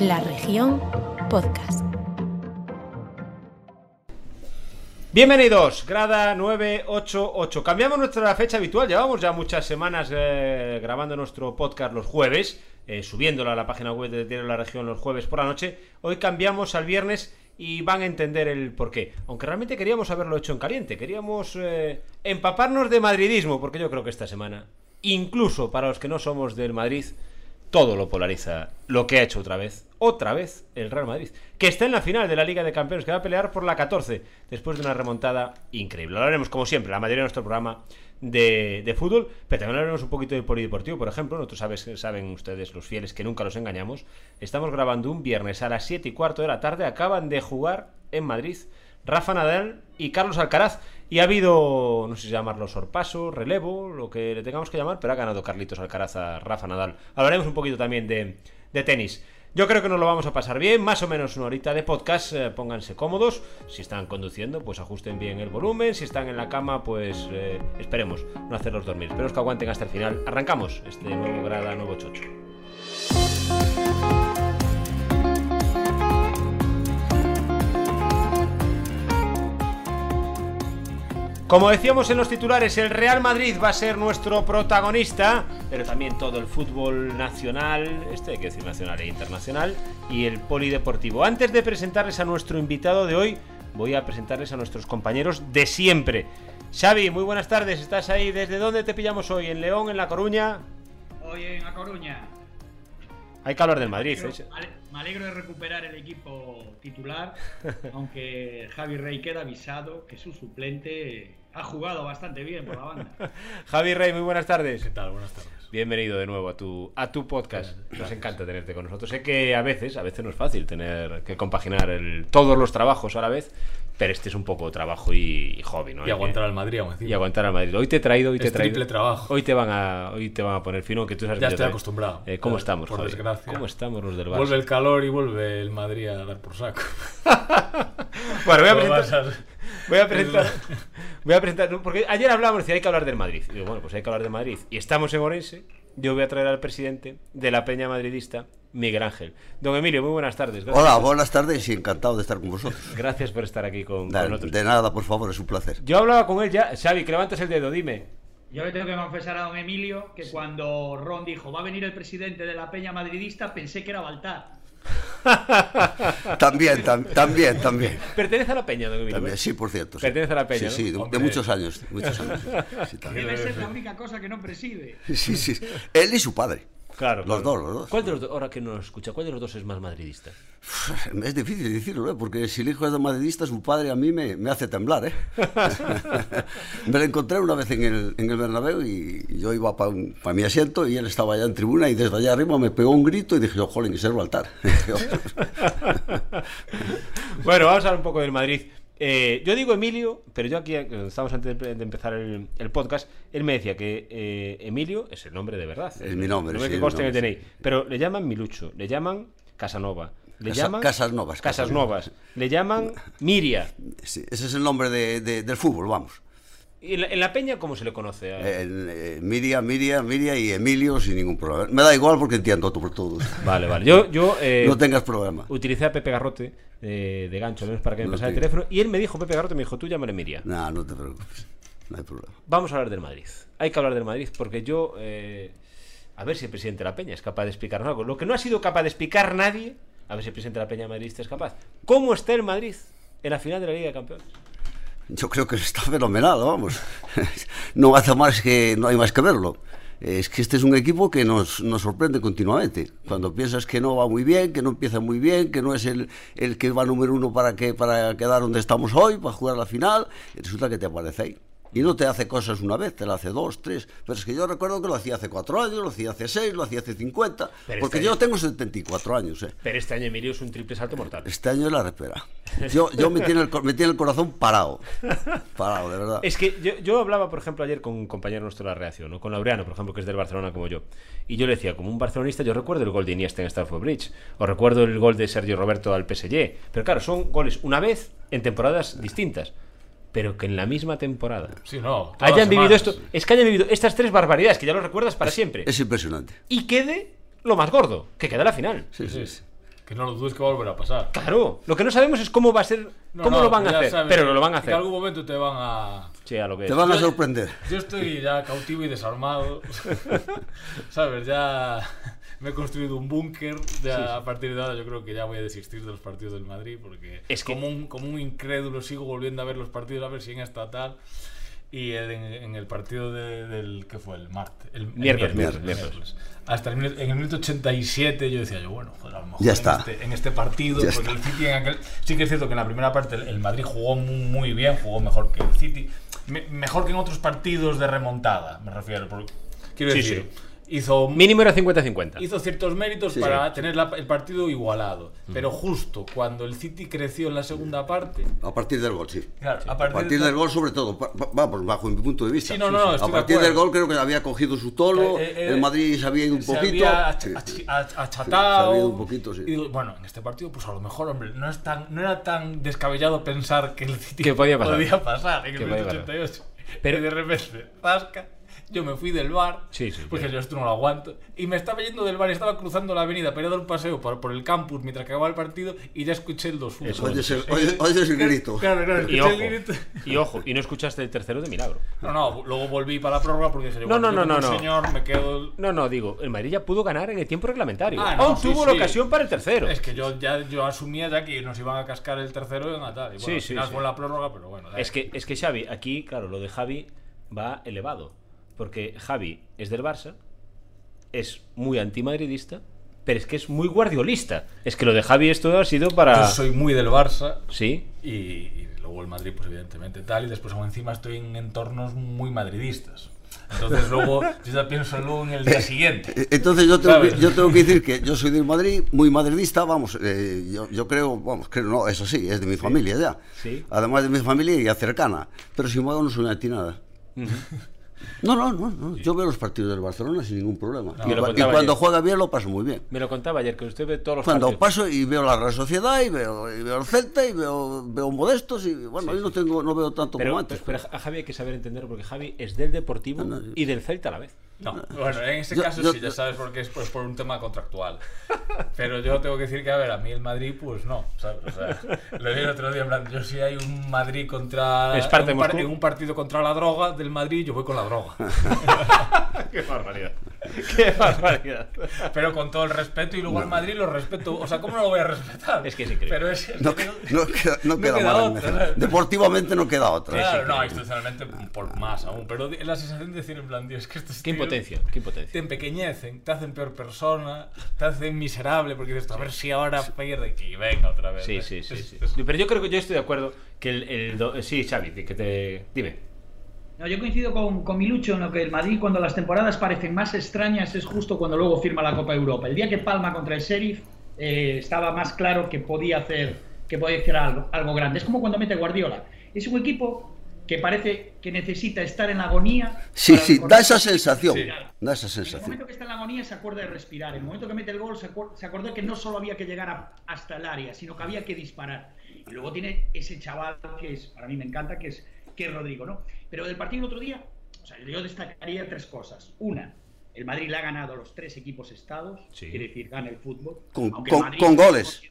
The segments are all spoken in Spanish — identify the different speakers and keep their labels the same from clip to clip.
Speaker 1: La región podcast.
Speaker 2: Bienvenidos, grada 988. Cambiamos nuestra fecha habitual, llevamos ya muchas semanas eh, grabando nuestro podcast los jueves, eh, subiéndolo a la página web de Diario de la Región los jueves por la noche. Hoy cambiamos al viernes y van a entender el porqué. Aunque realmente queríamos haberlo hecho en caliente, queríamos eh, empaparnos de madridismo, porque yo creo que esta semana, incluso para los que no somos del Madrid, todo lo polariza lo que ha hecho otra vez, otra vez el Real Madrid, que está en la final de la Liga de Campeones, que va a pelear por la 14, después de una remontada increíble. Lo haremos como siempre, la mayoría de nuestro programa de, de fútbol, pero también hablaremos un poquito del polideportivo, por ejemplo, nosotros sabes, saben ustedes, los fieles, que nunca los engañamos, estamos grabando un viernes a las 7 y cuarto de la tarde, acaban de jugar en Madrid Rafa Nadal y Carlos Alcaraz. Y ha habido, no sé si llamarlo sorpaso, relevo, lo que le tengamos que llamar, pero ha ganado Carlitos Alcaraz a Rafa Nadal. Hablaremos un poquito también de, de tenis. Yo creo que nos lo vamos a pasar bien, más o menos una horita de podcast, eh, pónganse cómodos, si están conduciendo pues ajusten bien el volumen, si están en la cama pues eh, esperemos no hacerlos dormir, pero es que aguanten hasta el final. Arrancamos este nuevo grada, nuevo chocho. Como decíamos en los titulares, el Real Madrid va a ser nuestro protagonista, pero también todo el fútbol nacional, este hay que decir nacional e internacional, y el polideportivo. Antes de presentarles a nuestro invitado de hoy, voy a presentarles a nuestros compañeros de siempre. Xavi, muy buenas tardes, ¿estás ahí? ¿Desde dónde te pillamos hoy? ¿En León? ¿En La Coruña?
Speaker 3: Hoy en La Coruña.
Speaker 2: Hay calor del Madrid,
Speaker 3: Me
Speaker 2: ¿eh?
Speaker 3: alegro- me alegro de recuperar el equipo titular, aunque Javi Rey queda avisado que su suplente ha jugado bastante bien por la banda.
Speaker 2: Javi Rey, muy buenas tardes.
Speaker 4: ¿Qué tal? Buenas tardes.
Speaker 2: Bienvenido de nuevo a tu, a tu podcast. Nos encanta tenerte con nosotros. Sé que a veces, a veces no es fácil tener que compaginar el- todos los trabajos a la vez, pero este es un poco trabajo y, y hobby, ¿no? Hay
Speaker 4: Y
Speaker 2: que-
Speaker 4: aguantar al Madrid aún encima.
Speaker 2: y aguantar al Madrid. Hoy te he traído, hoy te he
Speaker 4: Es
Speaker 2: traído.
Speaker 4: triple trabajo.
Speaker 2: Hoy te van a, hoy te van a poner fino que tú sabes que
Speaker 4: Ya
Speaker 2: yo
Speaker 4: estoy
Speaker 2: también.
Speaker 4: acostumbrado.
Speaker 2: Eh, ¿Cómo
Speaker 4: Ya,
Speaker 2: estamos?
Speaker 4: por
Speaker 2: Javi?
Speaker 4: desgracia.
Speaker 2: ¿Cómo estamos los del Barça?
Speaker 4: Vuelve el calor y vuelve el Madrid a dar por saco.
Speaker 2: Bueno, voy a
Speaker 4: Lo
Speaker 2: presentar.
Speaker 4: vas a-
Speaker 2: Voy a presentar. Voy a presentar. no, Porque ayer hablábamos, decía, hay que hablar del Madrid. Y digo, bueno, pues hay que hablar de Madrid. Y estamos en Orense. Yo voy a traer al presidente de la Peña Madridista, Miguel Ángel. Don Emilio, muy buenas tardes. Gracias,
Speaker 5: Hola, buenas tardes y encantado de estar con vosotros.
Speaker 2: Gracias por estar aquí con, con
Speaker 5: De,
Speaker 2: nosotros.
Speaker 5: de nada, por favor, es un placer.
Speaker 2: Yo hablaba con él ya. Xavi, que levantas el dedo, dime.
Speaker 3: Yo le tengo que confesar a don Emilio que cuando Ron dijo va a venir el presidente de la Peña Madridista, pensé que era Baltar.
Speaker 5: También, tam- también, también.
Speaker 2: Pertenece a la Peña, don Emilio.
Speaker 5: También, sí, por cierto. sí.
Speaker 2: pues, Pertenece a la peña,
Speaker 5: Sí, sí, de- de,
Speaker 4: Hombre.
Speaker 5: muchos años. de muchos años. Sí, también.
Speaker 3: Debe ser la única cosa que no preside.
Speaker 5: Sí, sí. Él y su padre.
Speaker 2: Claro.
Speaker 5: Los
Speaker 2: claro.
Speaker 5: dos, los dos.
Speaker 2: ¿Cuál de los dos, ahora que no nos escucha, cuál de los dos es más madridista?
Speaker 5: Es difícil decirlo, ¿eh? porque si el hijo es de madridista, su padre a mí me, me hace temblar. ¿eh? me lo encontré una vez en el, en el Bernabéu y yo iba para mi asiento y él estaba allá en tribuna y desde allá arriba me pegó un grito y dije, "Oh, jolín, ese es Baltar.
Speaker 2: Bueno, vamos a hablar un poco del Madrid. Eh, yo digo Emilio, pero yo aquí, eh, estamos antes de de empezar el, el podcast, él me decía que eh, Emilio es el nombre de verdad.
Speaker 5: Es mi nombre,
Speaker 2: No
Speaker 5: sí,
Speaker 2: que
Speaker 5: el
Speaker 2: conste en el
Speaker 5: nombre,
Speaker 2: DNI. Pero le llaman Milucho, le llaman Casanova, le
Speaker 5: Casa-
Speaker 2: llaman...
Speaker 5: Casas Novas,
Speaker 2: Casas
Speaker 5: Casas
Speaker 2: Novas. Le llaman Miria.
Speaker 5: Sí, ese es el nombre de- de- del fútbol, vamos.
Speaker 2: ¿Y en la, en la peña cómo se le conoce? Ah, a-
Speaker 5: En, eh, Miria, Miria, Miria y Emilio sin ningún problema. Me da igual porque entiendo por todos.
Speaker 2: Vale, vale. Yo, yo eh,
Speaker 5: no tengas problema.
Speaker 2: utilicé a Pepe Garrote eh, de gancho, al menos para que me
Speaker 5: No
Speaker 2: pasara el
Speaker 5: te-
Speaker 2: teléfono, y él me dijo, Pepe Garrote me dijo, tú llámale Miria.
Speaker 5: No, no te preocupes. No hay problema.
Speaker 2: Vamos a hablar del Madrid. Hay que hablar del Madrid porque yo. eh, a ver si el presidente de la Peña es capaz de explicarnos algo. Lo que no ha sido capaz de explicar nadie. A ver si el presidente de la Peña madridista es capaz. ¿Cómo está el Madrid en la final de la Liga de Campeones?
Speaker 5: Yo creo que está fenomenal, vamos. No hace más que no hay más que verlo. Es que este es un equipo que nos, nos sorprende continuamente. Cuando piensas que no va muy bien, que no empieza muy bien, que no es el, el que va número uno para, que, para quedar donde estamos hoy, para jugar la final, resulta que te aparece ahí. Y no te hace cosas una vez, te la hace dos, tres. Pero es que yo recuerdo que lo hacía hace cuatro años, lo hacía hace seis, lo hacía hace cincuenta.
Speaker 2: Pero
Speaker 5: Porque
Speaker 2: este
Speaker 5: yo
Speaker 2: año-
Speaker 5: tengo 74 años, ¿eh?
Speaker 2: Pero este año Emilio es un triple salto mortal.
Speaker 5: Este año es la repera. Yo, yo me, tiene el, cor- me tiene el corazón parado. Parado, de verdad.
Speaker 2: Es que yo, yo hablaba, por ejemplo, ayer con un compañero nuestro de la reacción, ¿no? con Laureano, por ejemplo, que es del Barcelona como yo. Y yo le decía, como un barcelonista, yo recuerdo el gol de Iniesta en Stamford Bridge, o recuerdo el gol de Sergio Roberto al PSG. Pero claro, son goles una vez en temporadas distintas, pero que en la misma temporada
Speaker 4: Sí, no. todas las
Speaker 2: hayan vivido
Speaker 4: semanas.
Speaker 2: esto, es que hayan vivido estas tres barbaridades que ya lo recuerdas para siempre.
Speaker 5: Es impresionante.
Speaker 2: Y quede lo más gordo, que queda la final.
Speaker 5: Sí, sí, sí.
Speaker 4: Que no lo dudes que va a volver a pasar.
Speaker 2: Claro, lo que no sabemos es cómo va a ser,
Speaker 4: No,
Speaker 2: cómo
Speaker 4: no,
Speaker 2: lo van a
Speaker 4: ya
Speaker 2: hacer,
Speaker 4: sabes
Speaker 2: pero lo van a
Speaker 4: que
Speaker 2: hacer.
Speaker 4: En algún momento te van a.
Speaker 2: Sí, a lo que
Speaker 5: Te
Speaker 2: es.
Speaker 5: van a
Speaker 4: Yo-
Speaker 5: sorprender.
Speaker 4: Yo estoy ya cautivo y desarmado. ¿Sabes? Ya me he construido un búnker. Ya a partir de ahora yo creo que ya voy a desistir de los partidos del Madrid porque
Speaker 2: Es que-
Speaker 4: como, un, como un incrédulo sigo volviendo a ver los partidos a ver si en esta tal. Y el- en, en el partido de- del que fue el martes, el, el
Speaker 2: Miércoles, miércoles,
Speaker 4: Hasta el, minu- en el minuto 87 yo decía yo, bueno, joder, a lo mejor
Speaker 5: Ya
Speaker 4: en
Speaker 5: está.
Speaker 4: este- en este partido,
Speaker 5: Ya
Speaker 4: porque
Speaker 5: está.
Speaker 4: el City en aquel- Sí que es cierto que en la primera parte el, el Madrid jugó mu- muy, bien, jugó mejor que el City. Me- mejor que en otros partidos de remontada, me refiero. porque- quiero
Speaker 2: Sí,
Speaker 4: decir, hizo,
Speaker 2: Mínimo era 50-50.
Speaker 4: hizo ciertos méritos
Speaker 5: Sí. Mm.
Speaker 4: para tener la- el partido igualado. Pero justo cuando el City creció en la segunda parte...
Speaker 5: A partir del gol, sí.
Speaker 4: Claro, a
Speaker 5: A
Speaker 4: partir,
Speaker 5: partir
Speaker 4: de-
Speaker 5: del gol, sobre todo, pa- pa- vamos, bajo mi punto de vista.
Speaker 4: Sí, no, no, estoy
Speaker 5: a
Speaker 4: de
Speaker 5: partir del
Speaker 4: acuerdo.
Speaker 5: gol creo que había cogido su tono,
Speaker 4: Eh, eh,
Speaker 5: el Madrid se había ido un
Speaker 4: se
Speaker 5: poquito.
Speaker 4: había ach-
Speaker 5: Sí,
Speaker 4: ach-
Speaker 5: sí.
Speaker 4: ach-
Speaker 5: Sí, se
Speaker 4: achatado.
Speaker 5: había ido un poquito, sí.
Speaker 4: Y digo, bueno, en este partido, pues a lo mejor, hombre, no, es tan, no era tan descabellado pensar que el City
Speaker 2: Que podía pasar.
Speaker 4: pasar en el
Speaker 2: Que podía
Speaker 4: minuto
Speaker 2: pasar.
Speaker 4: 88.
Speaker 2: Pero-
Speaker 4: Pero de repente, zasca. Yo me fui del bar,
Speaker 2: Sí, sí,
Speaker 4: porque
Speaker 2: claro.
Speaker 4: yo esto no lo aguanto. Y me estaba yendo del bar, estaba cruzando la avenida para ir a dar un paseo por, por el campus mientras acababa el partido y ya escuché el 2-1.
Speaker 2: Eso
Speaker 5: Oyes el, oyes- oyes el grito.
Speaker 4: Claro, claro,
Speaker 2: Y
Speaker 4: escuché
Speaker 2: ojo,
Speaker 4: el grito.
Speaker 2: y ojo, y no escuchaste el tercero de milagro.
Speaker 4: No, no, luego volví para la prórroga porque dije, yo,
Speaker 2: No,
Speaker 4: bueno,
Speaker 2: no, no,
Speaker 4: yo como
Speaker 2: no,
Speaker 4: un
Speaker 2: no.
Speaker 4: Señor, me quedo
Speaker 2: No, no, digo, el Madrid ya pudo ganar en el tiempo reglamentario.
Speaker 4: Ah, no,
Speaker 2: Aún
Speaker 4: sí,
Speaker 2: tuvo
Speaker 4: sí.
Speaker 2: la ocasión para el tercero.
Speaker 4: Es que yo ya yo asumía ya que nos iban a cascar el tercero en Natal. Y bueno,
Speaker 2: Sí,
Speaker 4: al
Speaker 2: sí,
Speaker 4: final
Speaker 2: sí.
Speaker 4: fue la prórroga, pero bueno. da
Speaker 2: Es que, es que Xavi, aquí, claro, lo de Javi va elevado. Porque Javi es del Barça, es muy antimadridista, pero es que es muy guardiolista. Es que lo de Javi esto ha sido para...
Speaker 4: igual. Yo soy muy del Barça
Speaker 2: Sí,
Speaker 4: y, y luego el Madrid, pues evidentemente tal. Y después aún encima estoy en entornos muy madridistas. Entonces luego yo ya pienso luego en el día siguiente.
Speaker 5: Eh, Entonces yo tengo, que,
Speaker 4: ¿Sabes?
Speaker 5: yo tengo que decir que yo soy del Madrid, muy madridista, vamos, eh, yo, yo creo, vamos, creo, no, eso sí, es de mi familia ya.
Speaker 2: Sí.
Speaker 5: Además de mi familia ya cercana, pero sin embargo no soy antinada. No, no, no, no, yo veo los partidos del Barcelona sin ningún problema.
Speaker 2: Me
Speaker 5: Y,
Speaker 2: lo
Speaker 5: cua- y
Speaker 2: contaba
Speaker 5: cuando
Speaker 2: ayer.
Speaker 5: juega bien lo paso muy bien.
Speaker 2: me lo contaba ayer, que usted ve todos los
Speaker 5: Cuando
Speaker 2: partidos.
Speaker 5: paso y veo la Real Sociedad y veo, y veo el Celta y veo, veo Modestos y bueno, hoy no, tengo, no veo tanto
Speaker 2: Pero,
Speaker 5: como antes.
Speaker 2: pero a Javi hay que saber entenderlo, porque Javi es del Deportivo
Speaker 5: pues. No, no,
Speaker 2: y del Celta a la vez.
Speaker 4: No, bueno, en ese
Speaker 5: Yo-
Speaker 4: caso
Speaker 5: yo-
Speaker 4: sí, ya
Speaker 5: yo-
Speaker 4: sabes porque es pues, por un tema contractual. Pero yo tengo que decir que, a ver, a mí el Madrid, pues no. ¿sabes? O sea, lo dije el otro día, en plan, yo si hay un Madrid contra.
Speaker 2: Esparta
Speaker 4: un, par-
Speaker 2: Moscú.
Speaker 4: en un partido contra la droga del Madrid, yo voy con la droga.
Speaker 2: ¡Qué barbaridad! ¡Qué barbaridad!
Speaker 4: Pero con todo el respeto, y luego al Madrid lo respeto. O sea, ¿cómo no lo voy a respetar?
Speaker 2: Es que es increíble.
Speaker 4: Pero es, es
Speaker 5: No,
Speaker 4: que
Speaker 5: que- no queda, no
Speaker 4: no
Speaker 5: queda
Speaker 4: queda
Speaker 5: mal.
Speaker 4: otra, ¿sabes?
Speaker 5: Deportivamente no queda otra.
Speaker 4: Claro, no, institucionalmente por más aún. Pero es la sensación de decir en plan, tío, es que esto es.
Speaker 2: ¡Qué impotencia! ¡Qué impotencia!
Speaker 4: Te empequeñecen, te hacen peor persona, te hacen miserable porque dices, a ver si ahora pierde y venga otra vez.
Speaker 2: Sí,
Speaker 4: ¿eh?
Speaker 2: sí, sí,
Speaker 4: Es-
Speaker 2: sí.
Speaker 4: es-
Speaker 2: Pero yo creo que yo estoy de acuerdo que el... el do- Sí, Xavi, que te... Dime.
Speaker 3: No, yo coincido con, con Milucho en lo que el Madrid, cuando las temporadas parecen más extrañas, es justo cuando luego firma la Copa Europa. El día que palma contra el Sheriff, eh, estaba más claro que podía hacer, que podía hacer algo, algo grande. Es como cuando mete Guardiola. Es un equipo que parece que necesita estar en la agonía.
Speaker 5: Sí,
Speaker 3: para
Speaker 5: sí,
Speaker 3: recordar-
Speaker 5: da esa sensación.
Speaker 4: Sí.
Speaker 5: Da esa
Speaker 3: En el
Speaker 5: sensación.
Speaker 3: momento que está en la agonía se acuerda de respirar. En el momento que mete el gol se, acuer- se acordó que no solo había que llegar a- hasta el área, sino que había que disparar. Y luego tiene ese chaval que es, para mí me encanta, que es, que es Rodrigo, ¿no? Pero del partido del otro día, o sea, yo destacaría tres cosas. Una, el Madrid le ha ganado a los tres equipos estados,
Speaker 2: Sí.
Speaker 3: quiere decir, gana el fútbol.
Speaker 5: Con-
Speaker 3: Aunque el
Speaker 5: con- con goles.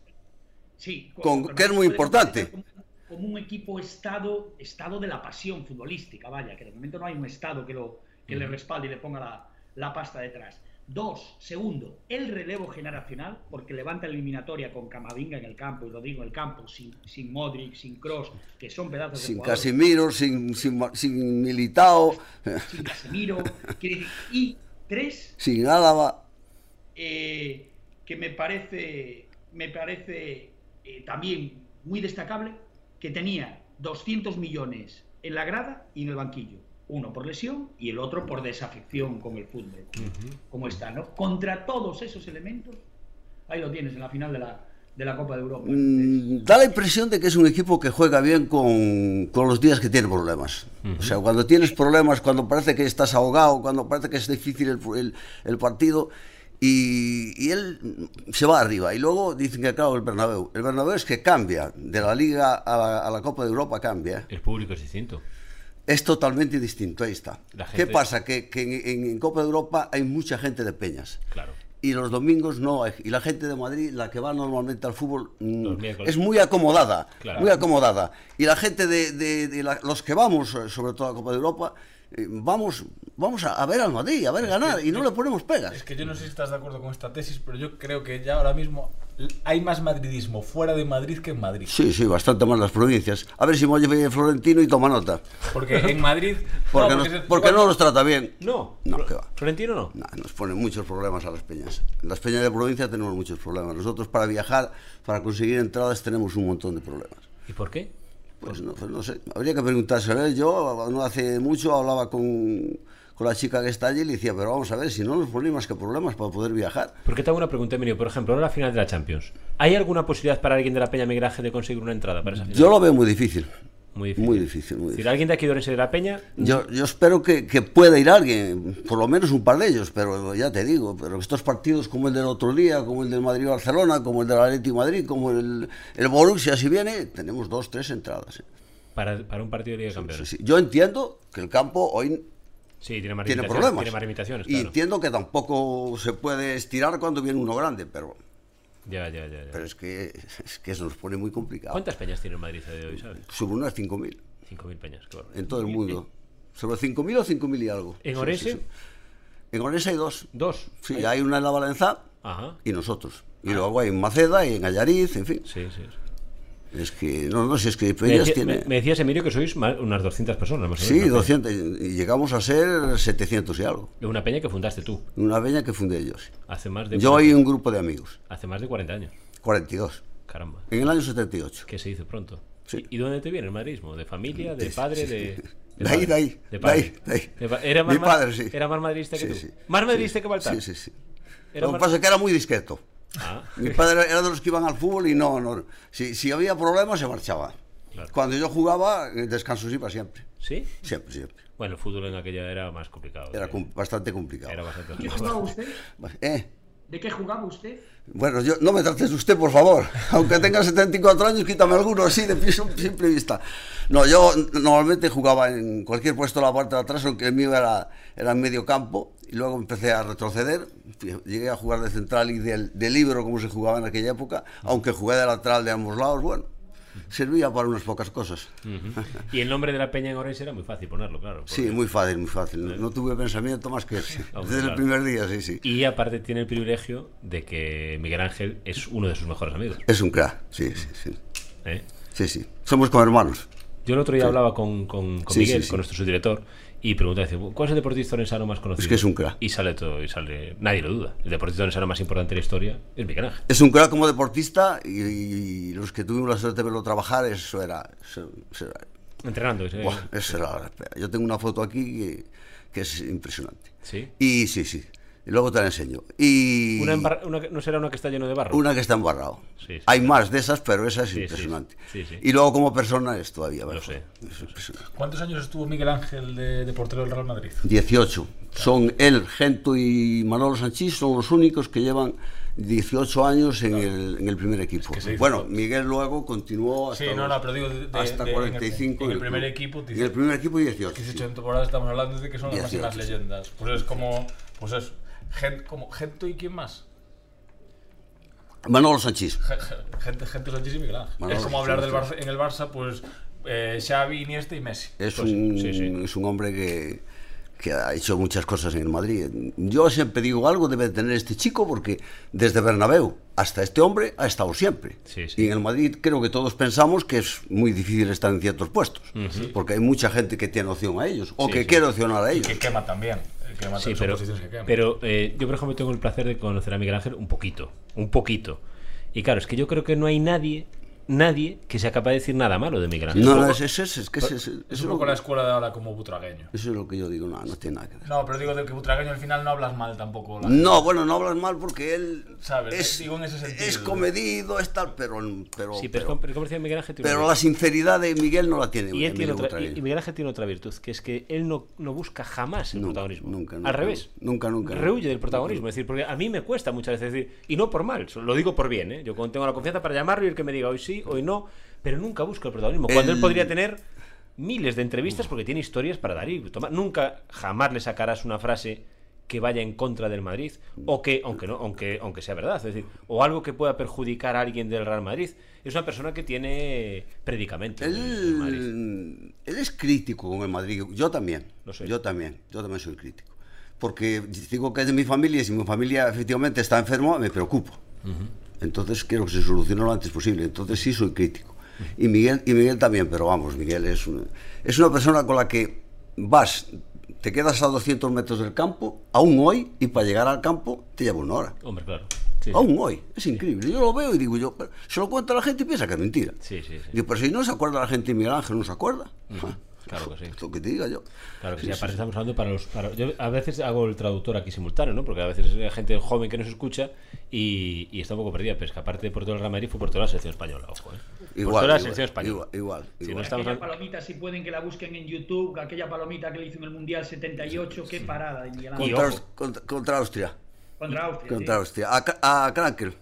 Speaker 3: Sí,
Speaker 5: Con-
Speaker 3: pero
Speaker 5: que es
Speaker 3: no
Speaker 5: muy
Speaker 3: puede
Speaker 5: importante.
Speaker 3: considerar Como, como un equipo estado, estado de la pasión futbolística, vaya, que de momento no hay un estado que, lo, que le respalde y le ponga la, la pasta detrás. Dos, segundo, el relevo generacional, porque levanta la eliminatoria con Camavinga en el campo, y lo digo, en el campo, sin, sin Modric, sin Cross, que son pedazos de
Speaker 5: Sin
Speaker 3: jugadores,
Speaker 5: Casimiro, sin, sin, Ma- sin Militao,
Speaker 3: sin Casemiro. quiere decir, y tres,
Speaker 5: sin Álava.
Speaker 3: eh, que me parece, me parece eh, también muy destacable, que tenía 200 millones en la grada y en el banquillo. Uno por lesión y el otro por desafección con el fútbol. Como está, ¿no? Contra todos esos elementos, ahí lo tienes en la final de la, de la Copa de Europa.
Speaker 5: Mm, Da la impresión de que es un equipo que juega bien con, con los días que tiene problemas. O sea, cuando tienes problemas, cuando parece que estás ahogado, cuando parece que es difícil el, el- el partido, y, y él mm, se va arriba. Y luego dicen que, claro, el Bernabéu. El Bernabéu es que cambia, de la Liga a la, a la Copa de Europa cambia. ¿eh?
Speaker 2: El público es distinto.
Speaker 5: Es totalmente distinto, ahí está.
Speaker 2: La gente-
Speaker 5: ¿Qué pasa? Que, que en, en Copa de Europa hay mucha gente de peñas.
Speaker 2: Claro.
Speaker 5: y los domingos no. hay- Y la gente de Madrid, la que va normalmente al fútbol, mm,
Speaker 2: Los miércoles.
Speaker 5: es muy acomodada,
Speaker 2: Claro.
Speaker 5: muy acomodada. Y la gente de, de- de la- los que vamos, eh, sobre todo a la Copa de Europa, eh, vamos, vamos a, a ver al Madrid, a ver ganar, y no le ponemos
Speaker 4: Es
Speaker 5: pegas.
Speaker 4: que yo no sé si estás de acuerdo con esta tesis, pero yo creo que ya ahora mismo hay más madridismo fuera de Madrid que en Madrid.
Speaker 5: Sí, sí, bastante más las provincias. A ver si me oye Florentino y toma nota.
Speaker 4: Porque en Madrid.
Speaker 5: Porque, no,
Speaker 4: se-
Speaker 5: porque no los trata bien.
Speaker 2: No,
Speaker 5: No,
Speaker 2: Fl-
Speaker 5: que va.
Speaker 2: Florentino no.
Speaker 5: Nah, nos ponen muchos problemas a las peñas. Las peñas de provincia tenemos muchos problemas. Nosotros para viajar, para conseguir entradas, tenemos un montón de problemas.
Speaker 2: ¿Y por qué?
Speaker 5: Pues no, pues no sé, habría que preguntarse. ¿eh? Yo no hace mucho hablaba con, con la chica que está allí y le decía, pero vamos a ver, si no nos ponen más que problemas para poder viajar.
Speaker 2: Porque te hago una pregunta, Emilio. Por ejemplo, ahora la final de la Champions. ¿Hay alguna posibilidad para alguien de la Peña Migraje de conseguir una entrada para esa final?
Speaker 5: Yo lo veo muy difícil.
Speaker 2: Muy difícil.
Speaker 5: Muy difícil, muy
Speaker 2: Es decir,
Speaker 5: difícil.
Speaker 2: alguien de aquí de Orense de la Peña.
Speaker 5: Yo, yo espero que, que pueda ir alguien, por lo menos un par de ellos, pero ya te digo, pero estos partidos como el del otro día, como el del Madrid-Barcelona, como el del Atleti-Madrid, como el, el Borussia, si viene, tenemos dos, tres entradas. ¿eh?
Speaker 2: Para, para un partido de Liga de Campeones.
Speaker 5: Sí, sí. Yo entiendo que el campo hoy
Speaker 2: Sí, tiene más
Speaker 5: tiene
Speaker 2: limitaciones,
Speaker 5: problemas.
Speaker 2: Tiene más limitaciones,
Speaker 5: Y
Speaker 2: claro.
Speaker 5: entiendo que tampoco se puede estirar cuando viene uno grande, pero,
Speaker 2: Ya, ya, ya. ya.
Speaker 5: pero es, que, es que se nos pone muy complicado.
Speaker 2: ¿Cuántas peñas tiene el Madrid a día de hoy, sabes?
Speaker 5: Sobre unas 5.000
Speaker 2: 5.000 peñas, qué barbaridad.
Speaker 5: en todo el mundo. ¿Sobre 5.000 o 5.000 y algo?
Speaker 2: eh. ¿En
Speaker 5: Sí,
Speaker 2: Orense?
Speaker 5: sí, sí. En Orense hay dos.
Speaker 2: Dos.
Speaker 5: Sí, hay una en la Valenza
Speaker 2: Ajá.
Speaker 5: y nosotros.
Speaker 2: Ah.
Speaker 5: Y luego hay en Maceda y en Allariz, en fin.
Speaker 2: Sí, sí.
Speaker 5: Es que, no, no, si es que
Speaker 2: Me,
Speaker 5: Peñas
Speaker 2: decía-
Speaker 5: tiene...
Speaker 2: me- me decías, Emilio, que sois ma- unas 200 personas, más o
Speaker 5: sí,
Speaker 2: menos. ¿no?
Speaker 5: 200, y llegamos a ser 700 y algo.
Speaker 2: De una peña que fundaste tú
Speaker 5: Una peña que fundé yo. sí.
Speaker 2: hace más de,
Speaker 5: Yo y un grupo de amigos,
Speaker 2: hace más de 40 años.
Speaker 5: 42,
Speaker 2: Caramba.
Speaker 5: en el año 78.
Speaker 2: Que se hizo pronto.
Speaker 5: Sí.
Speaker 2: ¿Y y dónde te viene el madridismo? ¿De familia? ¿De
Speaker 5: Sí,
Speaker 2: padre?
Speaker 5: sí.
Speaker 2: De,
Speaker 5: De
Speaker 2: padre?
Speaker 5: ahí, de ahí,
Speaker 2: De
Speaker 5: de
Speaker 2: padre.
Speaker 5: ahí, de ahí.
Speaker 2: pa- Era más,
Speaker 5: Mi
Speaker 2: ma-
Speaker 5: padre, sí.
Speaker 2: Era más madridista que
Speaker 5: Sí,
Speaker 2: tú.
Speaker 5: sí.
Speaker 2: Más madridista que Baltar.
Speaker 5: Sí, sí, sí.
Speaker 2: Era
Speaker 5: Lo que
Speaker 2: más-
Speaker 5: pasa es que era muy discreto.
Speaker 2: Ah,
Speaker 5: Mi padre era de los que iban al fútbol y no, no. Si, si había problemas se marchaba.
Speaker 2: Claro.
Speaker 5: Cuando yo jugaba, el descanso iba siempre.
Speaker 2: ¿sí?
Speaker 5: Siempre, siempre.
Speaker 2: Bueno, el fútbol en aquella era más complicado.
Speaker 5: Era
Speaker 2: sí.
Speaker 5: com- bastante complicado.
Speaker 2: Era bastante
Speaker 3: ¿De qué jugaba
Speaker 2: complicado.
Speaker 3: usted?
Speaker 5: Eh,
Speaker 3: ¿De qué jugaba usted?
Speaker 5: Bueno, yo, no me trates usted, por favor. Aunque tenga 74 años, quítame alguno así de piso, simple vista. No, yo normalmente jugaba en cualquier puesto de la parte de atrás, aunque el mío era, era en medio campo. Y luego empecé a retroceder. Llegué a jugar de central y de, de libro, como se jugaba en aquella época. Aunque jugué de lateral de ambos lados, bueno, servía para unas pocas cosas.
Speaker 2: Ujú. Y el nombre de la peña en Orense era muy fácil ponerlo, claro. porque-
Speaker 5: Sí, muy fácil, muy fácil. No, no tuve pensamiento más que ese.
Speaker 2: Ah, bueno,
Speaker 5: Desde
Speaker 2: claro.
Speaker 5: el primer día, sí, sí.
Speaker 2: Y aparte tiene el privilegio de que Miguel Ángel es uno de sus mejores amigos.
Speaker 5: Es un crack, sí, sí, sí.
Speaker 2: ¿eh?
Speaker 5: Sí, sí. Somos como hermanos.
Speaker 2: Yo el otro día hablaba con, con, con
Speaker 5: Sí,
Speaker 2: Miguel,
Speaker 5: sí, sí.
Speaker 2: con nuestro subdirector, y preguntaba, dice, ¿cuál es el deportista orensano más conocido?
Speaker 5: Es que es un crack.
Speaker 2: Y sale todo, y sale, nadie lo duda. El deportista orensano más importante de la historia es Miguel Ángel.
Speaker 5: Es un crack como deportista y, y los que tuvimos la suerte de verlo trabajar, eso era. Eso, eso era,
Speaker 2: Entrenando, eh, ese-
Speaker 5: buah, eh. eso era la espera. Yo tengo una foto aquí que, que es impresionante.
Speaker 2: ¿sí?
Speaker 5: Y sí, sí. Y luego te la enseño. Y
Speaker 2: Una embarra- una que- ¿No será una que está lleno de barro?
Speaker 5: una que está embarrado.
Speaker 2: Sí, sí.
Speaker 5: Hay más de esas, pero esa es
Speaker 2: sí,
Speaker 5: impresionante.
Speaker 2: sí, sí.
Speaker 5: Y luego como persona es todavía. mejor.
Speaker 2: sé,
Speaker 5: Es impresionante.
Speaker 4: ¿Cuántos años estuvo Miguel Ángel de, de portero del Real Madrid?
Speaker 5: 18. Son él, Gento y Manolo Sanchís, son los únicos que llevan 18 años en, el, en el primer equipo.
Speaker 4: que se hizo
Speaker 5: bueno,
Speaker 4: todo.
Speaker 5: Miguel luego continuó hasta,
Speaker 4: Sí, no,
Speaker 5: los-
Speaker 4: no, pero digo de- de-
Speaker 5: hasta
Speaker 4: de- en el-
Speaker 5: 45.
Speaker 4: en el
Speaker 5: y-
Speaker 4: primer equipo,
Speaker 5: En el primer equipo 18.
Speaker 4: 18
Speaker 5: sí.
Speaker 4: temporadas estamos hablando de que son las máximas
Speaker 5: 18.
Speaker 4: leyendas. Pues es como. Pues es. Gen- como Gento y quién más?
Speaker 5: Manolo Sanchís.
Speaker 4: Ge- ge- Gente, gente Sánchez y Miguel Ángel.
Speaker 5: Manolo
Speaker 4: es como hablar del
Speaker 5: Sanchís.
Speaker 4: Barça- en el Barça, pues eh, Xavi, Iniesta y Messi.
Speaker 5: Es,
Speaker 2: Pues sí,
Speaker 5: un,
Speaker 2: sí, sí.
Speaker 5: es un hombre que, que ha hecho muchas cosas en el Madrid. Yo siempre digo algo debe tener este chico porque desde Bernabéu hasta este hombre ha estado siempre.
Speaker 2: Sí, sí.
Speaker 5: Y en el Madrid creo que todos pensamos que es muy difícil estar en ciertos puestos porque hay mucha gente que tiene opción a ellos o
Speaker 2: Sí,
Speaker 5: que
Speaker 2: sí.
Speaker 5: quiere opcionar a ellos.
Speaker 4: Que quema también. eh, Quema
Speaker 2: Sí,
Speaker 4: son
Speaker 2: pero,
Speaker 4: posiciones que queman.
Speaker 2: pero eh, yo, por ejemplo, tengo el placer de conocer a Miguel Ángel un poquito. Un poquito. Y claro, es que yo creo que no hay nadie, nadie que sea capaz de decir nada malo de Miguel Ángel.
Speaker 5: No, no, es, es, es, es que es, es-
Speaker 4: es
Speaker 5: eso
Speaker 4: un
Speaker 5: lo-
Speaker 4: poco la escuela de ahora como butragueño.
Speaker 5: eso es lo que yo digo, no, no tiene nada que ver.
Speaker 4: No, pero digo de que butragueño al final no hablas mal tampoco. la-
Speaker 5: No, bueno, no hablan mal porque él
Speaker 4: Sabes,
Speaker 5: es,
Speaker 4: digo en ese sentido.
Speaker 5: es comedido, es tal, pero, pero,
Speaker 2: Sí, pero, es
Speaker 5: pero,
Speaker 2: como- pero como decía Miguel Ángel, tiene
Speaker 5: pero
Speaker 2: una-
Speaker 5: la sinceridad de Miguel no la tiene.
Speaker 2: Y, él tiene otra,
Speaker 5: Emilio
Speaker 2: y,
Speaker 5: Butragueño.
Speaker 2: y Miguel Ángel tiene otra virtud, que es que él no, no busca jamás el
Speaker 5: Nunca,
Speaker 2: protagonismo.
Speaker 5: nunca,
Speaker 2: Al
Speaker 5: nunca,
Speaker 2: revés.
Speaker 5: nunca, nunca, nunca.
Speaker 2: Rehuye del protagonismo. Es decir, porque a mí me cuesta muchas veces decir, y no por mal, so- lo digo por bien, ¿eh? Yo cuando tengo la confianza para llamarlo y el que me diga hoy sí, hoy no, pero nunca busca el protagonismo. Cuando él
Speaker 5: El-
Speaker 2: podría tener miles de entrevistas porque tiene historias para dar y tomar. Nunca, jamás le sacarás una frase que vaya en contra del Madrid o que aunque no aunque aunque sea verdad es decir o algo que pueda perjudicar a alguien del Real Madrid es una persona que tiene predicamento
Speaker 5: Él, él es crítico con el Madrid. Yo también.
Speaker 2: Lo sé.
Speaker 5: Yo también. Yo también soy crítico. Porque digo que es de mi familia y si mi familia efectivamente está enferma, me preocupo. Entonces quiero que se solucione lo antes posible. Entonces sí soy crítico. Y Miguel, y Miguel también, pero vamos, Miguel es una, es una persona con la que vas, te quedas a 200 metros del campo, aún hoy, y para llegar al campo te lleva una hora.
Speaker 2: hombre claro sí, sí.
Speaker 5: Aún hoy, es increíble. Yo lo veo y digo yo, pero se lo cuenta la gente y piensa que es mentira.
Speaker 2: Sí, sí, sí.
Speaker 5: Digo, pero si no se acuerda la gente, Miguel Ángel no se acuerda.
Speaker 2: claro que sí.
Speaker 5: Lo que te diga yo.
Speaker 2: Claro que sí, aparte estamos hablando para los... para- yo a veces hago el traductor aquí simultáneo, ¿no? Porque a veces hay gente joven que nos escucha y, y está un poco perdida, pero es que aparte de por todo el Real Madrid fue por toda la selección española, ojo, ¿eh? por toda
Speaker 5: Igual,
Speaker 2: la
Speaker 5: igual,
Speaker 2: selección española.
Speaker 5: igual, igual,
Speaker 2: Si no
Speaker 5: igual.
Speaker 2: estamos
Speaker 3: aquella
Speaker 2: hablando-
Speaker 3: palomita, si pueden que la busquen en YouTube, aquella palomita que le hizo en el Mundial 78, qué parada de Miguel Ángel.
Speaker 2: Y
Speaker 5: Contra,
Speaker 2: ojo.
Speaker 5: contra- contra Austria.
Speaker 3: Contra Austria.
Speaker 5: Contra
Speaker 3: sí.
Speaker 5: Austria. A, Ca- a Krankel.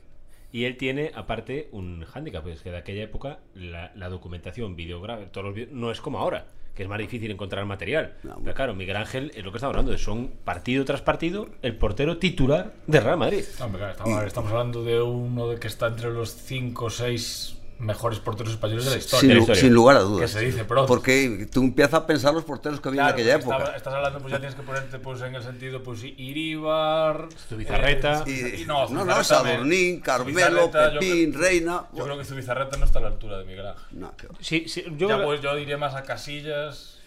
Speaker 2: Y él tiene, aparte, un hándicap, que es que de aquella época la, la documentación videográfica, todos los vi- no es como ahora, que es más difícil encontrar material.
Speaker 5: No,
Speaker 2: Pero claro, Miguel Ángel es lo que estamos hablando, de son partido tras partido el portero titular de Real Madrid.
Speaker 4: No, hombre, claro, estamos, estamos hablando de uno de que está entre los 5 o 6 mejores porteros españoles de la historia.
Speaker 5: Sin, lu-
Speaker 2: historia.
Speaker 5: sin lugar a dudas.
Speaker 4: Que se dice pronto.
Speaker 5: Porque tú empiezas a pensar los porteros que había
Speaker 4: Claro,
Speaker 5: en aquella
Speaker 4: porque
Speaker 5: época.
Speaker 4: estaba- estás hablando, pues ya tienes que ponerte pues, en el sentido, pues eh, Iribar,
Speaker 2: Zubizarreta.
Speaker 5: Y-
Speaker 4: y
Speaker 5: no, no,
Speaker 4: Zubizarreta
Speaker 5: Sadurnín,
Speaker 4: me-
Speaker 5: Carmelo,
Speaker 4: Zubizarreta, yo
Speaker 5: Pepín,
Speaker 4: creo-
Speaker 5: Reina.
Speaker 4: Yo creo que Zubizarreta no está a la altura de Miguel Ángel.
Speaker 5: No, qué va.
Speaker 2: Sí, sí, yo,
Speaker 4: Yo, ya,
Speaker 2: creo-
Speaker 4: pues, yo diría más a Casillas,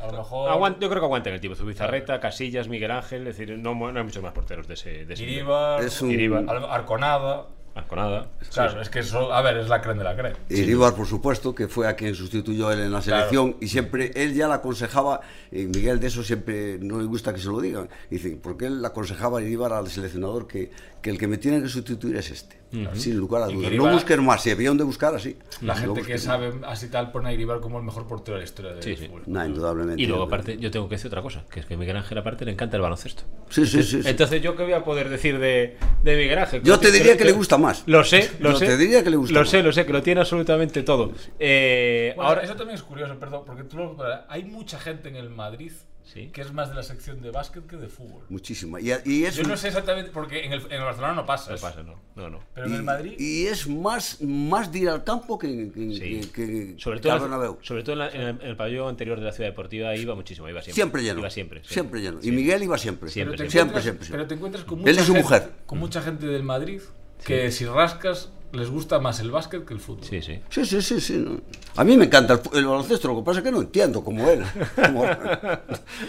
Speaker 4: a lo mejor.
Speaker 2: aguan- yo creo que aguantan el tipo, Zubizarreta, Casillas, Miguel Ángel, es decir, no, mu- no hay muchos más porteros de ese, de ese nivel.
Speaker 4: Iribar,
Speaker 5: Es un-
Speaker 2: Iribar.
Speaker 4: Al- Arconada.
Speaker 2: Arconada.
Speaker 4: Claro, es que eso, a ver, es la creen de la creen.
Speaker 5: Iribar, por supuesto, que fue a quien sustituyó él en la selección y siempre él ya la aconsejaba, y Miguel de eso siempre no le gusta que se lo digan, dice, porque él le aconsejaba a Iribar al seleccionador que, que el que me tiene que sustituir es este, sin lugar a
Speaker 4: Y que
Speaker 5: dudas.
Speaker 4: Iribar-
Speaker 5: No busquen más, si había donde buscar
Speaker 4: La
Speaker 5: así. pues, no
Speaker 4: gente
Speaker 5: busquen
Speaker 4: que
Speaker 5: más.
Speaker 4: sabe así tal pone a Iribar como el mejor portero de la historia del
Speaker 2: Sí, sí.
Speaker 4: fútbol.
Speaker 5: No, indudablemente.
Speaker 2: Y luego, aparte, yo tengo que decir otra cosa, que es que Miguel Ángel, aparte, le encanta el baloncesto.
Speaker 5: Sí, sí, sí. sí.
Speaker 2: Entonces, ¿yo qué voy a poder decir de, de Miguel Ángel?
Speaker 5: Yo te diría que le
Speaker 2: lo-
Speaker 5: gusta más.
Speaker 2: Lo sé, lo
Speaker 5: Yo
Speaker 2: sé.
Speaker 5: te diría que le gusta
Speaker 2: Lo
Speaker 5: más.
Speaker 2: sé, lo sé, que lo tiene absolutamente todo. Eh,
Speaker 4: Bueno,
Speaker 2: ahora,
Speaker 4: eso también es curioso, perdón, porque tú lo- hay mucha gente en el Madrid
Speaker 2: Sí.
Speaker 4: que es más de la sección de básquet que de fútbol.
Speaker 5: Muchísimo. Y, y es,
Speaker 4: Yo no sé exactamente, porque en el, en el Barcelona no pasa.
Speaker 2: No
Speaker 4: eso.
Speaker 2: pasa, no. No, no.
Speaker 4: Pero en el Madrid.
Speaker 5: y es más, más de ir al campo que, en- que en-
Speaker 2: Sí.
Speaker 5: que- que-
Speaker 2: sobre
Speaker 5: que
Speaker 2: todo,
Speaker 5: al
Speaker 2: en la-
Speaker 5: Bernabéu.
Speaker 2: sobre todo en, la- en el, en el pabellón anterior de la ciudad deportiva iba muchísimo, iba siempre.
Speaker 5: Siempre lleno.
Speaker 2: Iba siempre. sí.
Speaker 5: lleno.
Speaker 2: Sí.
Speaker 5: Y Miguel iba siempre.
Speaker 2: Siempre,
Speaker 5: Siempre,
Speaker 4: Pero te
Speaker 5: siempre.
Speaker 4: encuentras-
Speaker 5: siempre.
Speaker 4: Pero te encuentras con
Speaker 5: Él
Speaker 4: mucha,
Speaker 5: y su
Speaker 4: gente,
Speaker 5: mujer.
Speaker 4: con mucha gente del Madrid que si rascas les gusta más el básquet que el fútbol.
Speaker 2: Sí, sí.
Speaker 5: Sí, sí, sí, sí. no. A mí me encanta el, fu- el baloncesto, lo que pasa es que no entiendo como él. Como-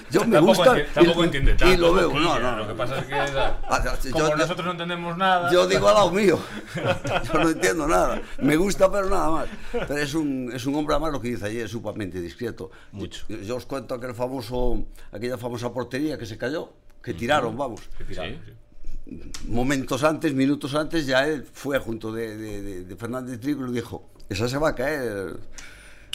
Speaker 5: yo me
Speaker 4: Tampoco,
Speaker 5: gusta.
Speaker 4: enti- tampoco
Speaker 5: y-
Speaker 4: entiende tanto.
Speaker 5: Y lo veo,
Speaker 4: Coquilla,
Speaker 5: no, no. no.
Speaker 4: Lo que pasa es que
Speaker 5: Ah, sí,
Speaker 4: como
Speaker 5: yo-
Speaker 4: nosotros no entendemos nada.
Speaker 5: Yo digo al lado mío. Yo no entiendo nada. Me gusta, pero nada más. Pero es un, es un hombre, además, lo que dice ayer, es sumamente discreto.
Speaker 2: Mucho.
Speaker 5: Yo, yo os cuento aquel famoso, aquella famosa portería que se cayó, que tiraron, vamos.
Speaker 4: Que tiraron,
Speaker 2: Sí.
Speaker 4: sí.
Speaker 5: Momentos antes, minutos antes, ya él fue junto de, de- de- de Fernández Trigo y le dijo: Esa se va a caer.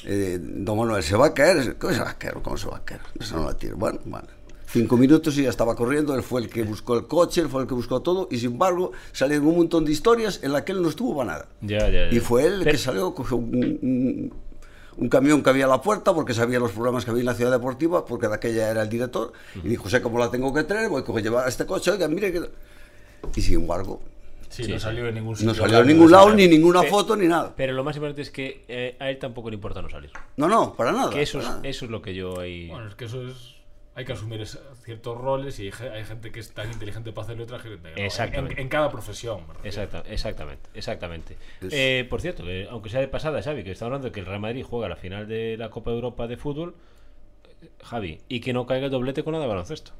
Speaker 5: eh, don Manuel, se va a caer. ¿Cómo se va a caer? ¿Cómo se va a caer? Esa no la tiro. Bueno, vale. Cinco minutos y ya estaba corriendo. Él fue el que buscó el coche, él fue el que buscó todo. Y sin embargo, salieron un montón de historias en las que él no estuvo para nada.
Speaker 2: Ya, ya, ya.
Speaker 5: Y fue él el que
Speaker 2: Pero-
Speaker 5: salió, cogió un, un- un camión que había a la puerta porque sabía los problemas que había en la ciudad deportiva, porque de aquella era el director, y dijo, sé cómo la tengo que traer, voy a llevar a este coche, oiga, mire que... Y sin embargo,
Speaker 4: Sí, no salió en ningún sitio.
Speaker 5: no salió a
Speaker 4: claro,
Speaker 5: ningún
Speaker 4: no
Speaker 5: lado,
Speaker 4: salió.
Speaker 5: ni ninguna
Speaker 2: Pe-
Speaker 5: foto, ni nada.
Speaker 2: Pero lo más importante es que eh, a él tampoco le importa no salir.
Speaker 5: No, no, para nada.
Speaker 2: Que eso es,
Speaker 5: para nada.
Speaker 2: eso es lo que yo ahí.
Speaker 4: Bueno, es que eso es. Hay que asumir es- ciertos roles y hay, ge- hay gente que es tan inteligente para hacerlo y otra gente. que no. En-
Speaker 2: Exactamente.
Speaker 4: En, en cada profesión. me refiero.
Speaker 2: Exacta- exactamente, exactamente.
Speaker 5: Pues-
Speaker 2: Eh, por cierto, que aunque sea de pasada, Xavi, que está hablando de que el Real Madrid juega la final de la Copa de Europa de fútbol, eh, Javi, y que no caiga el doblete con la de baloncesto.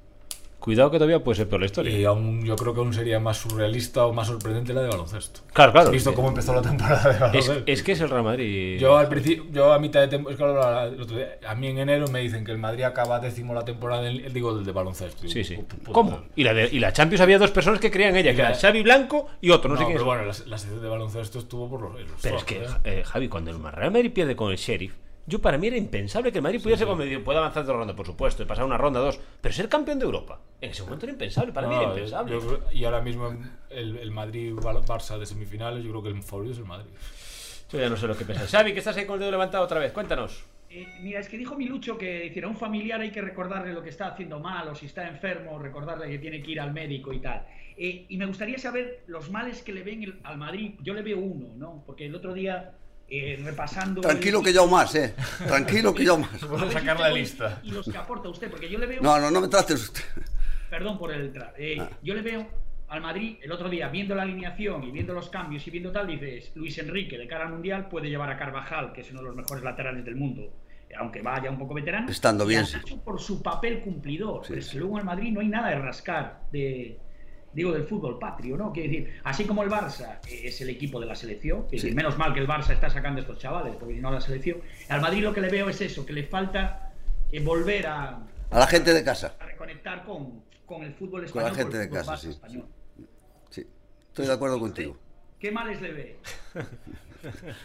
Speaker 2: Cuidado que todavía puede ser peor la historia.
Speaker 4: Y aún, yo creo que aún sería más surrealista o más sorprendente la de baloncesto.
Speaker 2: Claro, claro.
Speaker 4: Visto
Speaker 2: Eh,
Speaker 4: cómo empezó la temporada de
Speaker 2: es,
Speaker 4: baloncesto.
Speaker 2: es que eh, es el Real Madrid.
Speaker 4: Yo al principio, yo a mitad de temporada, a mí en enero me dicen que el Madrid acaba décimo la temporada, del, digo, del de baloncesto.
Speaker 2: Sí, sí.
Speaker 4: Pu- pu- puta.
Speaker 2: ¿Cómo? Y la, de- y la Champions había dos personas que creían ella, que era
Speaker 4: Ya.
Speaker 2: Xavi Blanco y otro, no,
Speaker 4: No,
Speaker 2: sé quién.
Speaker 4: pero
Speaker 2: es.
Speaker 4: bueno, la, la sección de baloncesto estuvo por los, en los
Speaker 2: Pero es
Speaker 4: ojos,
Speaker 2: que,
Speaker 4: ¿eh?
Speaker 2: eh, Javi, cuando el Real Madrid pierde con el Sheriff, yo para mí era impensable que el Madrid pudiese, como medio, pueda avanzar de ronda, por supuesto, y pasar una ronda, dos, pero ser campeón de Europa, en ese momento era impensable, para mí
Speaker 4: No,
Speaker 2: era
Speaker 4: yo-
Speaker 2: impensable.
Speaker 4: yo creo- y ahora mismo el, el Madrid-Barça de semifinales, yo creo que el favorito es el Madrid.
Speaker 2: Yo ya no sé lo que pensar. Xavi, que estás ahí con el dedo levantado otra vez, cuéntanos.
Speaker 3: Eh, Eh, mira, es que dijo Milucho que decir, a un familiar hay que recordarle lo que está haciendo mal o si está enfermo, recordarle que tiene que ir al médico y tal. Eh, y me gustaría saber los males que le ven el- al Madrid. Yo le veo uno, ¿no? Porque el otro día, eh, repasando... el-
Speaker 5: Tranquilo que yo más, eh. Tranquilo que yo más.
Speaker 3: A ver si
Speaker 4: sacar
Speaker 3: te
Speaker 4: la
Speaker 3: voy-
Speaker 4: lista.
Speaker 3: Y los que aporta usted, porque yo le veo...
Speaker 5: No, no, no me trates usted.
Speaker 3: Perdón por el tra- eh,
Speaker 5: Ah.
Speaker 3: Yo le veo al Madrid el otro día viendo la alineación y viendo los cambios y viendo tal, dices, Luis Enrique de cara al Mundial puede llevar a Carvajal, que es uno de los mejores laterales del mundo, eh, aunque vaya un poco veterano.
Speaker 5: Estando
Speaker 3: y
Speaker 5: bien,
Speaker 3: a
Speaker 5: sí.
Speaker 3: Nacho por su papel cumplidor.
Speaker 5: Sí,
Speaker 3: pero es que
Speaker 5: sí.
Speaker 3: luego en el Madrid no hay nada de rascar de... Digo, del fútbol patrio, ¿no? Quiero decir, así como el Barça eh, es el equipo de la selección, es
Speaker 5: Sí.
Speaker 3: decir, menos mal que el Barça está sacando a estos chavales, porque si no la selección. Al Madrid lo que le veo es eso, que le falta eh, volver a,
Speaker 5: A la gente de casa.
Speaker 3: a reconectar con, con el fútbol
Speaker 5: Con
Speaker 3: español.
Speaker 5: la gente
Speaker 3: el
Speaker 5: de
Speaker 3: fútbol
Speaker 5: casa,
Speaker 3: base
Speaker 5: sí.
Speaker 3: español.
Speaker 5: Sí. Estoy de acuerdo contigo.
Speaker 3: ¿Qué males le ve?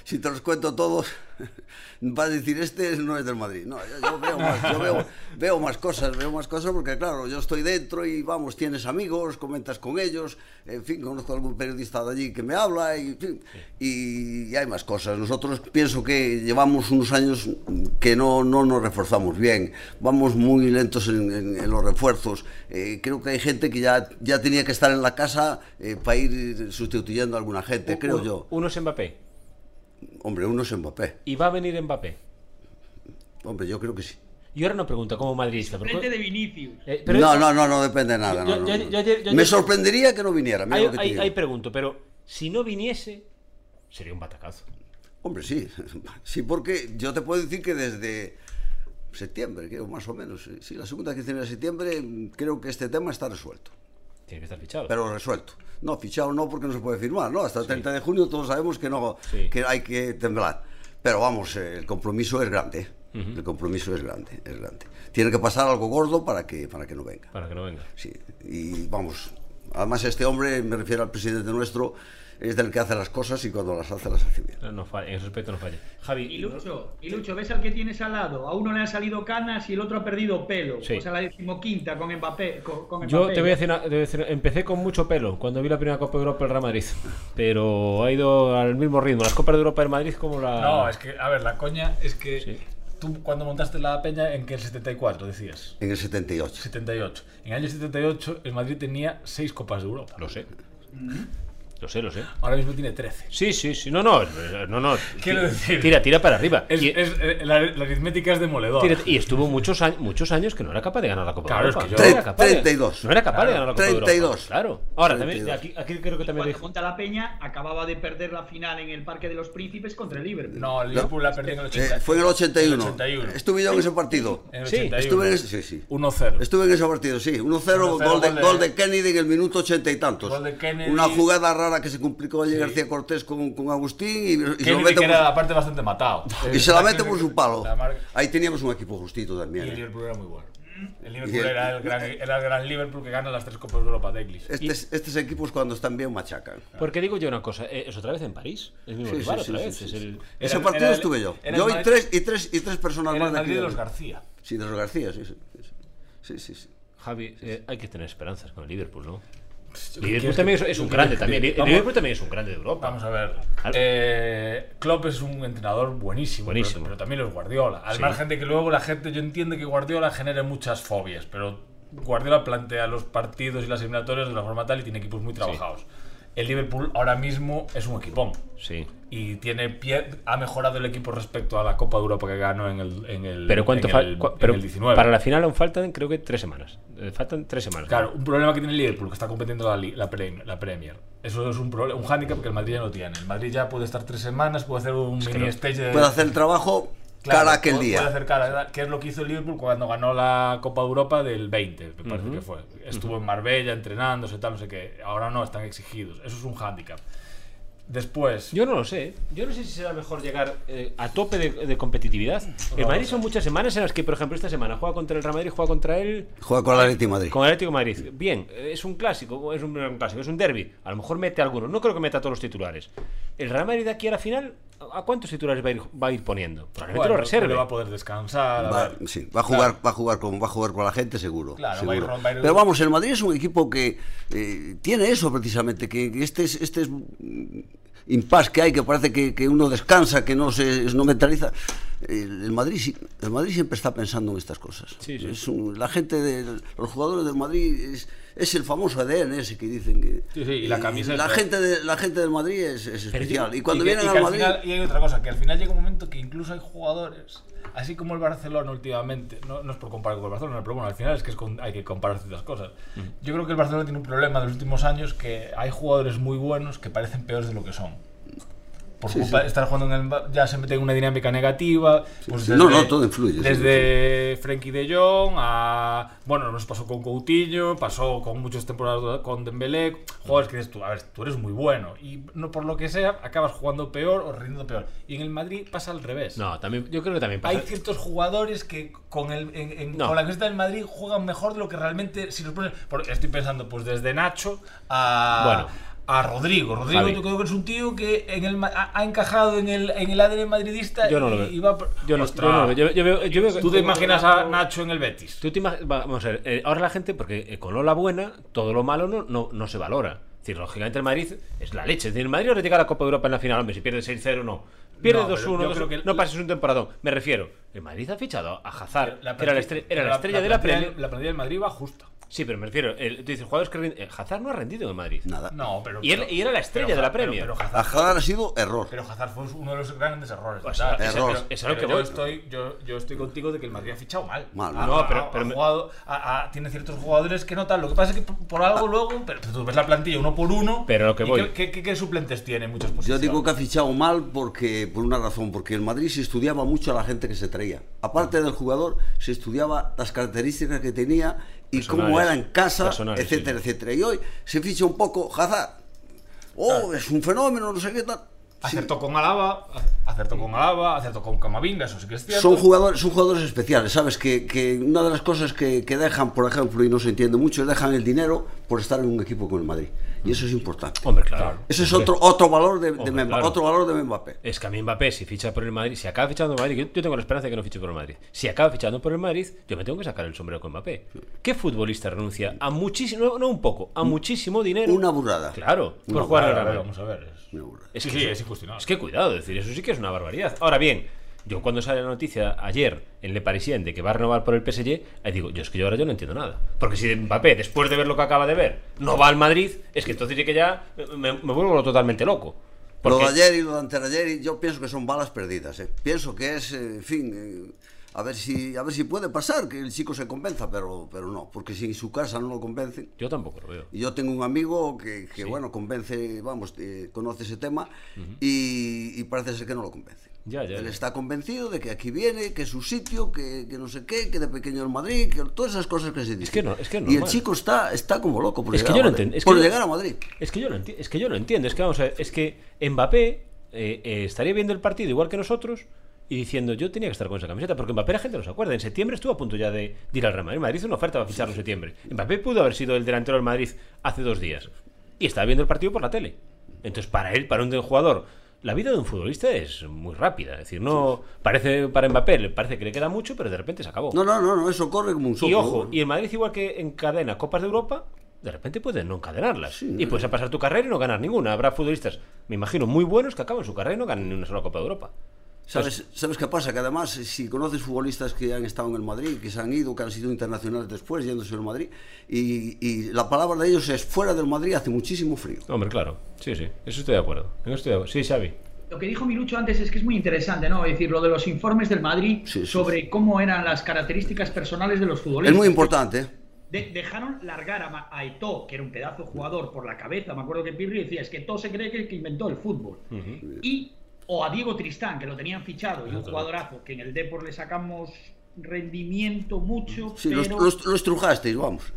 Speaker 5: Si te los cuento todos, vas a decir, este no es del Madrid. No, yo, yo veo, más, yo veo, veo más cosas, veo más cosas porque, claro, yo estoy dentro y, vamos, tienes amigos, comentas con ellos, en fin, conozco a algún periodista de allí que me habla y, en fin, y, y hay más cosas. Nosotros pienso que llevamos unos años que no, no nos reforzamos bien, vamos muy lentos en, en- en los refuerzos. Eh, creo que hay gente que ya, ya tenía que estar en la casa eh, para ir sustituyendo a alguna gente, creo
Speaker 2: Uno-
Speaker 5: yo.
Speaker 2: Uno es Mbappé.
Speaker 5: Hombre, uno es Mbappé.
Speaker 2: Y va a venir Mbappé.
Speaker 5: Hombre, yo creo que sí.
Speaker 2: Y ahora no pregunto como madridista. pero-
Speaker 3: Frente de Vinicius.
Speaker 2: Eh, pero
Speaker 5: no,
Speaker 2: es-
Speaker 5: no, no, no depende de nada.
Speaker 2: Yo-
Speaker 5: no,
Speaker 2: yo-
Speaker 5: no, no.
Speaker 2: yo ayer- yo
Speaker 5: Me
Speaker 2: ayer-
Speaker 5: sorprendería que no viniera. mira
Speaker 2: Ahí,
Speaker 5: lo que te
Speaker 2: ahí-
Speaker 5: digo.
Speaker 2: ahí pregunto, pero si no viniese, sería un batacazo.
Speaker 5: Hombre, sí. Sí, porque yo te puedo decir que desde septiembre, creo, más o menos, eh, sí, la segunda quincena de septiembre, mm, creo que este tema está resuelto.
Speaker 2: Tiene que estar fichado.
Speaker 5: Pero resuelto. No, fichado no, porque no se puede firmar, ¿no? Hasta el 30 de junio todos sabemos que no,
Speaker 2: Sí.
Speaker 5: que hay que temblar. Pero vamos, eh, el compromiso es grande. ¿eh? El compromiso es grande, es grande. Tiene que pasar algo gordo para que, para que no venga.
Speaker 2: Para que no venga.
Speaker 5: Sí, y vamos, además este hombre, me refiero al presidente nuestro, es del que hace las cosas y cuando las hace las hace bien.
Speaker 2: No, no falla, en ese aspecto no falla. Javi,
Speaker 3: Y Lucho, y Lucho, ¿ves al que tienes al lado? A uno le han salido canas y el otro ha perdido pelo.
Speaker 2: Sí.
Speaker 3: O sea, la decimoquinta con Mbappé. Con, con
Speaker 2: yo
Speaker 3: Mbappé.
Speaker 2: te voy, a decir una- te voy a decir, empecé con mucho pelo cuando vi la primera Copa de Europa del Real Madrid, pero ha ido al mismo ritmo. Las Copas de Europa del Madrid como la...
Speaker 4: No, es que, a ver, la coña es que
Speaker 2: Sí.
Speaker 4: tú cuando montaste la peña en que el 74 decías.
Speaker 5: En el 78.
Speaker 4: 78. En el año 78 el Madrid tenía 6 copas de Europa.
Speaker 2: Lo sé.
Speaker 4: Mm.
Speaker 2: Lo sé, lo sé.
Speaker 4: Ahora mismo tiene 13.
Speaker 2: Sí, sí, sí. No, no, eh, no, no.
Speaker 4: Quiero decir-
Speaker 2: Tira, tira para arriba.
Speaker 4: Es-
Speaker 2: y,
Speaker 4: es- eh, la, la aritmética es demoledora.
Speaker 2: tira- y estuvo muchos, años, muchos años que no era capaz de ganar la Copa
Speaker 4: Claro,
Speaker 2: de Europa.
Speaker 4: es que yo-
Speaker 2: no era capaz de-
Speaker 5: 32.
Speaker 2: no era capaz de
Speaker 4: Claro.
Speaker 2: ganar la Copa de Europa.
Speaker 5: 32.
Speaker 2: Claro. Ahora, también,
Speaker 5: 32.
Speaker 2: aquí, aquí creo que también
Speaker 3: Cuando
Speaker 2: dijo-
Speaker 3: Monta la Peña acababa de perder la final en el Parque de los Príncipes contra el Liverpool.
Speaker 4: No, el Liverpool la perdió en el
Speaker 5: Eh,
Speaker 4: 80.
Speaker 5: fue en el 81.
Speaker 4: 81.
Speaker 5: Estuve yo en ese partido.
Speaker 4: En el
Speaker 2: Sí,
Speaker 4: 81.
Speaker 5: Estuve en, ese- sí, sí.
Speaker 4: 1-0.
Speaker 5: Estuve en ese partido, sí. 1-0,
Speaker 4: 1-0,
Speaker 5: gol, de-
Speaker 4: gol de-
Speaker 5: gol de Kennedy en el minuto ochenta y tantos.
Speaker 4: Gol de Kennedy.
Speaker 5: Una jugada rara que se complicó ayer García Cortés con, con Agustín y, y se lo
Speaker 4: Kennedy,
Speaker 5: mete
Speaker 4: que
Speaker 5: por-
Speaker 4: era aparte bastante matado.
Speaker 5: y se la mete
Speaker 4: Kennedy-
Speaker 5: por su palo.
Speaker 4: la marca-
Speaker 5: Ahí teníamos un equipo justito
Speaker 4: Y
Speaker 5: también.
Speaker 4: el
Speaker 5: ¿eh?
Speaker 4: Liverpool era muy bueno. El
Speaker 5: Y
Speaker 4: Liverpool
Speaker 5: el-
Speaker 4: era el gran, era el gran Liverpool que gana las tres copas de Europa de English.
Speaker 5: Estes- estos equipos cuando están bien machacan.
Speaker 2: Porque digo yo una cosa, eh, es otra vez en París, es mi
Speaker 5: Sí,
Speaker 2: rival
Speaker 5: sí, sí,
Speaker 2: otra
Speaker 5: sí,
Speaker 2: vez.
Speaker 5: sí,
Speaker 2: es
Speaker 5: sí.
Speaker 2: el-
Speaker 5: Ese
Speaker 4: Era-
Speaker 5: partido
Speaker 4: era el-
Speaker 5: estuve yo.
Speaker 4: era el
Speaker 5: Yo y
Speaker 4: Madrid-
Speaker 5: tres, y tres, y tres personas
Speaker 4: Era
Speaker 5: más
Speaker 4: el
Speaker 5: de aquí.
Speaker 4: Madrid de
Speaker 5: del-
Speaker 4: los García.
Speaker 5: Sí, de los García, sí, sí. Sí, sí, sí.
Speaker 2: Javi, eh, hay que tener esperanzas con el Liverpool, ¿no?
Speaker 4: ¿Quieres
Speaker 2: Liverpool
Speaker 4: que-
Speaker 2: también es, es un
Speaker 4: quieres
Speaker 2: grande,
Speaker 4: que-
Speaker 2: también. El
Speaker 4: Vamos-
Speaker 2: Liverpool también es un grande de Europa.
Speaker 4: Vamos a ver.
Speaker 2: Al-
Speaker 4: Eh, Klopp es un entrenador buenísimo,
Speaker 2: Buenísimo.
Speaker 4: Pero, pero también los Guardiola. Al
Speaker 2: Sí.
Speaker 4: margen de que luego la gente, yo entiendo que Guardiola genere muchas fobias, pero Guardiola plantea los partidos y las eliminatorias de una forma tal y tiene equipos muy trabajados. El Liverpool ahora mismo es un equipón
Speaker 2: Sí.
Speaker 4: y tiene pie- ha mejorado el equipo respecto a la Copa de Europa que ganó en el, en el,
Speaker 2: Pero cuánto
Speaker 4: en
Speaker 2: fal-
Speaker 4: el-
Speaker 2: cua-
Speaker 4: en
Speaker 2: pero
Speaker 4: el 19.
Speaker 2: para la final aún faltan creo que tres semanas. Eh, Faltan tres semanas.
Speaker 4: Claro, un problema que tiene el Liverpool, que está compitiendo la, li- la, Prem- la Premier. Eso es un, prole- un hándicap que el Madrid ya no tiene. El Madrid ya puede estar tres semanas, puede hacer un
Speaker 2: que
Speaker 4: mini
Speaker 2: no-
Speaker 4: stage de...
Speaker 5: Puede hacer el trabajo
Speaker 4: Eh, Claro,
Speaker 5: cara aquel
Speaker 4: puede-
Speaker 5: día.
Speaker 4: Puede hacer cara, que es lo que hizo el Liverpool cuando ganó la Copa de Europa del 20, me parece que fue. Estuvo en Marbella entrenándose, tal, no sé qué. Ahora no, están exigidos. Eso es un hándicap. Después...
Speaker 2: Yo no lo sé. ¿eh? Yo no sé si será mejor llegar eh, a tope de, de competitividad. El Madrid son muchas semanas en las que, por ejemplo, esta semana juega contra el Real Madrid, juega contra el
Speaker 5: Juega con la Leti Madrid.
Speaker 2: Con el Atlético de Madrid. Bien, eh, es un clásico, es un, un clásico, es un derby. A lo mejor mete alguno. No creo que meta a todos los titulares. El Real Madrid de aquí a la final, ¿a cuántos titulares va a ir, va a ir poniendo? Probablemente
Speaker 4: bueno,
Speaker 2: lo reserve.
Speaker 4: pero va a poder descansar. a
Speaker 5: Va,
Speaker 4: ver.
Speaker 5: sí, va a jugar, va a jugar con, va a jugar con la gente seguro.
Speaker 4: Claro,
Speaker 5: seguro.
Speaker 4: va a ir- va a ir-
Speaker 5: Pero vamos, el Madrid es un equipo que eh, tiene eso precisamente, que que este es, este es mm, impas que hay, que parece que, que uno descansa, que no se no mentaliza. el, el Madrid, sí- el Madrid siempre está pensando en estas cosas.
Speaker 2: Sí, sí.
Speaker 5: Es un- la gente, del- los jugadores del Madrid es, es el famoso ADN ese que dicen que.
Speaker 4: Sí, sí, y la camisa-
Speaker 5: La gente, de, la gente del Madrid es, es
Speaker 4: Pero
Speaker 5: especial.
Speaker 4: yo-
Speaker 5: y cuando
Speaker 4: que-
Speaker 5: vienen
Speaker 4: y que
Speaker 5: al
Speaker 4: al
Speaker 5: Madrid.
Speaker 4: final- y hay otra cosa, que al final llega un momento que incluso hay jugadores, así como el Barcelona últimamente, no, no es por comparar con el Barcelona, pero bueno, al final es que es con- hay que comparar ciertas cosas. Yo creo que el Barcelona tiene un problema de los últimos años que hay jugadores muy buenos que parecen peores de lo que son. Por
Speaker 5: Sí,
Speaker 4: culpa
Speaker 5: sí.
Speaker 4: de estar jugando en el Ba- ya se mete en una dinámica negativa. pues
Speaker 5: sí. No, no, todo influye, sí,
Speaker 4: Desde Frenkie Eh, de Jong a. Bueno, nos pasó con Coutinho, pasó con muchas temporadas con Dembélé. Jugadores que dices tú, a ver, tú eres muy bueno. Y no por lo que sea, acabas jugando peor o rindiendo peor. Y en el Madrid pasa al revés.
Speaker 2: No, también, yo creo que también
Speaker 4: Hay
Speaker 2: pasa.
Speaker 4: ciertos jugadores que con, el, en- en-
Speaker 2: No.
Speaker 4: con la camiseta del Madrid juegan mejor de lo que realmente si los pones. por- estoy pensando, pues desde Nacho a.
Speaker 2: Bueno.
Speaker 4: A Rodrigo. Rodrigo,
Speaker 2: Javi.
Speaker 4: yo creo que es un tío que en el, ma- ha, ha encajado en el, en el ADN madridista.
Speaker 2: Yo no lo
Speaker 4: y-
Speaker 2: veo.
Speaker 4: y va por-
Speaker 2: Yo no,
Speaker 4: Ostras.
Speaker 2: yo no lo veo. Yo- yo veo- yo veo que-
Speaker 4: Tú te imaginas a Nacho en el Betis.
Speaker 2: Tú te imag- va- vamos a ver, eh, ahora la gente, porque eh, con Ola buena, todo lo malo no, no, no se valora. Es decir, lógicamente el Madrid es la leche. Es decir, el Madrid ahora llega a la Copa de Europa en la final, hombre, si pierde 6-0 no. Pierde
Speaker 4: No, pero
Speaker 2: 2-1,
Speaker 4: yo creo
Speaker 2: 2-1,
Speaker 4: que-
Speaker 2: no pases un temporadón. Me refiero, el Madrid ha fichado a Hazard, que era la, estre- era la estrella de la
Speaker 4: plantilla-
Speaker 2: Premier.
Speaker 4: La plantilla del Madrid va justa.
Speaker 2: Sí, pero me refiero, el, tú dices, jugadores que rinden- eh, Hazard no ha rendido en el Madrid.
Speaker 5: Nada.
Speaker 4: No, pero.
Speaker 2: Y él-
Speaker 4: pero-
Speaker 2: y era la estrella
Speaker 4: pero
Speaker 2: de la
Speaker 4: Ja- pero-
Speaker 2: Premier.
Speaker 4: pero
Speaker 5: La
Speaker 4: Hazard-
Speaker 5: jugada ha sido error.
Speaker 4: Pero Hazard fue uno de los grandes errores.
Speaker 2: Pues,
Speaker 4: ¿verdad?
Speaker 5: ese- Error.
Speaker 4: Pero-
Speaker 2: es a lo
Speaker 4: pero
Speaker 2: que
Speaker 4: yo
Speaker 2: voy.
Speaker 4: estoy, yo, yo estoy contigo de que el Madrid ha fichado mal.
Speaker 5: Mal,
Speaker 4: Ha-
Speaker 5: mal.
Speaker 2: No,
Speaker 4: ha-
Speaker 2: pero-
Speaker 4: ha
Speaker 2: pero me-
Speaker 4: jugado- ha- ha- tiene ciertos jugadores que no tal. Lo que pasa es que por, por algo luego. Pero tú ves la plantilla uno por uno.
Speaker 2: Pero lo que
Speaker 4: ¿y
Speaker 2: voy.
Speaker 4: ¿Qué, qué- qué- qué suplentes tiene en muchas
Speaker 5: Yo
Speaker 4: posiciones?
Speaker 5: digo que ha fichado mal porque por una razón, porque en Madrid se estudiaba mucho a la gente que se traía.
Speaker 2: Mm.
Speaker 5: Aparte del jugador, se estudiaba las características que tenía y cómo
Speaker 2: Personales.
Speaker 5: era en casa,
Speaker 2: Personales,
Speaker 5: etcétera,
Speaker 2: sí.
Speaker 5: etcétera. Y hoy se ficha un poco Hazard.
Speaker 2: Ah.
Speaker 5: Oh, es un fenómeno, no sé qué tal. Sí.
Speaker 4: Acertó con Alaba, acertó con Alaba, acertó con Camavinga, eso sí que es cierto.
Speaker 5: Son jugadores, son jugadores especiales, ¿sabes? Que, que una de las cosas que, que dejan, por ejemplo, y no se entiende mucho, es dejan el dinero por estar en un equipo como el Madrid. Y eso es importante.
Speaker 2: Hombre, claro.
Speaker 5: Ese es otro, otro valor de, de
Speaker 2: Hombre,
Speaker 5: Memba-
Speaker 2: claro.
Speaker 5: otro valor de Mbappé.
Speaker 2: Es que a mí Mbappé, si ficha por el Madrid, si acaba fichando por el Madrid, yo- yo tengo la esperanza de que no fiche por el Madrid. Si acaba fichando por el Madrid, yo me tengo que sacar el sombrero con Mbappé. ¿Qué futbolista renuncia a muchísimo, no, no un poco, a muchísimo dinero?
Speaker 5: Una burrada.
Speaker 2: Claro, por
Speaker 5: Una
Speaker 2: jugar al
Speaker 4: Ahora, a
Speaker 2: Real
Speaker 4: ver,
Speaker 2: Madrid.
Speaker 4: vamos a ver. es-
Speaker 5: Una burrada.
Speaker 2: Es
Speaker 4: Sí,
Speaker 2: que
Speaker 4: sí,
Speaker 2: eso-
Speaker 4: es incuestionable.
Speaker 2: Es que cuidado, es decir, eso sí que es una barbaridad. Ahora bien, yo cuando sale la noticia ayer en Le Parisien de que va a renovar por el PSG, ahí digo, yo es que yo ahora yo no entiendo nada. Porque si Mbappé, después de ver lo que acaba de ver, no va al Madrid, es que entonces sí que ya eh, me, me vuelvo totalmente loco.
Speaker 5: Lo
Speaker 2: Porque-
Speaker 5: de ayer y lo de anteayer, y yo pienso que son balas perdidas. eh. Pienso que es, eh, en fin, eh, a ver si a ver si puede pasar que el chico se convenza, pero pero no, porque si en su casa no lo convencen.
Speaker 2: Yo tampoco lo veo.
Speaker 5: Y yo tengo un amigo que, que, bueno convence, vamos, eh, conoce ese tema y, y parece ser que no lo convence.
Speaker 2: Ya, ya,
Speaker 5: Él
Speaker 2: ya.
Speaker 5: está convencido de que aquí viene, que es su sitio, que, que no sé qué, que de pequeño en Madrid, que todas esas cosas que se dicen.
Speaker 2: que no- es que es
Speaker 5: y el
Speaker 2: normal.
Speaker 5: chico está, está como loco por
Speaker 2: Es que
Speaker 5: llegar,
Speaker 2: yo no
Speaker 5: a, Madrid,
Speaker 2: entiendo- es que
Speaker 5: por
Speaker 2: yo-
Speaker 5: llegar a Madrid.
Speaker 2: Es que yo lo, enti- es que yo lo entiendo. Es que vamos a ver, es que Mbappé eh, eh, estaría viendo el partido igual que nosotros y diciendo yo tenía que estar con esa camiseta porque Mbappé la gente no se acuerda. En septiembre estuvo a punto ya de, de ir al Real Madrid. Madrid hizo una oferta para ficharlo en septiembre. Mbappé pudo haber sido el delantero del Madrid hace dos días y estaba viendo el partido por la tele. Entonces para él, para un jugador. La vida de un futbolista es muy rápida, es decir, no parece para Mbappé, le parece que le queda mucho, pero de repente se acabó.
Speaker 5: No, no, no, no, eso corre como un
Speaker 2: Y
Speaker 5: soplo.
Speaker 2: ojo, y el Madrid igual que encadena Copas de Europa, de repente puedes no encadenarlas. y puedes a pasar tu carrera y no ganar ninguna. Habrá futbolistas, me imagino, muy buenos que acaban su carrera y no ganan ni una sola Copa de Europa.
Speaker 5: ¿Sabes,
Speaker 2: Pues-
Speaker 5: ¿Sabes qué pasa? Que además, si conoces futbolistas que han estado en el Madrid, que se han ido, que han sido internacionales después, yéndose al Madrid, y, y la palabra de ellos es fuera del Madrid hace muchísimo frío.
Speaker 2: Hombre, claro. Sí, sí. Eso estoy de acuerdo. En eso estoy de acuerdo. Sí, Xavi.
Speaker 3: Lo que dijo Milucho antes es que es muy interesante, ¿no? Es decir, lo de los informes del Madrid
Speaker 5: Sí, sí,
Speaker 3: sobre cómo eran las características personales de los futbolistas.
Speaker 5: Es muy importante. ¿eh?
Speaker 3: De- dejaron largar a, Ma- a Eto'o, que era un pedazo de jugador, por la cabeza. Me acuerdo que Pirri decía, es que Eto'o se cree que, que inventó el fútbol. Y, o a Diego Tristán, que lo tenían fichado, y un jugadorazo, que en el Depor le sacamos rendimiento mucho,
Speaker 5: Sí,
Speaker 3: pero,
Speaker 5: los, los- los trujasteis, vamos.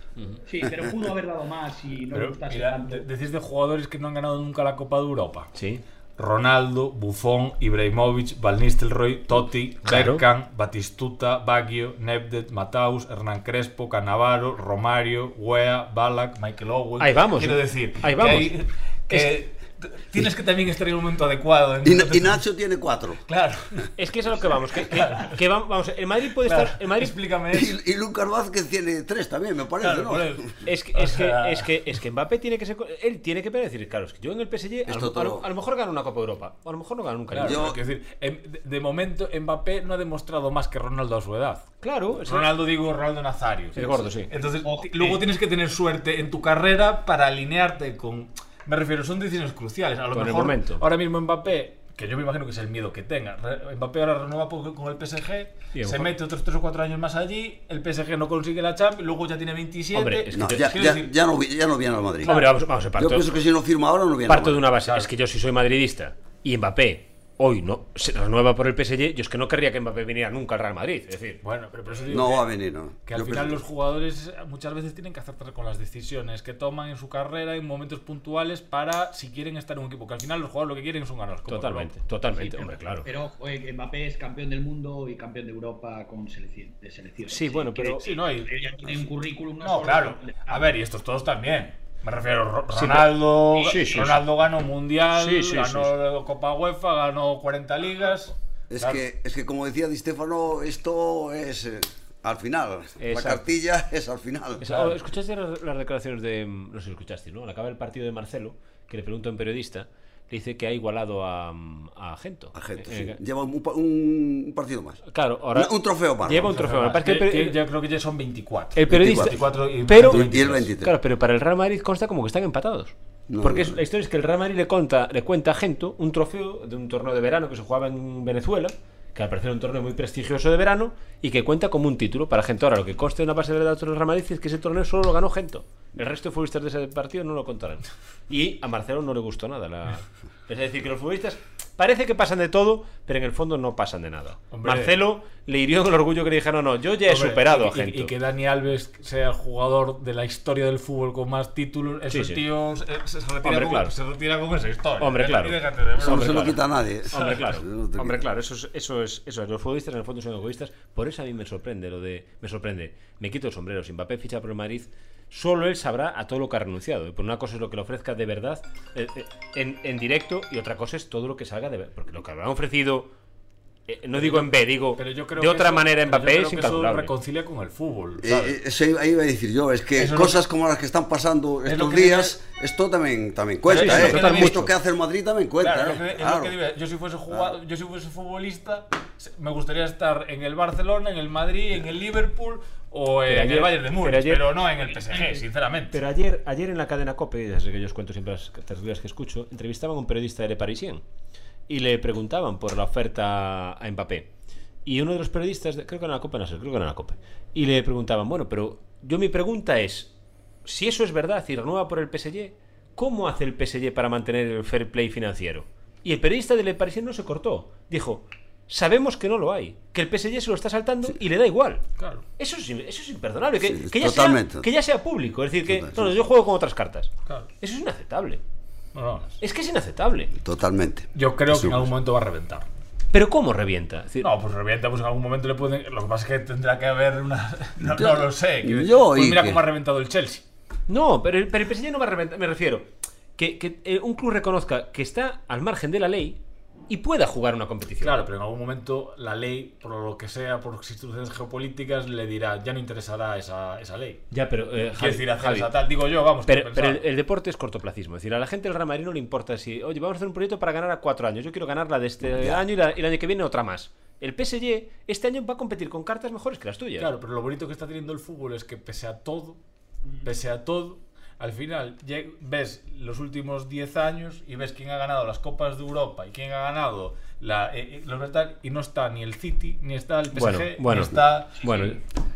Speaker 3: sí, pero pudo haber dado más y no le
Speaker 4: Pero,
Speaker 3: gustase
Speaker 4: mira,
Speaker 3: tanto.
Speaker 4: de- decís de jugadores que no han ganado nunca la Copa de Europa.
Speaker 2: Sí.
Speaker 4: Ronaldo, Buffon, Ibrahimovic, Van Nistelrooy, Totti,
Speaker 2: Claro.
Speaker 4: Berkan, Batistuta, Baggio, Nebdet, Mataus, Hernán Crespo, Canavaro, Romario, Wea, Balak, Michael Owen.
Speaker 2: Ahí vamos,
Speaker 4: Quiero
Speaker 2: ¿eh?
Speaker 4: decir,
Speaker 2: Ahí
Speaker 4: que
Speaker 2: vamos.
Speaker 4: hay- que Tienes que también estar en el momento adecuado.
Speaker 5: Y, Na-
Speaker 4: entonces-
Speaker 5: y Nacho tiene cuatro.
Speaker 4: Claro.
Speaker 2: Es que es a lo que vamos. Que, que- que va- vamos el Madrid puede
Speaker 4: claro.
Speaker 2: estar. El Madrid,
Speaker 4: Explícame eso.
Speaker 5: Y, y Lucas Vázquez tiene tres también, me parece,
Speaker 4: Claro,
Speaker 5: ¿no?
Speaker 4: por eso.
Speaker 2: es, que,
Speaker 4: O
Speaker 2: es, que,
Speaker 4: sea-
Speaker 2: es, que, es que Mbappé tiene que ser. co- Él tiene que decir, claro, es que yo en el PSG a lo, a
Speaker 5: Esto
Speaker 2: lo-
Speaker 5: todo.
Speaker 2: a lo mejor gano una Copa Europa. O a lo mejor no gano nunca.
Speaker 4: Claro,
Speaker 2: ninguna.
Speaker 5: Yo-
Speaker 4: pero quiero decir, em- de- de momento Mbappé no ha demostrado más que Ronaldo a su edad.
Speaker 2: Claro, es-
Speaker 4: Ronaldo digo Ronaldo Nazario.
Speaker 2: Pues El gordo, sí.
Speaker 4: Entonces,
Speaker 3: Ojo,
Speaker 4: ti- luego
Speaker 3: eh.
Speaker 4: tienes que tener suerte en tu carrera para alinearte con. Me refiero, son decisiones cruciales. A lo
Speaker 2: Con el
Speaker 4: mejor
Speaker 2: momento.
Speaker 4: ahora mismo Mbappé, que yo me imagino que es el miedo que tenga. Re- Mbappé ahora renueva po- con el PSG,
Speaker 2: Y a lo
Speaker 4: se
Speaker 2: mejor-
Speaker 4: mete otros 3 o 4 años más allí, el PSG no consigue la Champions, luego ya tiene 27.
Speaker 2: Hombre, es que
Speaker 5: No,
Speaker 2: te-
Speaker 5: ya,
Speaker 4: quiero
Speaker 5: ya-
Speaker 4: decir-
Speaker 5: ya no, vi- ya no viene al Madrid.
Speaker 2: Hombre, vamos, vamos,
Speaker 5: Yo
Speaker 2: parto,
Speaker 5: pienso que si no firma ahora no viene
Speaker 2: parto
Speaker 5: al
Speaker 2: de
Speaker 5: Madrid.
Speaker 2: una base. Es que yo, si soy madridista y Mbappé hoy no se renueva por el PSG, yo es que no querría que Mbappé viniera nunca al Real Madrid. Es decir,
Speaker 4: Bueno, pero por eso digo
Speaker 5: No
Speaker 4: que-
Speaker 5: va a venir, no.
Speaker 4: Que al
Speaker 5: Yo
Speaker 4: final
Speaker 5: pienso-
Speaker 4: los jugadores eh, muchas veces tienen que acertar con las decisiones que toman en su carrera en momentos puntuales para si quieren estar en un equipo. Que al final los jugadores lo que quieren son ganar. como
Speaker 2: totalmente,
Speaker 4: Klopp.
Speaker 2: totalmente,
Speaker 3: pero-
Speaker 2: hombre, claro.
Speaker 3: Pero ojo, eh, Mbappé es campeón del mundo y campeón de Europa con selección, de selección.
Speaker 2: Sí, bueno, pero-
Speaker 4: Sí, no, y-
Speaker 3: Ella tiene un currículum.
Speaker 4: No,
Speaker 3: solo-
Speaker 4: claro. A ver, y estos todos también. Me refiero, Ro-
Speaker 2: Sí, pero-
Speaker 4: Ronaldo,
Speaker 2: Sí, sí,
Speaker 4: Ronaldo ganó Mundial,
Speaker 2: Sí, sí, sí,
Speaker 4: ganó Copa UEFA, ganó 40 ligas.
Speaker 5: Es,
Speaker 4: Claro.
Speaker 5: que, es que, como decía Di Stefano, esto es eh, al final. La
Speaker 2: Exacto.
Speaker 5: cartilla es al final.
Speaker 2: Esa- o, ¿Escuchaste las, las declaraciones de. mm, No sé si escuchaste, ¿no? Al acabar el partido de Marcelo, que le pregunta a un periodista, le dice que ha igualado a, mm, a Gento.
Speaker 5: A gente,
Speaker 2: Eh,
Speaker 5: sí.
Speaker 2: eh,
Speaker 5: Lleva un, pa- un partido más.
Speaker 2: Claro, ahora.
Speaker 5: Un trofeo más.
Speaker 2: Lleva un trofeo. más. Parece que el,
Speaker 4: Que-
Speaker 2: peri-
Speaker 4: que yo creo que ya son 24.
Speaker 2: el periodista.
Speaker 4: 24 y
Speaker 2: pero,
Speaker 4: 23.
Speaker 5: Y el 23.
Speaker 2: Claro, pero para el Real Madrid consta como que están empatados.
Speaker 5: No,
Speaker 2: Porque
Speaker 5: no,
Speaker 2: es-
Speaker 5: no.
Speaker 2: la historia es que el Real Madrid le, conta, le cuenta a Gento un trofeo de un torneo de verano que se jugaba en Venezuela, que al parecer era un torneo muy prestigioso de verano y que cuenta como un título para Gento. Ahora, lo que consta en la base de datos del Real Madrid es que ese torneo solo lo ganó Gento. El resto de futbolistas de ese partido no lo contarán. Y a Marcelo no le gustó nada. la- Es decir, que los futbolistas parece que pasan de todo, pero en el fondo no pasan de nada.
Speaker 4: Hombre.
Speaker 2: Marcelo le hirió el orgullo que le dijeron, no, no, yo ya he
Speaker 4: Hombre,
Speaker 2: superado
Speaker 4: y-
Speaker 2: a Gento.
Speaker 4: Y, y que Dani Alves sea el jugador de la historia del fútbol con más títulos, esos
Speaker 2: sí.
Speaker 4: tíos eh, se, se retira
Speaker 2: Hombre,
Speaker 4: con,
Speaker 2: claro.
Speaker 4: se retira con esa historia.
Speaker 2: Hombre,
Speaker 4: Y
Speaker 2: claro.
Speaker 4: déjate de bromas.
Speaker 5: Eso no
Speaker 2: Hombre,
Speaker 5: se lo
Speaker 2: claro.
Speaker 5: quita a nadie.
Speaker 2: Hombre, claro.
Speaker 5: Eso no te
Speaker 2: Hombre,
Speaker 5: quita.
Speaker 2: claro, eso es, eso es, eso es. Los futbolistas en el fondo son egoístas. Por eso a mí me sorprende lo de. Me sorprende. Me quito el sombrero. Si Mbappé ficha por el Madrid, solo él sabrá a todo lo que ha renunciado. Por una cosa es lo que le ofrezca de verdad eh, eh, en, en directo y otra cosa es todo lo que salga de verdad. Porque lo que habrá ofrecido. eh, no digo en B, digo.
Speaker 4: Pero yo creo
Speaker 2: de
Speaker 4: que
Speaker 2: otra
Speaker 4: eso-
Speaker 2: manera
Speaker 4: pero yo creo
Speaker 2: Mbappé es
Speaker 4: que Eso
Speaker 2: incalculable.
Speaker 4: reconcilia con el fútbol.
Speaker 5: Eh,
Speaker 4: ¿sabes?
Speaker 5: eh, eso iba- ahí iba a decir yo, es que
Speaker 4: Eso no-
Speaker 5: cosas como las que están pasando
Speaker 4: Es lo
Speaker 5: estos
Speaker 4: que
Speaker 5: días, esto también, también cuenta,
Speaker 2: Sí, sí,
Speaker 5: ¿eh?
Speaker 2: lo que también-
Speaker 5: Esto que hace el Madrid también cuenta,
Speaker 4: Claro,
Speaker 5: ¿eh?
Speaker 4: es lo que- es lo
Speaker 5: Claro.
Speaker 4: que digo, Yo si fuese jugado, yo si fuese futbolista, se- me gustaría estar en el Barcelona, en el Madrid, en el Liverpool o en
Speaker 2: ayer-
Speaker 4: el Bayern de Múnich,
Speaker 2: pero
Speaker 4: pero,
Speaker 2: ayer-
Speaker 4: no en el PSG, sinceramente.
Speaker 2: Pero ayer, ayer en la cadena COPE, ya sé que yo os cuento siempre las tertulias que escucho, entrevistaban a un periodista de Le Parisien y le preguntaban por la oferta a Mbappé. Y uno de los periodistas, de- creo que era en la COPE, no sé, creo que era en la COPE, y le preguntaban, bueno, pero yo mi pregunta es, si eso es verdad y renueva por el PSG, ¿cómo hace el PSG para mantener el fair play financiero? Y el periodista de Le Parisien no se cortó, dijo... Sabemos que no lo hay, que el PSG se lo está saltando y le da igual.
Speaker 4: Claro.
Speaker 2: Eso es, eso es imperdonable. Que,
Speaker 5: Sí,
Speaker 2: que ya
Speaker 5: totalmente.
Speaker 2: sea, que ya sea público. Es decir, que
Speaker 5: Total,
Speaker 2: no, no,
Speaker 5: sí.
Speaker 2: yo juego con otras cartas.
Speaker 4: Claro.
Speaker 2: Eso es inaceptable.
Speaker 4: No, no.
Speaker 2: Es que es inaceptable.
Speaker 5: Totalmente.
Speaker 4: Yo creo que
Speaker 5: Sí,
Speaker 4: en algún
Speaker 5: pues.
Speaker 4: momento va a reventar.
Speaker 2: Pero ¿cómo revienta? Es decir,
Speaker 4: No, pues revienta, pues en algún momento le pueden. Lo que pasa es que tendrá que haber una. No, no lo sé. que-
Speaker 5: yo
Speaker 4: pues
Speaker 5: oí
Speaker 4: mira
Speaker 5: que-
Speaker 4: cómo ha reventado el Chelsea.
Speaker 2: no, pero, el- pero el PSG no va a reventar. Me refiero. Que, que, eh, un club reconozca que está al margen de la ley y pueda jugar una competición.
Speaker 4: Claro, pero en algún momento la ley, por lo que sea, por instituciones geopolíticas, le dirá, ya no interesará esa, esa ley.
Speaker 2: Ya, pero. eh,
Speaker 4: Quiero
Speaker 2: Javi,
Speaker 4: decir, hacer
Speaker 2: Javi,
Speaker 4: esa tal. Digo yo, vamos.
Speaker 2: Pero,
Speaker 4: que
Speaker 2: pero el,
Speaker 4: pensaba.
Speaker 2: el deporte es cortoplacismo. Es decir, a la gente del Real Madrid no le importa si, oye, vamos a hacer un proyecto para ganar a cuatro años. Yo quiero ganar la de este
Speaker 5: Ya.
Speaker 2: año y, la- y el año que viene otra más. El PSG este año va a competir con cartas mejores que las tuyas.
Speaker 4: Claro, pero lo bonito que está teniendo el fútbol es que pese a todo,
Speaker 3: Mm.
Speaker 4: pese a todo, al final lleg- ves los últimos 10 años y ves quién ha ganado las Copas de Europa y quién ha ganado la, eh, eh, los verdad- y no está ni el City, ni está el PSG,
Speaker 2: Bueno, bueno,
Speaker 4: ni está...
Speaker 2: bueno,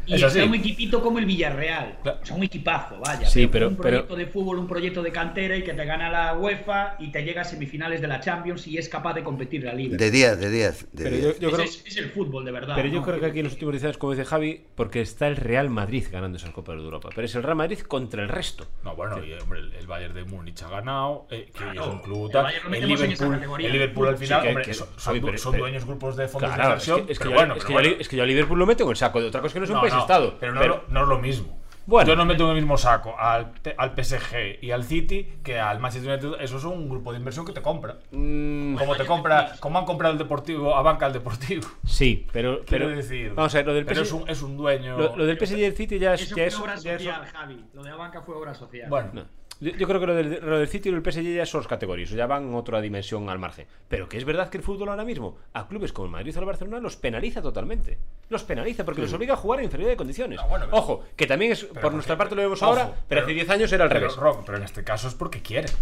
Speaker 3: Y
Speaker 4: Es
Speaker 3: está
Speaker 4: así.
Speaker 3: un equipito como el Villarreal.
Speaker 4: Claro.
Speaker 3: O sea, un equipazo, vaya.
Speaker 2: Sí, pero-
Speaker 3: un
Speaker 2: pero-
Speaker 3: proyecto de fútbol, un proyecto de cantera y que te gana la UEFA y te llega a semifinales de la Champions y es capaz de competir la Liga.
Speaker 5: De 10, de 10, de
Speaker 2: pero
Speaker 5: 10.
Speaker 2: yo, yo
Speaker 3: Ese
Speaker 2: creo,
Speaker 3: es, es el fútbol, de verdad.
Speaker 2: pero yo
Speaker 3: ¿no?
Speaker 2: creo que aquí en los últimos 10 años, como dice Javi, porque está el Real Madrid ganando esas Copas de Europa. Pero es el Real Madrid contra el resto.
Speaker 4: No, bueno, y, hombre, el, el Bayern de Múnich ha ganado, eh, que
Speaker 3: Claro,
Speaker 4: es un club
Speaker 3: el
Speaker 4: tal.
Speaker 3: Bayern lo
Speaker 4: El,
Speaker 3: metemos en esa
Speaker 4: Liverpool,
Speaker 3: categoría.
Speaker 4: el Liverpool al
Speaker 2: Sí,
Speaker 4: final,
Speaker 2: que-
Speaker 4: hombre,
Speaker 2: que-
Speaker 4: son, son
Speaker 2: Javi,
Speaker 4: du-
Speaker 2: pero-
Speaker 4: son
Speaker 2: pero-
Speaker 4: dueños grupos de fondos de
Speaker 2: Claro, es
Speaker 4: inversión,
Speaker 2: que, es que
Speaker 4: pero
Speaker 2: yo,
Speaker 4: bueno,
Speaker 2: es que
Speaker 4: pero
Speaker 2: yo a Li-
Speaker 4: bueno.
Speaker 2: es que yo a Liverpool lo meto en el saco. de Otra cosa es que no es un país-estado.
Speaker 4: Pero no, no es lo mismo.
Speaker 2: Bueno.
Speaker 4: Yo no meto en el mismo saco al, al PSG y al City que al Manchester United. Eso es un grupo de inversión que te compra.
Speaker 2: Mm.
Speaker 4: Como te compra, como han comprado el Deportivo, a banca el Deportivo.
Speaker 2: Sí, pero,
Speaker 4: Quiero
Speaker 2: pero
Speaker 4: decir.
Speaker 2: vamos a ver, lo del
Speaker 4: pero
Speaker 2: PSG,
Speaker 4: es un, es un dueño.
Speaker 2: lo, lo del PSG y el City ya es,
Speaker 3: Eso
Speaker 2: ya
Speaker 3: fue
Speaker 2: es-
Speaker 3: obra
Speaker 2: ya es-
Speaker 3: social, Javi. Lo de la banca fue obra social.
Speaker 4: Bueno,
Speaker 2: no. Yo, yo creo que lo del, lo del City y el PSG ya son dos categorías, ya van otra dimensión al margen. Pero que es verdad que el fútbol ahora mismo a clubes como el Madrid o el Barcelona los penaliza totalmente. Los penaliza porque los obliga a jugar en inferioridad de condiciones.
Speaker 4: Mm. No, bueno, pero-
Speaker 2: Ojo, que también es por
Speaker 4: porque-
Speaker 2: nuestra parte lo vemos
Speaker 4: ojo,
Speaker 2: ahora, pero,
Speaker 4: pero-
Speaker 2: hace 10 años era al
Speaker 4: pero,
Speaker 2: revés.
Speaker 4: Rob, pero en este caso es porque quieren.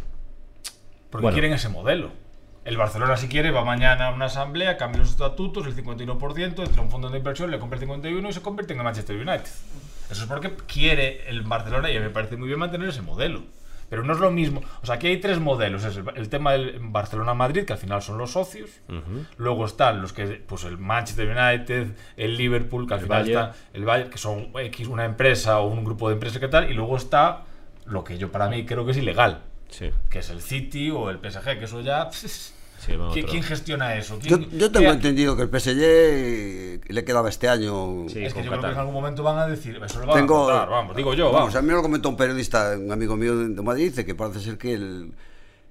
Speaker 4: Porque
Speaker 2: Bueno.
Speaker 4: quieren ese modelo. El Barcelona, si quiere, va mañana a una asamblea, cambia los estatutos, el 51%, entra un fondo de inversión, le compra el 51% y se convierte en el Manchester United. Eso es porque quiere el Barcelona y a mí me parece muy bien mantener ese modelo. Pero no es lo mismo. O sea, aquí hay tres modelos. Es el, el tema del Barcelona-Madrid, que al final son los socios. Luego están los que, pues el Manchester United, el Liverpool, que al
Speaker 2: El
Speaker 4: final
Speaker 2: Bayern.
Speaker 4: está el Bayern, que son X, una empresa o un grupo de empresas que tal, y luego está lo que yo para mí creo que es ilegal,
Speaker 2: Sí,
Speaker 4: que es el City o el PSG, que eso ya...
Speaker 2: va
Speaker 4: ¿Qui-
Speaker 2: otro.
Speaker 4: ¿Quién gestiona eso?
Speaker 5: Yo,
Speaker 4: ¿Quién-
Speaker 5: yo tengo
Speaker 4: qué-
Speaker 5: entendido que el PSG le quedaba este año.
Speaker 2: Sí.
Speaker 4: Es que
Speaker 2: con
Speaker 4: yo creo que
Speaker 2: Qatar.
Speaker 4: en algún momento van a decir, eso lo van
Speaker 5: Tengo-
Speaker 4: a contar, vamos, digo yo, vamos.
Speaker 5: a mí me lo comentó un periodista, un amigo mío de de Madrid, dice que parece ser que el,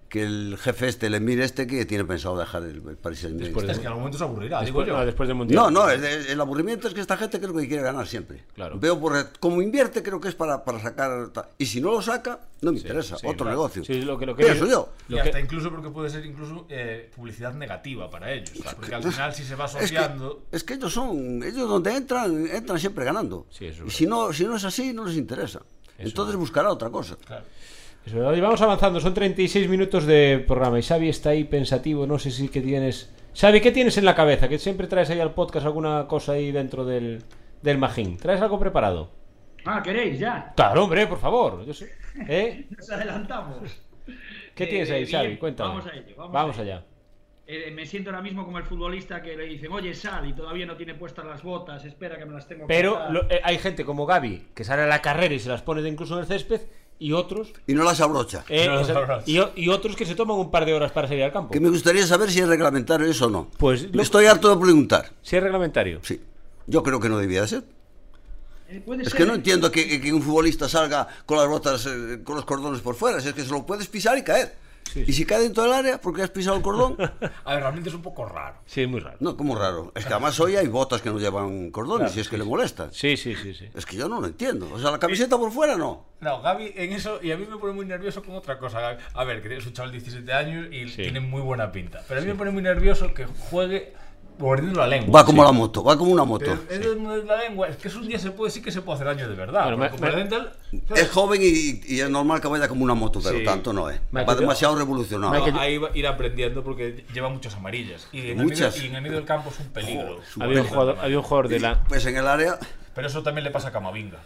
Speaker 5: que el jefe este, el emir este, que tiene pensado dejar el, el Paris Saint-Germain.
Speaker 2: Después
Speaker 4: Es que en algún momento se aburrirá,
Speaker 2: Después,
Speaker 4: digo
Speaker 2: no,
Speaker 4: yo.
Speaker 2: después del Mundial.
Speaker 5: No, no, el, el aburrimiento es que esta gente creo que quiere ganar siempre.
Speaker 2: Claro.
Speaker 5: Veo por como invierte, creo que es para, para sacar. ta- Y si no lo saca, no me interesa.
Speaker 2: sí,
Speaker 5: otro
Speaker 2: claro.
Speaker 5: negocio.
Speaker 2: Sí, lo que- lo que-
Speaker 5: Pienso yo.
Speaker 4: Y
Speaker 2: Lo que-
Speaker 4: hasta incluso porque puede ser incluso eh, publicidad negativa para ellos. Porque al final si se va
Speaker 5: Es que,
Speaker 4: asociando...
Speaker 5: es que ellos son. Ellos donde entran, entran siempre ganando.
Speaker 2: Sí, eso es
Speaker 5: y si no, si no es así, no les interesa. Entonces buscará otra cosa.
Speaker 4: Claro.
Speaker 2: Es verdad, y vamos avanzando, son 36 minutos de programa y Xavi está ahí pensativo, no sé si que tienes... Xavi, ¿qué tienes en la cabeza? Que siempre traes ahí al podcast alguna cosa ahí dentro del, del majín. ¿Traes algo preparado?
Speaker 3: Ah, ¿queréis ya?
Speaker 2: Claro, hombre, por favor. Yo sé. ¿Eh?
Speaker 3: Nos adelantamos.
Speaker 2: ¿Qué
Speaker 3: Eh,
Speaker 2: tienes ahí,
Speaker 3: bien,
Speaker 2: Xavi? Cuéntame.
Speaker 3: vamos a ello, vamos a ello.
Speaker 2: allá.
Speaker 3: Eh, me siento ahora mismo como el futbolista que le dicen, oye, Xavi, todavía no tiene puestas las botas, espera que me las tengo que
Speaker 2: Pero
Speaker 3: quitar".
Speaker 2: lo- eh, hay gente como Gaby que sale a la carrera y se las pone de incluso en el césped y otros...
Speaker 5: Y no las abrocha.
Speaker 2: eh,
Speaker 4: No,
Speaker 2: esa-
Speaker 4: no, no.
Speaker 2: y, o- y otros que se toman un par de horas para salir al campo.
Speaker 5: Que me gustaría saber si es reglamentario eso o no.
Speaker 2: Pues lo-
Speaker 5: Me estoy harto de preguntar.
Speaker 2: Si es reglamentario.
Speaker 5: Sí. Yo creo que no debía de ser.
Speaker 3: Eh, puede
Speaker 5: Es
Speaker 3: ser,
Speaker 5: que no entiendo que, que un futbolista salga con las botas, eh, con los cordones por fuera. Si Es que se lo puedes pisar y caer.
Speaker 2: Sí, sí.
Speaker 5: Y si cae dentro del área, porque has pisado el cordón?
Speaker 4: A ver, realmente es un poco raro.
Speaker 2: Sí, es muy raro.
Speaker 5: No, como raro. Es que además hoy hay botas que no llevan cordones y es que le molestan.
Speaker 2: Sí, sí, sí, sí.
Speaker 5: Es que yo no lo entiendo. O sea, la camiseta por fuera no.
Speaker 4: No, Gaby en eso, y a mí me pone muy nervioso con otra cosa. Gaby. A ver, que es un chaval de 17 años y
Speaker 2: Sí.
Speaker 4: tiene muy buena pinta. Pero a mí me pone muy nervioso que juegue mordiendo la lengua.
Speaker 5: Va como la moto, va como una moto.
Speaker 4: Pero es de morder la lengua, es que es un día se puede sí que se puede hacer daño de verdad.
Speaker 2: Bueno, me-
Speaker 4: porque con
Speaker 2: me-
Speaker 4: Parental-
Speaker 5: Es joven y, y es normal que vaya como una moto, pero
Speaker 4: Sí.
Speaker 5: tanto no es. Va
Speaker 2: Michael,
Speaker 5: demasiado
Speaker 4: No,
Speaker 5: revolucionado.
Speaker 4: ahí va a ir aprendiendo porque lleva muchas amarillas. Y en,
Speaker 5: Muchas.
Speaker 4: El, medio, y en el medio del campo es un peligro.
Speaker 5: Joder,
Speaker 2: Había un, jugador, había un jugador de la...
Speaker 5: Pues en el área,
Speaker 4: Pero eso también le pasa a Camavinga.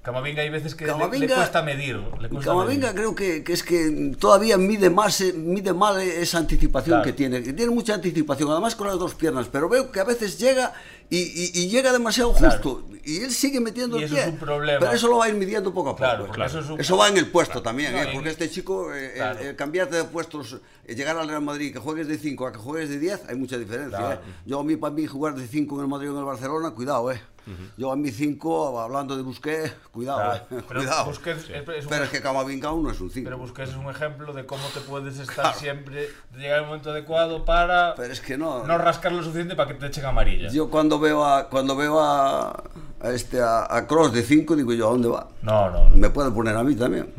Speaker 4: Camavinga hay veces que le- le,
Speaker 5: Camavinga-
Speaker 4: cuesta medir. Le cuesta
Speaker 5: Camavinga
Speaker 4: medir.
Speaker 5: creo que, que es que todavía mide más eh, mide mal esa anticipación
Speaker 4: Claro.
Speaker 5: que tiene. que Tiene mucha anticipación, además con las dos piernas, pero veo que a veces llega y, y- y llega demasiado justo. Y él sigue metiendo
Speaker 4: Y
Speaker 5: el
Speaker 4: eso
Speaker 5: pie.
Speaker 4: es un problema.
Speaker 5: Pero eso lo va a ir midiendo poco a poco.
Speaker 4: Claro,
Speaker 5: eh.
Speaker 4: porque eso es un-
Speaker 5: va en el puesto también,
Speaker 4: No,
Speaker 5: eh,
Speaker 4: y-
Speaker 5: porque este chico, eh, el-
Speaker 4: Claro.
Speaker 5: el cambiarte de puestos, eh, llegar al Real Madrid, que juegues de 5 a que juegues de 10, hay mucha diferencia.
Speaker 4: Claro.
Speaker 5: eh. Yo a mí, para mí, jugar de 5 en el Madrid o en el Barcelona, cuidado, eh. Yo a mí 5, hablando de Busquets, cuidado,
Speaker 4: Claro.
Speaker 5: eh.
Speaker 4: Ah, Pero
Speaker 5: cuidado.
Speaker 4: Busquets es- es un
Speaker 5: Pero es que Camavinga aún no es un 5.
Speaker 4: Pero pues, Busquets es un ejemplo de cómo te puedes estar siempre, de llegar al momento adecuado para
Speaker 5: Pero es que no.
Speaker 4: no rascar lo suficiente para que te echen amarilla.
Speaker 5: Yo cuando veo a cuando veo a, a este a, Cross de 5 digo yo, ¿a dónde va?
Speaker 4: No, no, no.
Speaker 5: Me puede poner a mí también.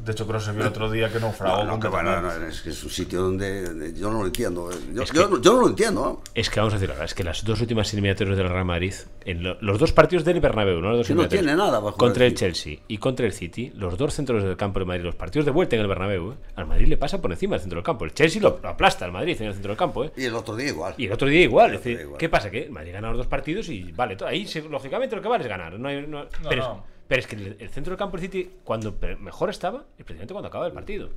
Speaker 4: De hecho, creo que se vio el otro día que naufragó.
Speaker 5: No, no, que va, no,
Speaker 4: completamente.
Speaker 5: no, es que es un sitio donde donde yo no lo entiendo. eh. Yo, yo no- yo no lo entiendo. vamos.
Speaker 2: Es que vamos a decir la verdad, es que las dos últimas eliminatorias del Real Madrid, en lo- los dos partidos del Bernabéu, ¿no? Las dos
Speaker 5: Que no
Speaker 2: eliminatorias,
Speaker 5: tiene nada para jugar
Speaker 2: Contra
Speaker 5: el
Speaker 2: el Chelsea y contra el City, los dos centros del campo del Madrid, los partidos de vuelta en el Bernabéu, ¿eh? al Madrid le pasa por encima del centro del campo. El Chelsea lo, lo aplasta al Madrid en el centro del campo, ¿eh?
Speaker 5: Y el otro día igual.
Speaker 2: Y el otro día igual.
Speaker 5: El
Speaker 2: es
Speaker 5: otro
Speaker 2: decir,
Speaker 5: día igual.
Speaker 2: ¿Qué pasa? Que el Madrid gana los dos partidos y vale. todo. Ahí, se- lógicamente, lo que vale es ganar. No hay- no- pero, Es,
Speaker 4: no.
Speaker 2: pero es que el, el centro del campo del City, cuando pe- mejor estaba, es precisamente cuando acaba el partido.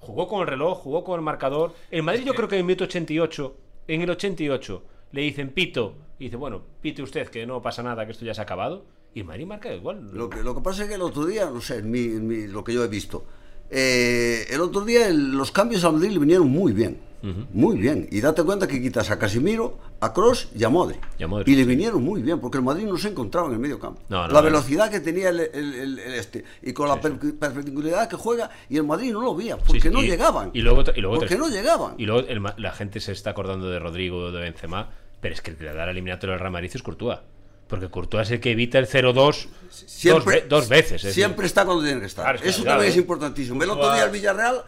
Speaker 2: Jugó con el reloj, jugó con el marcador. El Madrid, yo creo que en el minuto 88, en el 88, le dicen pito. Y dice, bueno, pite usted, que no pasa nada, que esto ya se ha acabado. Y el Madrid marca igual.
Speaker 5: Lo que, lo que pasa es que el otro día, no sé, en mi- en mi- lo que yo he visto, eh, el otro día el- los cambios al Madrid le vinieron muy bien. Muy bien. Y date cuenta que quitas a Casimiro, a Cross y a Modri.
Speaker 2: Y a Modri,
Speaker 5: le vinieron muy bien, porque el Madrid no se encontraba en el medio campo.
Speaker 2: No, no,
Speaker 5: la
Speaker 2: no.
Speaker 5: velocidad que tenía el, el- el- el este. Y con la per- perpendicularidad que juega, y el Madrid no lo veía, porque
Speaker 2: Sí, sí,
Speaker 5: no
Speaker 2: y-
Speaker 5: llegaban.
Speaker 2: Y luego, y luego
Speaker 5: porque
Speaker 2: te-
Speaker 5: no llegaban.
Speaker 2: Y luego el ma- la gente se está acordando de Rodrigo, de Benzema, pero es que el que le da la eliminatoria al Real Madrid es Courtois. Porque Courtois es el que evita el 0-2 dos, ve- dos veces. es decir.
Speaker 5: siempre está cuando tiene que estar.
Speaker 2: Claro, es que
Speaker 5: Eso
Speaker 2: claro,
Speaker 5: también es
Speaker 2: ¿eh?
Speaker 5: importantísimo. El otro día el Villarreal,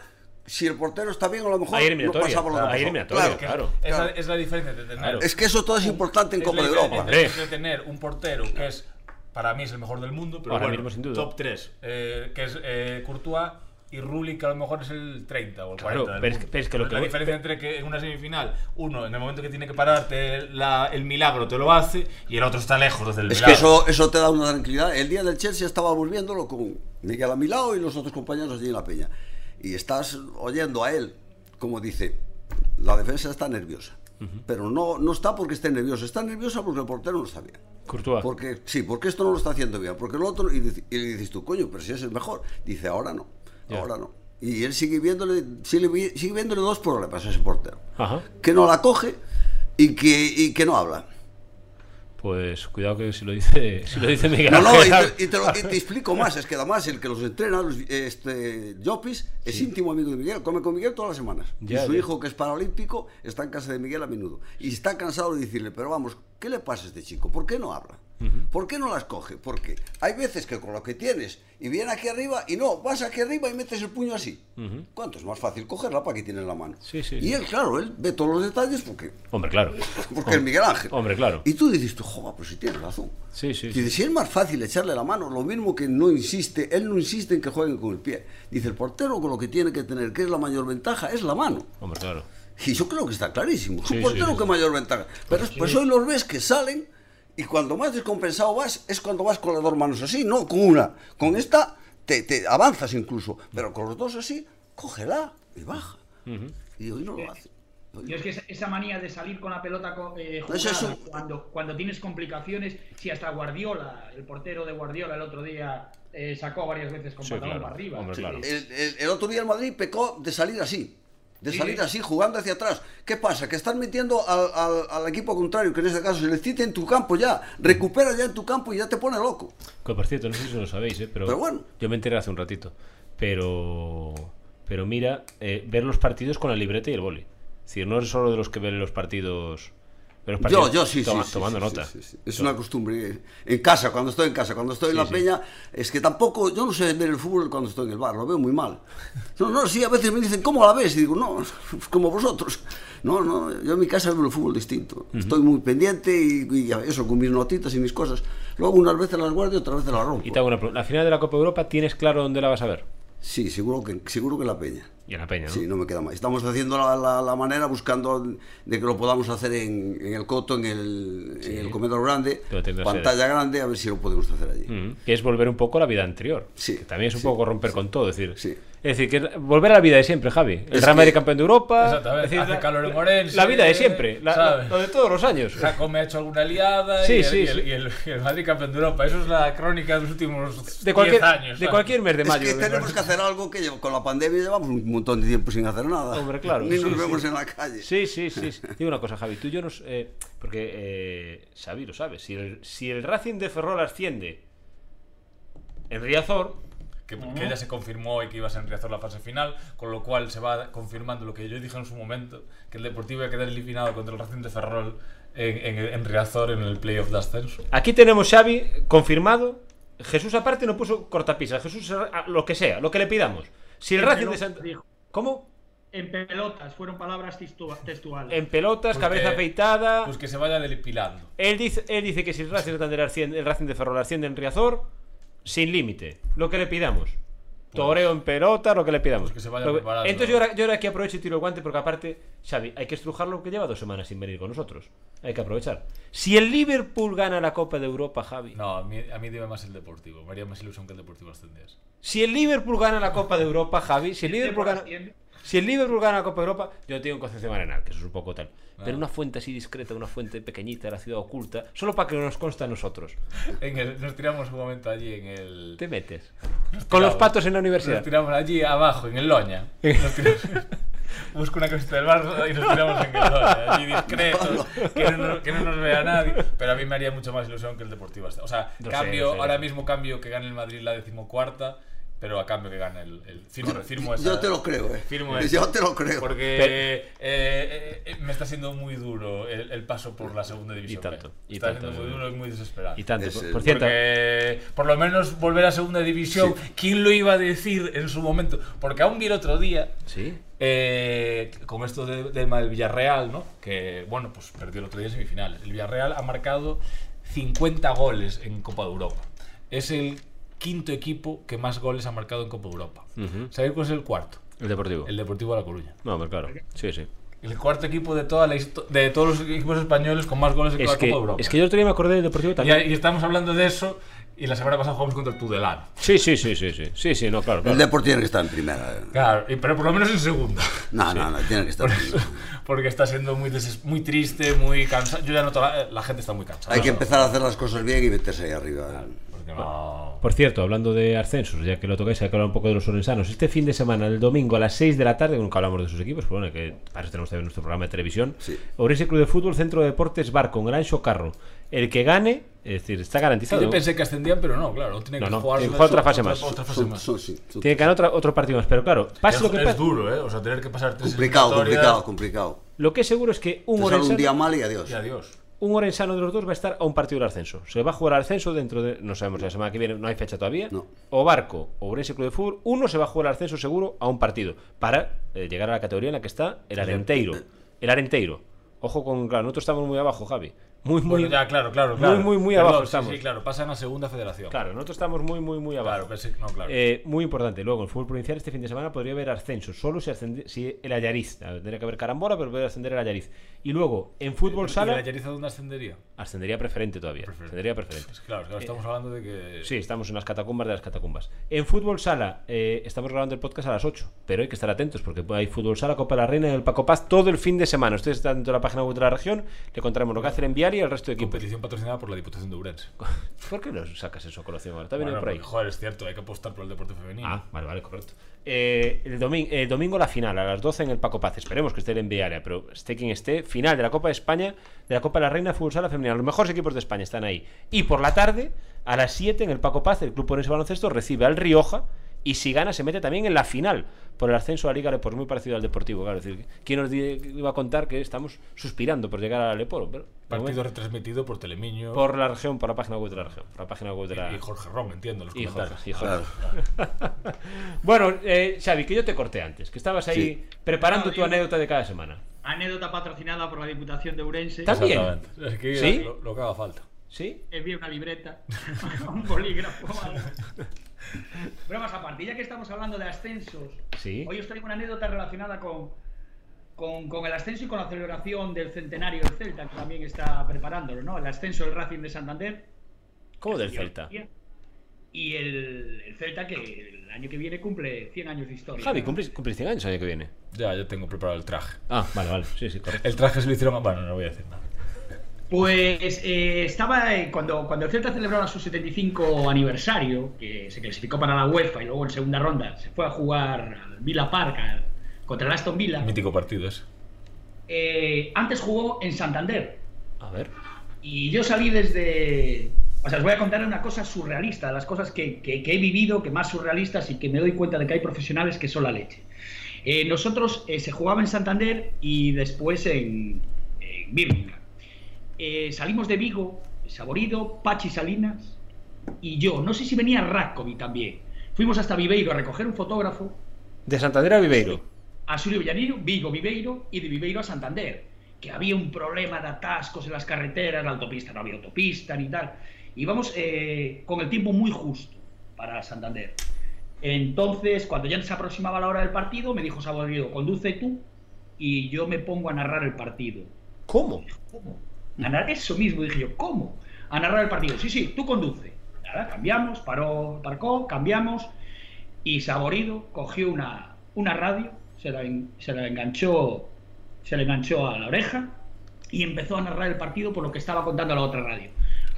Speaker 5: si el portero está bien, a lo mejor
Speaker 2: Hay
Speaker 5: no
Speaker 2: eliminatoria,
Speaker 5: pasaba lo que
Speaker 2: claro, hay
Speaker 5: pasó.
Speaker 2: eliminatoria, claro.
Speaker 4: Es, la,
Speaker 5: claro.
Speaker 4: es la diferencia entre tener.
Speaker 2: Claro.
Speaker 5: Es que eso todo es importante en
Speaker 4: es
Speaker 5: Copa
Speaker 4: la
Speaker 5: de
Speaker 4: diferencia
Speaker 5: Europa.
Speaker 2: Hombre.
Speaker 4: entre tener un portero que es, para mí es el mejor del mundo, pero
Speaker 2: Ahora
Speaker 4: bueno,
Speaker 2: mismo, sin duda.
Speaker 4: top 3, que es eh, Courtois y Rulli, que a lo mejor es el 30 o el
Speaker 2: Claro,
Speaker 4: 40. del
Speaker 2: pero es que-
Speaker 4: mundo.
Speaker 2: pero es que lo
Speaker 4: la
Speaker 2: que voy-
Speaker 4: diferencia entre que en una semifinal, uno en el momento que tiene que pararte la- el milagro te lo hace y el otro está lejos desde el
Speaker 5: Es que
Speaker 4: milagro.
Speaker 5: eso, eso te da una tranquilidad. El día del Chelsea estábamos viéndolo con Miguel a mi lado y los otros compañeros allí en la peña. Y estás oyendo a él, como dice, la defensa está nerviosa. Pero no, no está porque esté nerviosa, está nerviosa porque el portero no está bien.
Speaker 2: Courtois.
Speaker 5: Porque, sí, porque esto no lo está haciendo bien, porque lo otro, y, dice- y le dices tú, coño, pero si es el mejor. Dice, ahora no,
Speaker 2: Ya.
Speaker 5: ahora no. Y él sigue viéndole, sigue, vi- sigue viéndole dos problemas a ese portero.
Speaker 2: Ajá.
Speaker 5: Que no la coge y que, y que no habla.
Speaker 2: Pues cuidado que si lo dice, si lo dice Miguel
Speaker 5: No, no, y
Speaker 2: Ángel.
Speaker 5: te, y te lo- y te explico más, es que además el que los entrena, los, este, Jopis, es íntimo amigo de Miguel, come con Miguel todas las semanas.
Speaker 2: Ya,
Speaker 5: y su
Speaker 2: ya.
Speaker 5: hijo, que es paralímpico, está en casa de Miguel a menudo. Y está cansado de decirle, pero vamos, ¿qué le pasa a este chico? ¿Por qué no habla? ¿Por qué no las coge? Porque hay veces que con lo que tienes y viene aquí arriba y no, vas aquí arriba y metes el puño así. ¿Cuánto es más fácil cogerla para que tienes la mano?
Speaker 2: Sí, sí, sí.
Speaker 5: Y él, claro, él ve todos los detalles porque,
Speaker 2: Hombre, claro.
Speaker 5: porque es Miguel Ángel.
Speaker 2: Hombre, claro.
Speaker 5: Y tú dices, tú, joder, pues si tienes razón.
Speaker 2: Sí, sí, sí.
Speaker 5: Dice, si es más fácil echarle la mano, lo mismo que no insiste, él no insiste en que jueguen con el pie. Dice, el portero con lo que tiene que tener, que es la mayor ventaja, es la mano.
Speaker 2: Hombre, claro.
Speaker 5: Y yo creo que está clarísimo. Es
Speaker 2: Sí,
Speaker 5: un
Speaker 2: sí,
Speaker 5: portero
Speaker 2: sí.
Speaker 5: que mayor ventaja. Pero es- pues hoy los ves que salen y cuando más descompensado vas, es cuando vas con las dos manos así, no con una. Con esta te, te avanzas incluso, pero con los dos así, cógela y baja. Y hoy no lo hace. Hoy
Speaker 3: Yo es que esa, esa manía de salir con la pelota co- eh,
Speaker 5: No es
Speaker 3: jugada,
Speaker 5: eso.
Speaker 3: cuando, cuando tienes complicaciones, si hasta Guardiola, el portero de Guardiola el otro día eh, sacó varias veces con
Speaker 2: Sí,
Speaker 3: pantalón
Speaker 2: claro.
Speaker 3: para arriba.
Speaker 2: Hombre,
Speaker 3: Sí.
Speaker 2: claro.
Speaker 5: El, el- el otro día el Madrid pecó de salir así. De
Speaker 3: Sí.
Speaker 5: salir así, jugando hacia atrás. ¿Qué pasa? Que están metiendo al, al- al equipo contrario, que en este caso se les cite en tu campo ya. Recupera ya en tu campo y ya te pone loco.
Speaker 2: Que por cierto, no sé si lo sabéis, ¿eh? pero,
Speaker 5: Pero bueno.
Speaker 2: yo me enteré hace un ratito. Pero pero mira, eh, ver los partidos con la libreta y el boli. Es decir, no es solo de los que ven los partidos. de los
Speaker 5: Yo,
Speaker 2: partidos
Speaker 5: yo sí, sí,
Speaker 2: toma-
Speaker 5: sí,
Speaker 2: Tomando
Speaker 5: sí,
Speaker 2: nota.
Speaker 5: sí, sí, sí. Es una costumbre. En casa, cuando estoy en casa, cuando estoy en la peña, es que tampoco, yo no sé ver el fútbol cuando estoy en el bar, lo veo muy mal. No, no, sí, a veces me dicen, ¿cómo la ves? Y digo, no, como vosotros. No, no, yo en mi casa veo el fútbol distinto. Estoy muy pendiente y, y eso, con mis notitas y mis cosas. Luego unas veces las guardo y otras veces las rompo.
Speaker 2: Y te hago una pregunta. La final de la Copa Europa, ¿tienes claro dónde la vas a ver?
Speaker 5: Sí, seguro que, seguro que la peña.
Speaker 2: Y en la Peña, ¿no?
Speaker 5: Sí, no me queda más. Estamos haciendo la, la- la manera buscando de que lo podamos hacer en, en el Coto, en el, en el Comedor Grande,
Speaker 2: Lo tendrá
Speaker 5: pantalla grande, a ver si lo podemos hacer allí.
Speaker 2: Mm, Que es volver un poco a la vida anterior.
Speaker 5: Sí,
Speaker 2: que también es un
Speaker 5: sí,
Speaker 2: poco romper con todo. Es decir,
Speaker 5: sí.
Speaker 2: es decir, que es volver a la vida de siempre, Javi. El
Speaker 5: Es
Speaker 2: Real Madrid
Speaker 5: que-
Speaker 2: campeón de Europa.
Speaker 4: Exactamente,
Speaker 2: es decir,
Speaker 4: hace
Speaker 2: la-
Speaker 4: calor en
Speaker 2: la-
Speaker 4: Orense,
Speaker 2: La vida de siempre. la- la-
Speaker 4: ¿sabes?
Speaker 2: lo de todos los años.
Speaker 4: Jaco me ha hecho alguna liada
Speaker 2: Sí,
Speaker 4: y, el,
Speaker 2: sí,
Speaker 4: y el-
Speaker 2: sí.
Speaker 4: y el- y el Madrid campeón de Europa. Eso es la crónica de los últimos
Speaker 2: Pues De cualquier,
Speaker 4: 10 años.
Speaker 2: de
Speaker 4: ¿sabes?
Speaker 2: cualquier mes de
Speaker 5: Es
Speaker 2: mayo. me
Speaker 5: que tenemos
Speaker 2: parece.
Speaker 5: que hacer algo que llevo- con la pandemia llevamos un montón de tiempo sin hacer nada.
Speaker 2: Hombre, claro,
Speaker 5: Ni nos
Speaker 2: sí,
Speaker 5: vemos
Speaker 2: sí.
Speaker 5: en la calle.
Speaker 2: Sí, sí, sí. sí. Digo una cosa, Javi. Tú y yo nos. eh, porque eh, Xavi lo sabe. Si el, si el Racing de Ferrol asciende en Riazor,
Speaker 4: que, que ya se confirmó y que ibas a enriazar la fase final, con lo cual se va confirmando lo que yo dije en su momento, que el Deportivo iba a quedar eliminado contra el Racing de Ferrol en, en, en Riazor en el playoff de ascenso.
Speaker 2: aquí tenemos Xavi confirmado. Jesús aparte no puso cortapisas. Jesús ah, lo que sea, lo que le pidamos. Si el
Speaker 3: En
Speaker 2: Racing de
Speaker 3: pelotas,
Speaker 2: Santa.
Speaker 3: dijo.
Speaker 2: ¿Cómo?
Speaker 3: En pelotas, fueron palabras textua- textuales.
Speaker 2: En pelotas,
Speaker 4: Pues
Speaker 2: cabeza
Speaker 4: que-
Speaker 2: afeitada.
Speaker 4: Pues que se vaya depilando.
Speaker 2: Él dice, él dice que si el Racing de, Santander asciende- el Racing de Ferrol asciende en Riazor, sin límite. Lo que le pidamos. Toreo en pelota, lo que le pidamos.
Speaker 4: pues que se vaya
Speaker 2: Lo que-
Speaker 4: preparando.
Speaker 2: Entonces yo ahora, yo ahora aquí aprovecho y tiro el guante porque aparte, Xavi, hay que estrujarlo que lleva dos semanas sin venir con nosotros. Hay que aprovechar. Si el Liverpool gana la Copa de Europa, Javi.
Speaker 4: No, a mí, a mí dime más el Deportivo. Me haría más ilusión que el Deportivo ascendiese.
Speaker 2: Si el Liverpool gana la Copa de Europa, Javi. Si el Liverpool
Speaker 3: Débora
Speaker 2: gana...
Speaker 3: asciende.
Speaker 2: Si el Liverpool gana la Copa de Europa, yo tengo un Concepción Arenal, que eso es un poco tal.
Speaker 4: Ah.
Speaker 2: Pero una fuente así discreta, una fuente pequeñita de la ciudad oculta, solo para que nos consta a nosotros.
Speaker 4: En el- nos tiramos un momento allí en el.
Speaker 2: Te metes. Con los patos en la
Speaker 4: Nos
Speaker 2: universidad.
Speaker 4: tiramos allí abajo, en el Loña. Nos tiramos- busco una camiseta del Barça y nos tiramos en gloria, allí discretos, que no, que no nos vea nadie. Pero a mí me haría mucho más ilusión que el Deportivo. Hasta- O sea,
Speaker 2: Lo sé,
Speaker 4: cambio,
Speaker 2: lo sé.
Speaker 4: ahora mismo cambio que gane el Madrid la decimocuarta, pero a cambio que gane el. el- firmo, firmo esa-
Speaker 5: Yo te lo creo, eh.
Speaker 4: Firmo
Speaker 5: Yo
Speaker 4: esa.
Speaker 5: te lo creo.
Speaker 4: Porque
Speaker 2: Pero-
Speaker 4: eh, eh, eh, me está siendo muy duro el, el paso por la segunda división. B.
Speaker 2: tanto, y
Speaker 4: está
Speaker 2: tanto,
Speaker 4: siendo muy
Speaker 2: eh.
Speaker 4: duro y muy desesperado.
Speaker 2: Y tanto.
Speaker 5: Es,
Speaker 2: Por-
Speaker 5: eh,
Speaker 2: por cierto,
Speaker 4: Porque por lo menos volver a segunda división, ¿quién lo iba a decir en su momento? Porque aún vi el otro día,
Speaker 2: sí.
Speaker 4: eh, con esto de- del tema del Villarreal, ¿no? Que, bueno, pues perdió el otro día en semifinales. El Villarreal ha marcado 50 goles en Copa de Europa. Es el quinto equipo que más goles ha marcado en Copa de Europa.
Speaker 2: Ujú.
Speaker 4: ¿Sabéis cuál es el cuarto?
Speaker 2: El Deportivo.
Speaker 4: El Deportivo de La Coruña.
Speaker 2: No, pues claro. Sí, sí.
Speaker 4: El cuarto equipo de, toda la histo- de todos los equipos españoles con más goles en
Speaker 2: Es
Speaker 4: la
Speaker 2: que,
Speaker 4: Copa de Europa.
Speaker 2: es que yo el otro día me acordé del Deportivo
Speaker 4: Y,
Speaker 2: también.
Speaker 4: y estamos hablando de eso y la semana pasada jugamos contra el Tudelano.
Speaker 2: Sí, sí, sí, sí, sí. Sí, sí, no, claro.
Speaker 5: El
Speaker 2: claro.
Speaker 5: Depor tiene que estar en primera. eh.
Speaker 4: Claro, y- pero por lo menos en segunda.
Speaker 5: No, no, no, tiene que estar en primera.
Speaker 4: Porque está siendo muy, deses- muy triste, muy cansado. Yo ya noto la, la gente está muy cansada.
Speaker 5: Hay que empezar a hacer las cosas bien y meterse ahí arriba.
Speaker 4: Porque no-
Speaker 2: Por cierto, hablando de ascensos, ya que lo tocáis, hay que hablar un poco de los orensanos. Este fin de semana, el domingo a las 6 de la tarde, nunca hablamos de sus equipos, pero bueno, que para eso tenemos también nuestro programa de televisión.
Speaker 5: Sí.
Speaker 2: Orense Club de Fútbol, Centro de Deportes, Bar con Gran Chocarro. El que gane, es decir, está garantizado.
Speaker 4: Yo pensé que ascendían, pero no, claro. Tiene
Speaker 2: No,
Speaker 4: que
Speaker 2: no,
Speaker 4: jugar,
Speaker 2: tiene que jugar otra fase más.
Speaker 4: Otra fase
Speaker 5: Son-
Speaker 4: más.
Speaker 5: son- sí, son-
Speaker 2: Tiene que ganar otra- otro partido más, pero claro, pase
Speaker 4: es,
Speaker 2: lo que
Speaker 4: es
Speaker 2: pase.
Speaker 4: duro, ¿eh? O sea, tener que pasar tres
Speaker 5: Complicado, complicado,
Speaker 4: eliminatorias
Speaker 5: complicado.
Speaker 2: Lo que es seguro es que un
Speaker 5: Te sale un día
Speaker 2: orensano,
Speaker 5: mal y adiós.
Speaker 4: Y adiós.
Speaker 2: un orensano de los dos va a estar a un partido del ascenso. Se va a jugar al ascenso dentro de. No sabemos, la semana que viene no hay fecha todavía.
Speaker 5: No.
Speaker 2: O Barco o Orense Club de Fútbol, uno se va a jugar al ascenso seguro a un partido para eh, llegar a la categoría en la que está el Arenteiro. El Arenteiro. Ojo con. Claro, nosotros estamos muy abajo, Javi. Muy, muy.
Speaker 4: Bueno, ya, claro, claro.
Speaker 2: muy,
Speaker 4: claro.
Speaker 2: muy, muy
Speaker 4: Perdón,
Speaker 2: abajo
Speaker 4: sí,
Speaker 2: estamos.
Speaker 4: Sí, claro, pasan a segunda federación.
Speaker 2: Claro, nosotros estamos muy, muy, muy abajo.
Speaker 4: claro. pensé- no, claro.
Speaker 2: Eh, muy importante. Luego, en el fútbol provincial este fin de semana podría haber ascenso. Solo si, ascende- si el Ayariz. Ah, Tendría que haber carambola, pero podría ascender el Ayariz. Y luego, en fútbol
Speaker 4: Eh, ¿Y
Speaker 2: sala,
Speaker 4: la Yariza dónde ascendería?
Speaker 2: ascendería preferente todavía.
Speaker 4: Preferente.
Speaker 2: Ascendería preferente.
Speaker 4: Pues claro, claro, estamos hablando de que.
Speaker 2: Eh, Sí, estamos en las catacumbas de las catacumbas. En fútbol sala, eh, estamos grabando el podcast a las 8, pero hay que estar atentos porque hay fútbol sala, Copa de la Reina y el Paco Paz todo el fin de semana. Ustedes están dentro de la página web de la región, le contaremos lo que hacer en Viaria y el resto de equipos.
Speaker 4: Competición patrocinada por la Diputación de Urense.
Speaker 2: ¿Por qué no sacas eso a colación ahora? Está
Speaker 4: Bueno,
Speaker 2: venido
Speaker 4: pues,
Speaker 2: por ahí.
Speaker 4: porque, Joder, es cierto, hay que apostar por el deporte femenino.
Speaker 2: Ah, vale, vale, correcto. Eh, el, domi- el domingo la final, a las 12 en el Paco Paz. Esperemos que esté en Villarreal, pero esté quien esté. Final de la Copa de España, de la Copa de la Reina Fútbol Sala Femenina. Los mejores equipos de España están ahí. Y por la tarde, a las 7 en el Paco Paz, el Club Orense Baloncesto recibe al Rioja. Y si gana, se mete también en la final por el ascenso a la Liga, por muy parecido al Deportivo. Claro, es decir, ¿quién nos di- iba a contar que estamos suspirando por llegar al Leporo? Pero, de
Speaker 4: Partido
Speaker 2: momento,
Speaker 4: retransmitido por Telemiño
Speaker 2: por la región, por la página web de la región. Por la página web de la...
Speaker 4: y Jorge Ron, entiendo los
Speaker 2: Y Jorge,
Speaker 4: comentarios.
Speaker 2: y Jorge.
Speaker 5: Claro.
Speaker 2: Bueno, eh, Xavi, que yo te corté antes, que estabas ahí preparando
Speaker 3: No,
Speaker 2: tu
Speaker 3: digo-
Speaker 2: anécdota de cada semana.
Speaker 3: Anécdota patrocinada por la Diputación de Ourense.
Speaker 2: ¿Estás bien?
Speaker 4: Exactamente. Es que
Speaker 2: ¿Sí?
Speaker 4: lo, lo que haga falta.
Speaker 2: ¿Sí?
Speaker 3: envié una libreta, un bolígrafo. algo. Bromas aparte, ya que estamos hablando de ascensos,
Speaker 2: Sí.
Speaker 3: hoy os traigo una anécdota relacionada con, con, con el ascenso y con la celebración del centenario del Celta, que también está preparándolo, ¿no? El ascenso del Racing de Santander.
Speaker 2: ¿Cómo del Celta?
Speaker 3: Y el, el Celta que el año que viene cumple 100 años de historia.
Speaker 2: Javi, cumplís, cumplís 100 años el año que viene.
Speaker 4: Ya, yo tengo preparado el traje.
Speaker 2: Ah, vale, vale. Sí, sí, correcto.
Speaker 4: El traje se lo hicieron. a- Bueno, no voy a decir nada.
Speaker 3: Pues eh, estaba eh, cuando, cuando el Celta celebraba su 75 aniversario, que se clasificó para la UEFA y luego en segunda ronda se fue a jugar al Villa Park al- contra el Aston Villa.
Speaker 4: Mítico partido ese.
Speaker 3: eh, antes jugó en Santander
Speaker 2: A ver.
Speaker 3: y yo salí desde. O sea, os voy a contar una cosa surrealista, las cosas que, que- que he vivido, que más surrealistas y que me doy cuenta de que hay profesionales que son la leche. Eh, nosotros eh, se jugaba en Santander y después en, en Birmingham. Eh, salimos de Vigo, Saborido, Pachi Salinas y yo. No sé si venía Rakovic también. Fuimos hasta Viveiro a recoger un fotógrafo
Speaker 2: De Santander a Viveiro.
Speaker 3: a Sulio Villanino, Vigo, Viveiro y de Viveiro a Santander, que había un problema de atascos en las carreteras, la autopista no había autopista ni tal. Íbamos eh, con el tiempo muy justo para Santander. Entonces, cuando ya se aproximaba la hora del partido, me dijo Saborido, conduce tú y yo me pongo a narrar el partido.
Speaker 2: ¿Cómo?
Speaker 3: ¿Cómo? A narrar eso mismo, dije yo, ¿cómo? A narrar el partido. Sí, sí, tú conduce. Nada, cambiamos, paró, parcó, cambiamos. Y Saborido cogió una, una radio, se la, en- se la enganchó, se la enganchó a la oreja y empezó a narrar el partido por lo que estaba contando a la otra radio.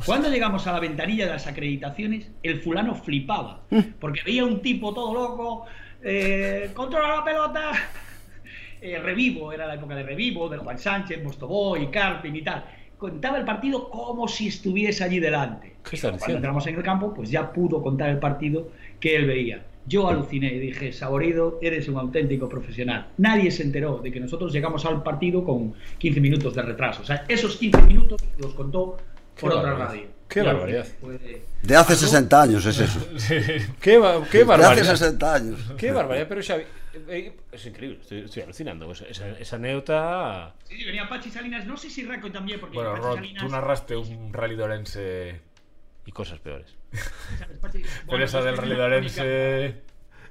Speaker 3: Cuando llegamos a la ventanilla de las acreditaciones, el fulano flipaba, porque veía un tipo todo loco, eh, controla la pelota, eh, Revivo, era la época de Revivo, de Juan Sánchez, Mostoboy, Carpin y tal. Contaba el partido como si estuviese allí delante.
Speaker 2: ¿Qué estás
Speaker 3: Cuando
Speaker 2: diciendo?
Speaker 3: entramos en el campo, pues ya pudo contar el partido que él veía. Yo aluciné y dije, Saborido, eres un auténtico profesional. Nadie se enteró de que nosotros llegamos al partido con 15 minutos de retraso. O sea, esos 15 minutos los contó por
Speaker 2: Qué
Speaker 3: otra
Speaker 2: barbaridad.
Speaker 3: radio.
Speaker 2: Qué
Speaker 3: Y al
Speaker 2: barbaridad.
Speaker 3: final fue-
Speaker 5: De hace
Speaker 3: Pasó.
Speaker 5: 60 años es eso.
Speaker 2: Qué, ba- qué
Speaker 5: De hace
Speaker 2: barbaridad.
Speaker 5: 60 años.
Speaker 2: Qué barbaridad, pero Xavi. eh, eh, Es increíble, estoy, estoy alucinando. Esa, esa- esa anécdota.
Speaker 3: Sí, sí, venía Pachi Salinas, no sé si Raco también, porque
Speaker 4: Bueno,
Speaker 3: Pachi
Speaker 4: Rod,
Speaker 3: Salinas...
Speaker 4: tú narraste un rally dorense.
Speaker 2: Y cosas peores.
Speaker 3: ¿sabes, Pachi?
Speaker 4: Pero
Speaker 3: Bueno,
Speaker 4: esa del
Speaker 3: pues,
Speaker 4: rally
Speaker 3: es una crónica.
Speaker 4: dorense.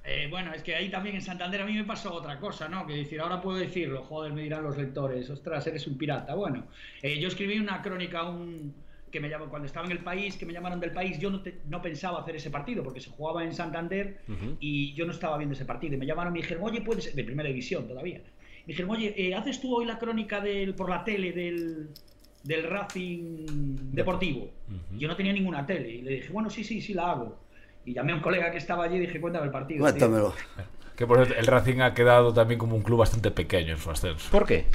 Speaker 3: Eh, bueno, es que ahí también en Santander a mí me pasó otra cosa, ¿no? Que decir, ahora puedo decirlo, joder, me dirán los lectores, ostras, eres un pirata. Bueno, eh, yo escribí una crónica un, que me llamó, cuando estaba en el país, que me llamaron del país, yo no, te- no pensaba hacer ese partido porque se jugaba en Santander
Speaker 2: Ujú.
Speaker 3: y yo no estaba viendo ese partido. Y me llamaron y me dijeron, oye, puedes, de primera división todavía. Me dijeron, oye, eh, ¿haces tú hoy la crónica del, por la tele del, del Racing Deportivo?
Speaker 2: Ujú.
Speaker 3: Yo no tenía ninguna tele y le dije, bueno, sí, sí, sí la hago. Y llamé a un colega que estaba allí y dije, cuéntame el partido. tío".
Speaker 5: Cuéntamelo.
Speaker 4: Que por cierto, el Racing ha quedado también como un club bastante pequeño en su ascenso.
Speaker 2: ¿Por qué?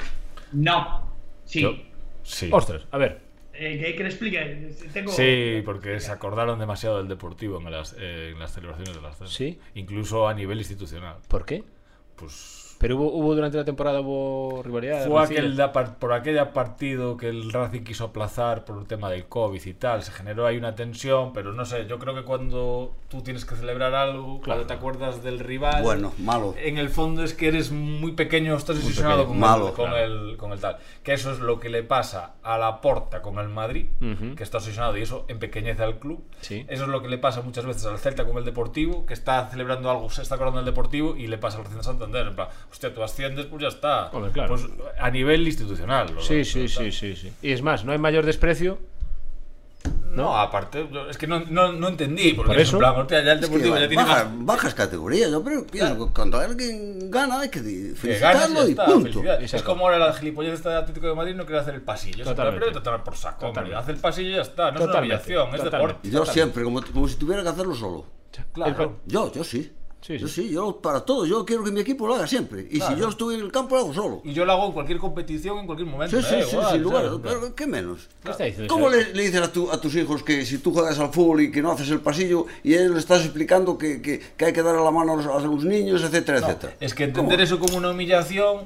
Speaker 3: No, sí.
Speaker 4: Yo- Sí.
Speaker 2: Ostras, a ver.
Speaker 3: Eh, que, que le explique. Tengo...
Speaker 4: Sí, porque se acordaron demasiado del deportivo en las, eh, en las celebraciones del ascenso.
Speaker 2: Sí.
Speaker 4: Incluso a nivel institucional.
Speaker 2: ¿Por qué?
Speaker 4: Pues
Speaker 2: Pero hubo, hubo durante la temporada hubo rivalidad.
Speaker 4: fue aquel da par- por aquella partido que el Racing quiso aplazar por el tema del COVID y tal. Se generó ahí una tensión, pero no sé, yo creo que cuando tú tienes que celebrar algo, cuando te acuerdas del rival.
Speaker 5: Bueno, malo.
Speaker 4: En el fondo es que eres muy pequeño, estás obsesionado
Speaker 2: pequeño,
Speaker 4: con,
Speaker 5: malo,
Speaker 4: el, con,
Speaker 5: claro.
Speaker 4: el, con el tal. Que eso es lo que le pasa a la porta con el Madrid,
Speaker 2: Ujú.
Speaker 4: que está obsesionado y eso empequeñece al club.
Speaker 2: Sí.
Speaker 4: Eso es lo que le pasa muchas veces al Celta con el Deportivo, que está celebrando algo, se está acordando del Deportivo y le pasa al Racing de Santander. En plan, hostia, tú asciendes, pues ya está.
Speaker 2: Hombre, claro.
Speaker 4: Pues a nivel institucional. lo-
Speaker 2: Sí,
Speaker 4: lo-
Speaker 2: sí,
Speaker 4: lo-
Speaker 2: sí, sí, sí. Y es más, no hay mayor desprecio.
Speaker 4: No, aparte, yo- es que no, no, no entendí, porque
Speaker 2: Por
Speaker 4: es
Speaker 2: eso.
Speaker 4: en plan, hostia, ya el
Speaker 5: Es que
Speaker 4: Deportivo ya tiene más.
Speaker 5: baja-
Speaker 4: Ah.
Speaker 5: bajas categorías, yo creo que cuando alguien gana hay que di-
Speaker 4: Que ganas y ya
Speaker 5: felicitarlo y
Speaker 4: está,
Speaker 5: punto.
Speaker 4: felicidades. Es
Speaker 2: Exacto.
Speaker 4: como ahora la gilipollez esta de Atlético de Madrid no quiere hacer el pasillo. Es en plan,
Speaker 2: Totalmente.
Speaker 4: Pero te tomas por saco, hombre.
Speaker 2: Totalmente.
Speaker 4: Hace el pasillo y ya está. No
Speaker 2: Totalmente.
Speaker 4: es una humillación, es
Speaker 2: Totalmente.
Speaker 4: deporte.
Speaker 5: Yo siempre, como, como si tuviera que hacerlo solo.
Speaker 4: Claro.
Speaker 5: Yo, yo sí.
Speaker 2: Sí,
Speaker 5: yo
Speaker 2: sí.
Speaker 5: sí, yo para todo, yo quiero que mi equipo lo haga siempre. Y si yo estoy en el campo, lo hago solo.
Speaker 4: Y yo lo hago en cualquier competición, en cualquier momento.
Speaker 5: Sí, sí,
Speaker 4: eh,
Speaker 5: sí,
Speaker 4: igual,
Speaker 5: sin lugar.
Speaker 4: ¿sabes?
Speaker 5: Pero, ¿qué menos?
Speaker 2: ¿Qué está diciendo?
Speaker 5: ¿Cómo
Speaker 2: Xavi?
Speaker 5: le, le dices a, tu- a tus hijos que si tú juegas al fútbol y que no haces el pasillo y a ellos le estás explicando que, que- que hay que dar la mano a los, a los niños, etcétera, etcétera?
Speaker 4: Es que entender eso como una humillación.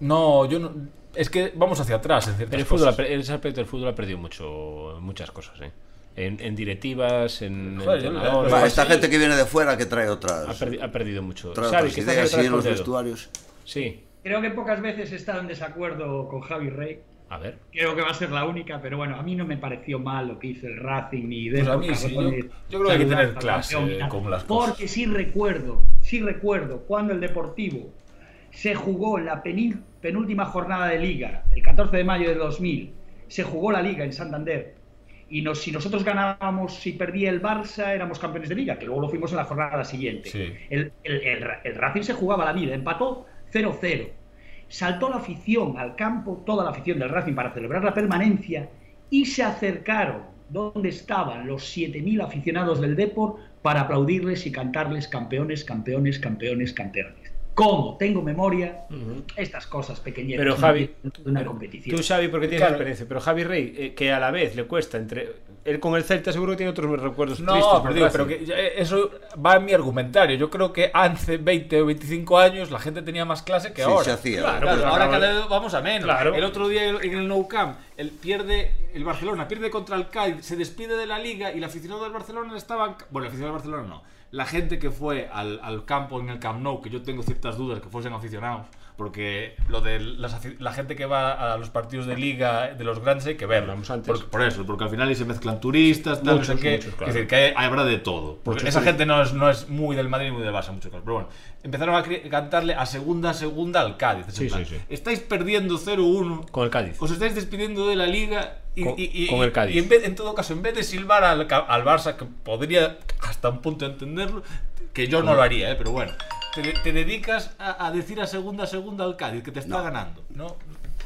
Speaker 4: No, yo no. Es que vamos hacia atrás en ciertas
Speaker 2: El fútbol, ha
Speaker 4: cosas.
Speaker 2: per- en ese aspecto el fútbol ha perdido mucho, muchas cosas, ¿eh? En, en directivas, en
Speaker 4: Joder, yo-
Speaker 2: entrenadores.
Speaker 5: Va,
Speaker 4: los
Speaker 5: esta
Speaker 4: pasillos-
Speaker 5: gente que viene de fuera que trae
Speaker 2: Ha,
Speaker 5: otras,
Speaker 2: perdi- ha perdido mucho.
Speaker 5: trae
Speaker 2: Xavi,
Speaker 5: otras
Speaker 2: que estás
Speaker 5: ideas
Speaker 2: detrás
Speaker 5: y en los
Speaker 2: con dedo.
Speaker 5: vestuarios.
Speaker 2: Sí.
Speaker 3: Creo que pocas veces he estado en desacuerdo con Javi Rey.
Speaker 2: A ver.
Speaker 3: Creo que va a ser la única, pero bueno, a mí no me pareció mal lo que hizo el Racing ni de
Speaker 4: Pues a mí sí, yo- yo creo que hay que tener clase con las cosas.
Speaker 3: Porque sí recuerdo, sí recuerdo cuando el Deportivo se jugó la penil- penúltima jornada de liga, el 14 de mayo de 2000, se jugó la liga en Santander. Y nos- si nosotros ganábamos, si perdía el Barça, éramos campeones de liga, que luego lo fuimos en la jornada siguiente.
Speaker 4: Sí.
Speaker 3: El, el- el Ra- el Racing se jugaba la vida, empató 0-0. Saltó la afición al campo, toda la afición del Racing para celebrar la permanencia y se acercaron donde estaban los 7.000 aficionados del Depor para aplaudirles y cantarles campeones, campeones, campeones, campeones. ¿Cómo? Tengo memoria estas cosas pequeñitas
Speaker 2: Mm. Pero
Speaker 3: que
Speaker 2: Javi,
Speaker 3: no tienen una
Speaker 2: Tú,
Speaker 3: competición.
Speaker 2: Xavi, porque tienes
Speaker 4: Claro.
Speaker 2: experiencia, pero Javi Rey, eh, que a la vez le cuesta entre. Él con el Celta seguro que tiene otros recuerdos tristes.
Speaker 4: No,
Speaker 2: por
Speaker 4: pero, digo,
Speaker 2: Racing.
Speaker 4: pero que ya- eh, eso va en mi argumentario. Yo creo que hace 20 o 25 años la gente tenía más clase que
Speaker 5: Sí,
Speaker 4: ahora.
Speaker 5: se hacía.
Speaker 4: Claro,
Speaker 5: Claro,
Speaker 4: ahora
Speaker 2: claro. pues
Speaker 4: cada vez vamos a menos.
Speaker 2: Claro.
Speaker 4: El otro día en el Nou Camp, el pierde el Barcelona, pierde contra el Cádiz, se despide de la liga y el aficionado del Barcelona estaban, bueno, el aficionado del Barcelona no. La gente que fue al, al campo en el Camp Nou, que yo tengo ciertas dudas que fuesen aficionados, porque lo de las afi- la gente que va a los partidos de liga de los grandes hay que verlo.
Speaker 2: Hablamos antes.
Speaker 4: Por, por eso, porque al final ahí se mezclan turistas, tal,
Speaker 2: Muchos,
Speaker 4: no sé qué.
Speaker 2: muchos, claro.
Speaker 4: Es decir, que hay- habrá de todo. Porque
Speaker 2: Muchos
Speaker 4: esa gente no es, no es muy del Madrid ni muy del Barça, muchos. Pero bueno, empezaron a cri- cantarle a segunda, a segunda al Cádiz. Es
Speaker 2: Sí,
Speaker 4: en plan,
Speaker 2: sí, sí.
Speaker 4: Estáis perdiendo 0-1.
Speaker 2: Con el Cádiz.
Speaker 4: Os estáis despidiendo de la liga y,
Speaker 2: Con-
Speaker 4: y- y-
Speaker 2: con el Cádiz.
Speaker 4: y en, vez- en todo caso, en vez de silbar al, Ca- al Barça, que podría hasta un punto entenderlo, que yo no lo haría, eh, pero bueno, te, de- te dedicas a, a decir a segunda, a segunda al Cádiz que te está ganando. ¿no?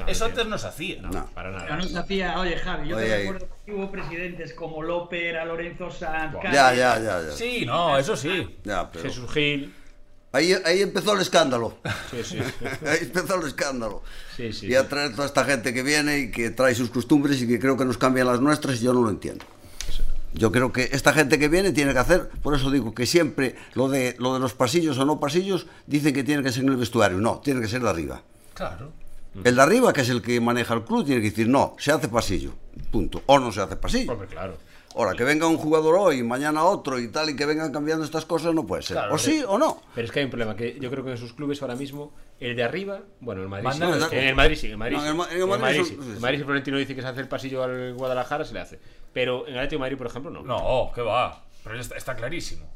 Speaker 4: Eso antes no se hacía.
Speaker 5: No.
Speaker 2: Para
Speaker 3: Pero
Speaker 2: nada.
Speaker 3: no se hacía, oye Javi, yo
Speaker 5: Oye,
Speaker 3: te
Speaker 5: ahí.
Speaker 3: recuerdo que hubo presidentes como López, era Lorenzo Sanz,
Speaker 5: Ya, ya, ya, ya.
Speaker 4: Sí, no, eso sí.
Speaker 5: Ya, pero-
Speaker 2: Jesús Gil.
Speaker 5: Ahí, ahí empezó el escándalo.
Speaker 2: Sí, sí.
Speaker 5: Ahí empezó el escándalo.
Speaker 2: Sí, sí,
Speaker 5: y a
Speaker 2: sí.
Speaker 5: traer toda esta gente que viene y que trae sus costumbres y que creo que nos cambian las nuestras, yo no lo entiendo. Yo creo que esta gente que viene tiene que hacer, por eso digo que siempre lo de, lo de los pasillos o no pasillos dicen que tiene que ser en el vestuario. No, tiene que ser de arriba.
Speaker 4: Claro.
Speaker 5: El de arriba, que es el que maneja el club, tiene que decir no, se hace pasillo. Punto. O no se hace pasillo.
Speaker 2: Hombre, claro.
Speaker 5: Ahora, que venga un jugador hoy, mañana otro y tal, y que vengan cambiando estas cosas, no puede ser.
Speaker 4: Claro,
Speaker 5: o sí o no.
Speaker 2: Pero es que hay un problema, que yo creo que en sus clubes ahora mismo, el de arriba, bueno, el Madrid sí,
Speaker 4: Mandan-
Speaker 2: en el Madrid sí, en el Madrid
Speaker 5: No, en el Ma-
Speaker 2: sí,
Speaker 5: en el
Speaker 2: en el
Speaker 5: Madrid
Speaker 2: Madrid sí.
Speaker 5: son-
Speaker 2: En Madrid si Florentino dice que se hace el pasillo al Guadalajara, se le hace. Pero en el Atlético de Madrid, por ejemplo, no.
Speaker 4: No, que va. Pero ya está, está clarísimo.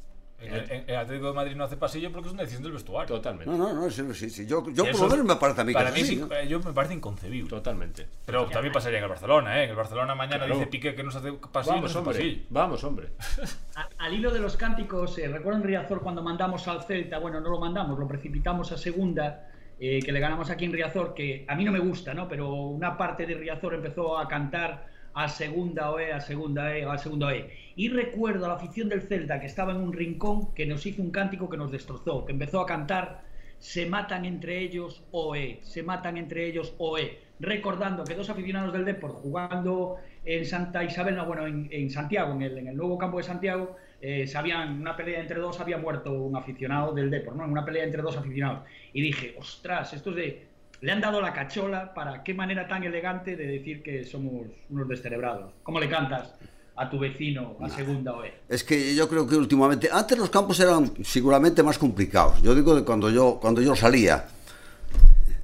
Speaker 4: En el, en el Atlético de Madrid no hace pasillo porque es una decisión del vestuario.
Speaker 2: Totalmente,
Speaker 5: No, no, no, sí, sí, sí. Yo, yo
Speaker 4: Y
Speaker 5: por
Speaker 4: eso
Speaker 5: lo menos
Speaker 4: es-
Speaker 5: me parece a mí que
Speaker 4: Para
Speaker 5: es
Speaker 4: mí
Speaker 5: así,
Speaker 4: sí,
Speaker 5: ¿no?
Speaker 4: eh, yo me parece inconcebible.
Speaker 2: totalmente.
Speaker 4: Pero también pasaría en el Barcelona, ¿eh? En el Barcelona mañana
Speaker 2: Claro.
Speaker 4: dice Piqué que no se hace pasillo, no
Speaker 2: Vamos,
Speaker 4: se hace pasillo.
Speaker 2: hombre. Vamos, hombre.
Speaker 3: A- al hilo de los cánticos, eh, ¿recuerdan Riazor cuando mandamos al Celta? Bueno, no lo mandamos, lo precipitamos a segunda, eh, que le ganamos aquí en Riazor, que a mí no me gusta, ¿no? Pero una parte de Riazor empezó a cantar a segunda OE, a segunda E, a segunda E. Y recuerdo a la afición del Celta que estaba en un rincón que nos hizo un cántico que nos destrozó, que empezó a cantar se matan entre ellos OE, se matan entre ellos OE. Recordando que dos aficionados del Deport jugando en Santa Isabel, no, bueno, en, en Santiago, en el, en el nuevo campo de Santiago, eh, se habían, en una pelea entre dos había muerto un aficionado del Deport, ¿no? En una pelea entre dos aficionados. Y dije, ostras, esto es de. Le han dado la cachola para qué manera tan elegante de decir que somos unos descerebrados. ¿Cómo le cantas a tu vecino a segunda OE?
Speaker 5: Es que yo creo que últimamente, antes los campos eran seguramente más complicados. Yo digo de cuando yo, cuando yo salía,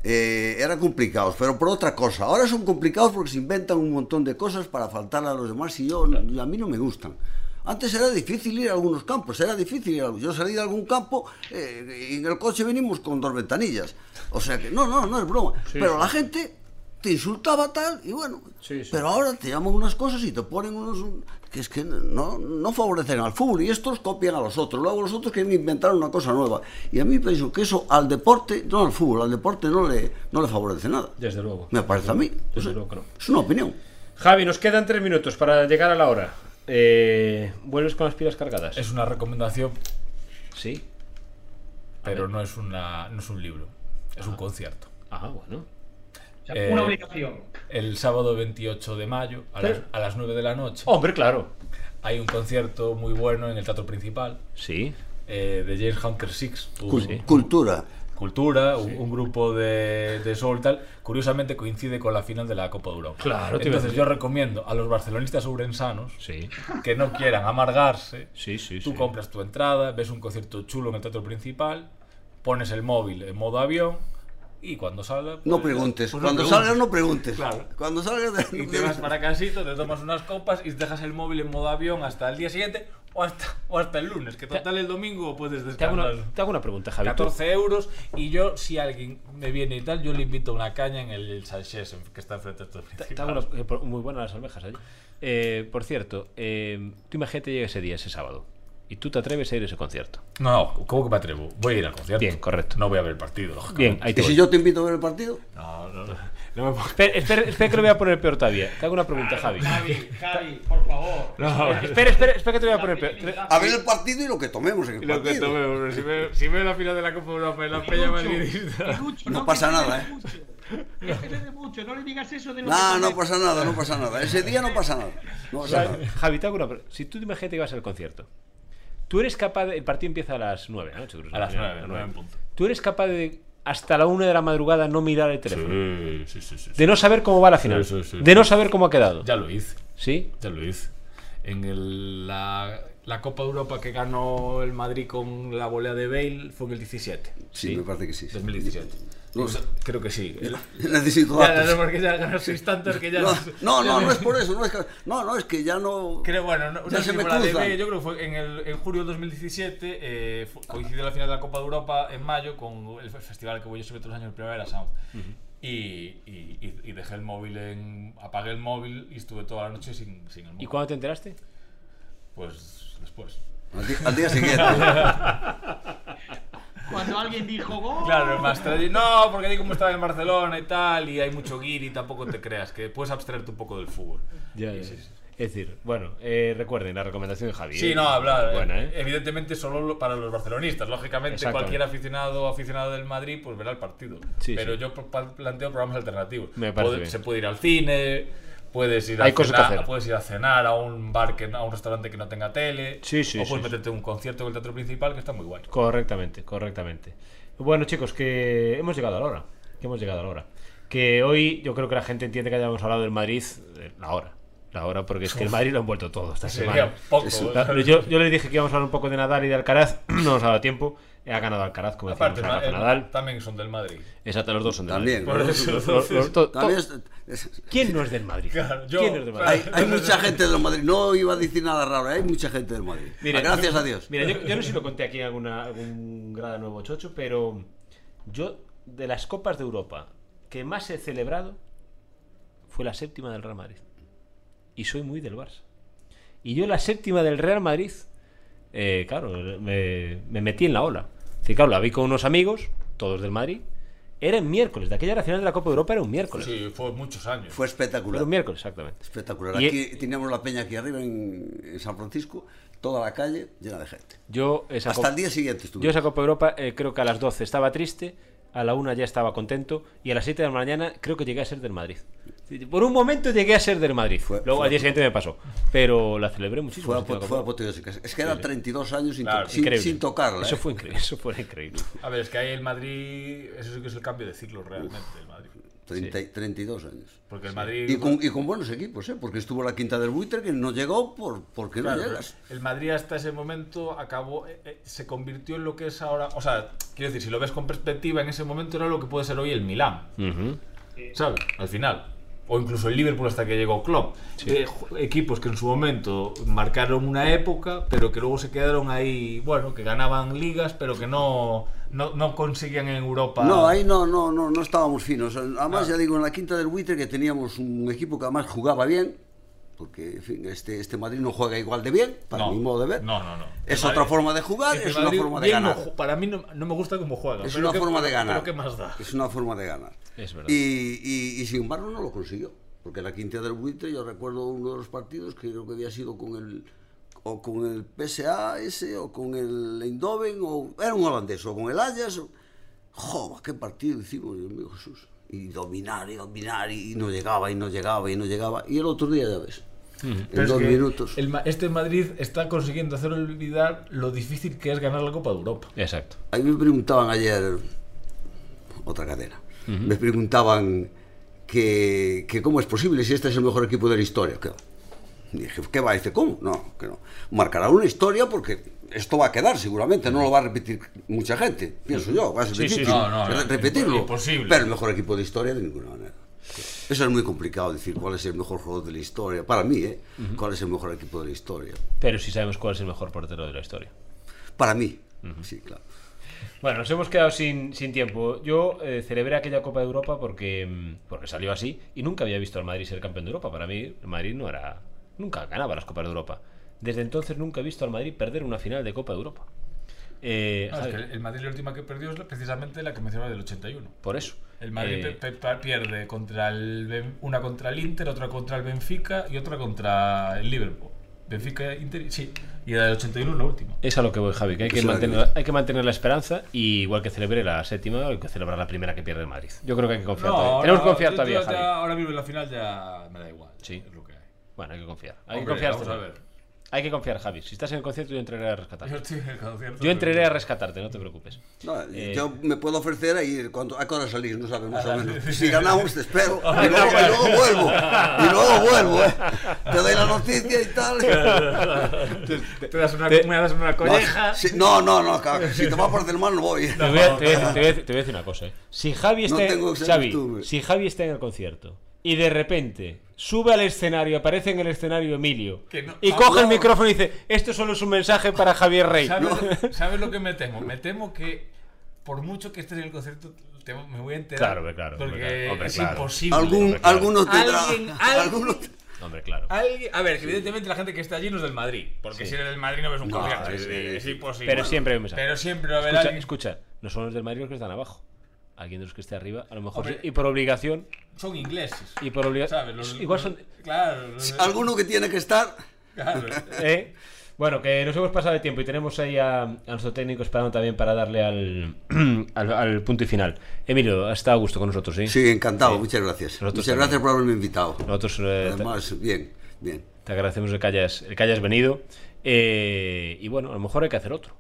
Speaker 5: eh, eran complicados, pero por otra cosa. Ahora son complicados porque se inventan un montón de cosas para faltar a los demás y yo, a mí no me gustan. Antes era difícil ir a algunos campos, era difícil ir a- Yo salí de algún campo eh, y en el coche venimos con dos ventanillas. O sea que, no, no, no es broma.
Speaker 2: Sí.
Speaker 5: Pero la gente te insultaba tal y bueno,
Speaker 2: Sí, sí.
Speaker 5: pero ahora te llaman unas cosas y te ponen unos un- que es que no, no favorecen al fútbol y estos copian a los otros, luego los otros quieren inventar una cosa nueva. Y a mí pienso que eso al deporte, no al fútbol, al deporte no le, no le favorece nada.
Speaker 2: Desde luego.
Speaker 5: Me parece a mí.
Speaker 2: Desde
Speaker 5: O sea,
Speaker 2: luego que no.
Speaker 5: Es una opinión.
Speaker 2: Javi, nos quedan tres minutos para llegar a la hora. Eh, ¿Vuelves con las pilas cargadas?
Speaker 4: Es una recomendación,
Speaker 2: Sí.
Speaker 4: pero no es, una, no es un libro. Es un concierto.
Speaker 2: Ah, bueno.
Speaker 3: O sea,
Speaker 4: Eh,
Speaker 3: una obligación.
Speaker 4: El sábado 28 de mayo, a las,
Speaker 2: Pero-
Speaker 4: a las 9 de la noche,
Speaker 2: Hombre, claro.
Speaker 4: hay un concierto muy bueno en el teatro principal
Speaker 2: Sí.
Speaker 4: eh, de James Hunter Six. un-
Speaker 5: Cul- Cultura.
Speaker 4: Cultura, un, un grupo de, de soul tal, curiosamente coincide con la final de la Copa de Europa.
Speaker 2: Claro, te iba a
Speaker 4: Entonces
Speaker 2: decir.
Speaker 4: yo recomiendo a los barcelonistas ourensanos
Speaker 2: Sí.
Speaker 4: que no quieran amargarse.
Speaker 2: Sí, sí,
Speaker 4: Tú
Speaker 2: sí.
Speaker 4: compras tu entrada, ves un concierto chulo en el teatro principal, pones el móvil en modo avión y cuando salga... pues,
Speaker 5: No preguntes.
Speaker 4: pues
Speaker 5: Cuando salgas no preguntes.
Speaker 4: Claro.
Speaker 5: Cuando salgas de-
Speaker 4: Y te vas para casito, te tomas unas copas y dejas el móvil en modo avión hasta el día siguiente o hasta, o hasta el lunes, que total el domingo puedes
Speaker 2: Te hago,
Speaker 4: descansar.
Speaker 2: una, te hago una pregunta, Javi. ¿Tú-
Speaker 4: 14 euros y yo, si alguien me viene y tal, yo le invito una caña en el Sánchez que está enfrente a estos
Speaker 2: Te- te hago unas- eh, por- muy buenas las almejas allí. Eh, por cierto, eh, tú imagínate llega ese día, ese sábado, y tú te atreves a ir a ese concierto.
Speaker 4: No, no, ¿cómo que me atrevo? Voy a ir al concierto.
Speaker 2: Bien, correcto.
Speaker 4: No voy a ver el partido,
Speaker 2: Bien,
Speaker 4: lógicamente.
Speaker 2: ahí te
Speaker 5: ¿Y si
Speaker 2: voy.
Speaker 5: yo te invito a ver el partido?
Speaker 4: No, no, no. no me Ah, pongas-
Speaker 2: Espera, espera, espera que lo voy a poner peor todavía. Te hago una pregunta, Javi. Eh,
Speaker 3: Javi, Javi, por favor.
Speaker 2: Espera, espera, espera que te voy a poner peor. Te-
Speaker 5: A ver el partido y lo que tomemos en el
Speaker 4: Lo que
Speaker 5: partido.
Speaker 4: tomemos, pero si veo, si veo la final de la Copa Europa en la Peña Madridista.
Speaker 5: No pasa nada, ¿eh?
Speaker 3: Es que se de mucho, no le digas eso de lo
Speaker 5: No,
Speaker 3: que
Speaker 5: no
Speaker 3: comes.
Speaker 5: pasa nada, no pasa nada. Ese día no pasa nada. No pasa nada.
Speaker 2: Javi, te hago una pregunta. Si tú imagínate que vas al concierto, tú eres capaz de- El partido empieza a las 9, ¿no? Seguro.
Speaker 4: A las nueve,
Speaker 2: nueve.
Speaker 4: nueve en punto.
Speaker 2: Tú eres capaz de hasta la 1 de la madrugada no mirar el teléfono.
Speaker 4: Sí, sí, sí, sí.
Speaker 2: De no saber cómo va la final.
Speaker 4: Sí, sí, sí.
Speaker 2: de no saber cómo ha quedado.
Speaker 4: Ya lo hice.
Speaker 2: ¿Sí?
Speaker 4: Ya lo hice. En el- la, la Copa de Europa que ganó el Madrid con la volea de Bale fue en el 17.
Speaker 5: Sí, me parece que sí.
Speaker 4: 2017.
Speaker 5: No sé.
Speaker 4: Creo que sí. El-
Speaker 5: Necesito
Speaker 4: Ya, no,
Speaker 5: datos.
Speaker 4: no, porque ya ganó seis tantos que ya.
Speaker 5: pues, No, no, no, no es por eso. No es que, no, no, es que ya no.
Speaker 4: Creo, bueno, no, no
Speaker 5: Ya se
Speaker 4: sé
Speaker 5: me
Speaker 4: por la de
Speaker 5: cruzan.
Speaker 4: Bale, yo creo que fue en, el, en julio de 2017, eh, fu- coincidió la final de la Copa de Europa en mayo con el fe- festival que voy yo siempre todos los años, el Primavera Sound. y, y- y- y dejé el móvil en. apagué el móvil y estuve toda la noche sin, sin el móvil.
Speaker 2: ¿Y cuándo te enteraste?
Speaker 4: Pues después.
Speaker 5: Al, di- al día siguiente.
Speaker 3: Cuando alguien dijo gol.
Speaker 4: Claro, más tarde, No, porque ahí como estaba en Barcelona y tal, y hay mucho guiri, tampoco te creas, que puedes abstraerte un poco del fútbol.
Speaker 2: Ya,
Speaker 4: Y
Speaker 2: ya.
Speaker 4: sí, sí.
Speaker 2: Es decir, bueno, eh, recuerden la recomendación de Javier.
Speaker 4: Sí, no, hablar.
Speaker 2: Buena,
Speaker 4: eh,
Speaker 2: ¿eh?
Speaker 4: Evidentemente solo lo- para los barcelonistas. Lógicamente,
Speaker 2: Exactamente.
Speaker 4: cualquier aficionado o aficionado del Madrid pues verá el partido.
Speaker 2: Sí,
Speaker 4: Pero
Speaker 2: sí.
Speaker 4: yo pro- pa- planteo programas alternativos.
Speaker 2: Me parece
Speaker 4: Pod-
Speaker 2: bien.
Speaker 4: Se puede ir al cine, puedes ir,
Speaker 2: Hay
Speaker 4: a,
Speaker 2: cosas que
Speaker 4: cenar,
Speaker 2: hacer.
Speaker 4: puedes ir a cenar a un bar, que, no- a un restaurante que no tenga tele.
Speaker 2: Sí, sí,
Speaker 4: o puedes
Speaker 2: sí,
Speaker 4: meterte en un concierto en el teatro principal que está muy guay.
Speaker 2: Correctamente, correctamente. Bueno, chicos, que hemos llegado a la hora. Que hemos llegado a la hora. Que hoy yo creo que la gente entiende que hayamos hablado del Madrid eh, la hora. La hora, porque es que el Madrid lo han vuelto todo esta semana.
Speaker 4: Sería poco. ¿eh?
Speaker 5: Eso-
Speaker 2: La- Yo, yo les dije que íbamos a hablar un poco de Nadal y de Alcaraz. No nos ha dado tiempo. Ha ganado Alcaraz, como decíamos,
Speaker 4: Aparte, Eh,
Speaker 2: ha ganado
Speaker 4: el-
Speaker 2: Nadal.
Speaker 4: también son del Madrid.
Speaker 2: Exacto, los dos son de
Speaker 5: También.
Speaker 2: Madrid.
Speaker 4: Por eso,
Speaker 2: Los- los- to- to-
Speaker 5: También es-
Speaker 2: ¿Quién no es del Madrid?
Speaker 4: Claro, yo-
Speaker 2: ¿Quién no es del Madrid?
Speaker 5: hay, hay mucha gente del Madrid. No iba a decir nada raro, ¿eh? hay mucha gente del Madrid.
Speaker 2: Mira,
Speaker 5: Ah, Gracias
Speaker 2: yo-
Speaker 5: a Dios.
Speaker 2: Mira, yo, yo no sé si lo conté aquí en alguna, algún grada nuevo 88, pero yo de las copas de Europa que más he celebrado fue la séptima del Real Madrid. Y soy muy del Barça. Y yo la séptima del Real Madrid, eh, claro, me, me metí en la ola. Sí, claro, la vi con unos amigos, todos del Madrid. Era en miércoles, de aquella era final de la Copa de Europa era un miércoles.
Speaker 4: Sí, fue muchos años.
Speaker 5: Fue
Speaker 2: Era
Speaker 5: espectacular.
Speaker 2: un miércoles, exactamente.
Speaker 5: Espectacular.
Speaker 2: Y-
Speaker 4: e-
Speaker 5: Aquí teníamos la peña aquí arriba en, en San Francisco, toda la calle llena de gente.
Speaker 2: Yo esa
Speaker 5: Hasta
Speaker 2: copa-
Speaker 5: el día siguiente estuve.
Speaker 2: Yo esa Copa Europa eh, creo que a las 12 estaba triste, a la 1 ya estaba contento y a las 7 de la mañana creo que llegué a ser del Madrid. Por un momento llegué a ser del Madrid.
Speaker 5: Fue-
Speaker 2: Luego
Speaker 5: fue-
Speaker 2: al día siguiente me pasó. Pero la celebré muchísimo.
Speaker 5: Fue,
Speaker 2: esa
Speaker 5: apo-
Speaker 2: Copa
Speaker 5: fue
Speaker 2: Europa.
Speaker 5: apoteósica. Es que era 32 años sin, to-
Speaker 4: Claro,
Speaker 5: sin,
Speaker 2: Increíble.
Speaker 5: sin tocarla.
Speaker 2: Eso
Speaker 5: ¿eh?
Speaker 2: fue increíble. Eso fue increíble.
Speaker 4: A ver, es que ahí el Madrid, eso sí que es el cambio de ciclo realmente, el Madrid.
Speaker 5: 30 y- 32 años.
Speaker 4: Porque el Madrid...
Speaker 5: Y con, y con buenos equipos, ¿eh? porque estuvo la quinta del buitre que no llegó por, porque
Speaker 4: Claro, pues,
Speaker 5: no llegas.
Speaker 4: el Madrid hasta ese momento acabó, eh, eh, se convirtió en lo que es ahora. O sea, quiero decir, si lo ves con perspectiva, en ese momento era lo que puede ser hoy el Milán,
Speaker 2: Ujú.
Speaker 4: ¿sabes? Al final. O incluso el Liverpool hasta que llegó Klopp. Eh, ju- equipos que en su momento marcaron una época, pero que luego se quedaron ahí, bueno, que ganaban ligas, pero que no, no, no conseguían en Europa.
Speaker 5: No, ahí no, no, no, no estábamos finos. Además,
Speaker 4: Ah.
Speaker 5: ya digo, en la quinta del buitre que teníamos un equipo que además jugaba bien, porque en fin, este, este Madrid no juega igual de bien, para
Speaker 4: No,
Speaker 5: mi modo de ver.
Speaker 4: No, no, no. El
Speaker 5: Es otra
Speaker 4: Madrid-
Speaker 5: forma de jugar,
Speaker 4: el
Speaker 5: es una
Speaker 4: Madrid
Speaker 5: forma de
Speaker 4: bien no
Speaker 5: ganar.
Speaker 4: ju- para mí no, no me gusta cómo juega.
Speaker 5: Es
Speaker 4: pero
Speaker 5: una
Speaker 4: ¿qué-
Speaker 5: forma de ganar.
Speaker 4: Pero ¿qué más da?
Speaker 5: Es una forma de ganar.
Speaker 2: Es verdad.
Speaker 5: Y, y- y sin embargo no lo consiguió. Porque la quinta del buitre, yo recuerdo uno de los partidos que creo que había sido con el o con el PSA ese, o con el Eindhoven, o era un holandés, o con el Ajax. o- Joba, qué partido hicimos, Dios mío Jesús. Y dominar, y dominar, y no llegaba, y no llegaba, y no llegaba. Y el otro día ya ves.
Speaker 4: Pero
Speaker 5: En
Speaker 4: es
Speaker 5: dos
Speaker 4: que
Speaker 5: minutos.
Speaker 4: el Ma- este Madrid está consiguiendo hacer olvidar lo difícil que es ganar la Copa de Europa.
Speaker 2: Exacto.
Speaker 5: A mí me preguntaban ayer, otra cadena, me preguntaban que, que cómo es posible si este es el mejor equipo de la historia. Que- dije, ¿qué va? Dice, ¿cómo? No, que no. Marcará una historia porque esto va a quedar seguramente, no lo va a repetir mucha gente, pienso yo. Va a ser
Speaker 2: Sí, sí,
Speaker 5: difícil
Speaker 4: no, no,
Speaker 5: re-
Speaker 4: no,
Speaker 5: repetirlo.
Speaker 4: imposible.
Speaker 5: Pero el mejor equipo de historia de ninguna manera. Eso es muy complicado decir cuál es el mejor jugador de la historia. Para mí, ¿eh? ¿Cuál es el mejor equipo de la historia?
Speaker 2: Pero sí sabemos cuál es el mejor portero de la historia.
Speaker 5: Para mí. Sí, claro.
Speaker 2: Bueno, nos hemos quedado sin, sin tiempo. Yo eh, celebré aquella Copa de Europa porque, mm, porque salió así y nunca había visto al Madrid ser campeón de Europa. Para mí, el Madrid no era. Nunca ganaba las Copas de Europa. Desde entonces nunca he visto al Madrid perder una final de Copa de Europa. Eh,
Speaker 4: No, Ah, es
Speaker 2: Javi,
Speaker 4: que el Madrid la última que perdió es la- precisamente la que mencionaba del 81.
Speaker 2: Por eso.
Speaker 4: El Madrid
Speaker 2: Eh,
Speaker 4: pe- pe- pierde contra el Ben- una contra el Inter, otra contra el Benfica y otra contra el Liverpool. Benfica, Inter, sí. Y la del 81 es la última.
Speaker 2: Es a lo que voy, Javi, que hay que,
Speaker 5: Eso es.
Speaker 2: mantener, hay que mantener la esperanza y igual que celebre la séptima, hay que celebrar la primera que pierde el Madrid. Yo creo que hay que confiar
Speaker 4: eh.
Speaker 2: todavía. Tenemos que confiar todavía, Javi.
Speaker 4: ahora mismo en la final ya me da igual.
Speaker 2: Sí.
Speaker 4: Es lo que hay.
Speaker 2: Bueno, hay que confiar. Hay
Speaker 4: Hombre,
Speaker 2: que confiar.
Speaker 4: vamos a
Speaker 2: César.
Speaker 4: ver.
Speaker 2: Hay que confiar, Javi. Si estás en el concierto, yo entraré a rescatarte.
Speaker 4: Yo estoy en el concierto,
Speaker 2: Yo entraré a
Speaker 4: pero-
Speaker 2: rescatarte, no te preocupes.
Speaker 5: No,
Speaker 2: Eh,
Speaker 5: yo me puedo ofrecer a ir cuando a cuándo salís, no sabes más o menos.
Speaker 4: sí, sí.
Speaker 5: Si ganamos te espero
Speaker 4: Ah,
Speaker 5: y luego, y
Speaker 4: claro.
Speaker 5: luego vuelvo. Y luego vuelvo, eh. Te doy la noticia y tal.
Speaker 4: Te das una,
Speaker 2: Te-
Speaker 4: me das una colleja.
Speaker 5: No, si- no, no, no, cabrón, si te vas por del mal no voy. ¿eh?
Speaker 2: Te voy, a, te voy a- te voy a- te voy a decir una cosa. eh. Si, Javi
Speaker 5: No
Speaker 2: está,
Speaker 5: tengo que ser
Speaker 2: Xavi,
Speaker 5: youtuber.
Speaker 2: si Javi está en el concierto y de repente sube al escenario, aparece en el escenario Emilio
Speaker 4: Que no-
Speaker 2: y
Speaker 4: Ah,
Speaker 2: coge el
Speaker 4: no.
Speaker 2: micrófono y dice: Esto solo es un mensaje para Javier Rey.
Speaker 4: ¿Sabes, sabes lo que me temo? Me temo que por mucho que estés en el concierto, te- me voy a enterar.
Speaker 2: Claro, hombre, claro, hombre,
Speaker 4: Porque
Speaker 2: claro, hombre,
Speaker 4: es
Speaker 2: claro.
Speaker 4: imposible.
Speaker 5: Algún
Speaker 2: claro.
Speaker 5: alguno tendrá
Speaker 4: Alguien-
Speaker 5: alguno
Speaker 4: alguien-
Speaker 2: Hombre, claro.
Speaker 4: Alguien- a ver, que evidentemente la gente que está allí no es del Madrid. Porque
Speaker 2: Sí.
Speaker 4: si eres del Madrid no ves un
Speaker 5: No,
Speaker 4: concierto.
Speaker 5: es-
Speaker 4: Es, es imposible.
Speaker 2: Pero siempre hay un mensaje.
Speaker 4: Pero siempre va a haber
Speaker 2: Escucha,
Speaker 4: alguien.
Speaker 2: escucha, no son los del Madrid los que están abajo. Alguien de los que esté arriba, a lo mejor
Speaker 4: Hombre.
Speaker 2: sí, y por obligación
Speaker 4: son ingleses.
Speaker 2: Y por obliga-
Speaker 4: ¿sabes? Los-
Speaker 2: Igual son-
Speaker 4: Claro. los-
Speaker 5: Si Alguno que tiene que estar.
Speaker 4: claro.
Speaker 2: Eh, Bueno, que nos hemos pasado de tiempo y tenemos ahí a, a nuestro técnico esperando también para darle al, al, al punto y final. Emilio, has estado a gusto con nosotros, ¿eh? ¿sí?
Speaker 5: Sí, encantado, muchas gracias.
Speaker 2: Nosotros
Speaker 5: muchas
Speaker 2: también.
Speaker 5: gracias por haberme invitado.
Speaker 2: Nosotros eh, te-
Speaker 5: Además, bien, bien.
Speaker 2: te agradecemos el que hayas, el que hayas venido. Eh, y bueno, a lo mejor hay que hacer otro.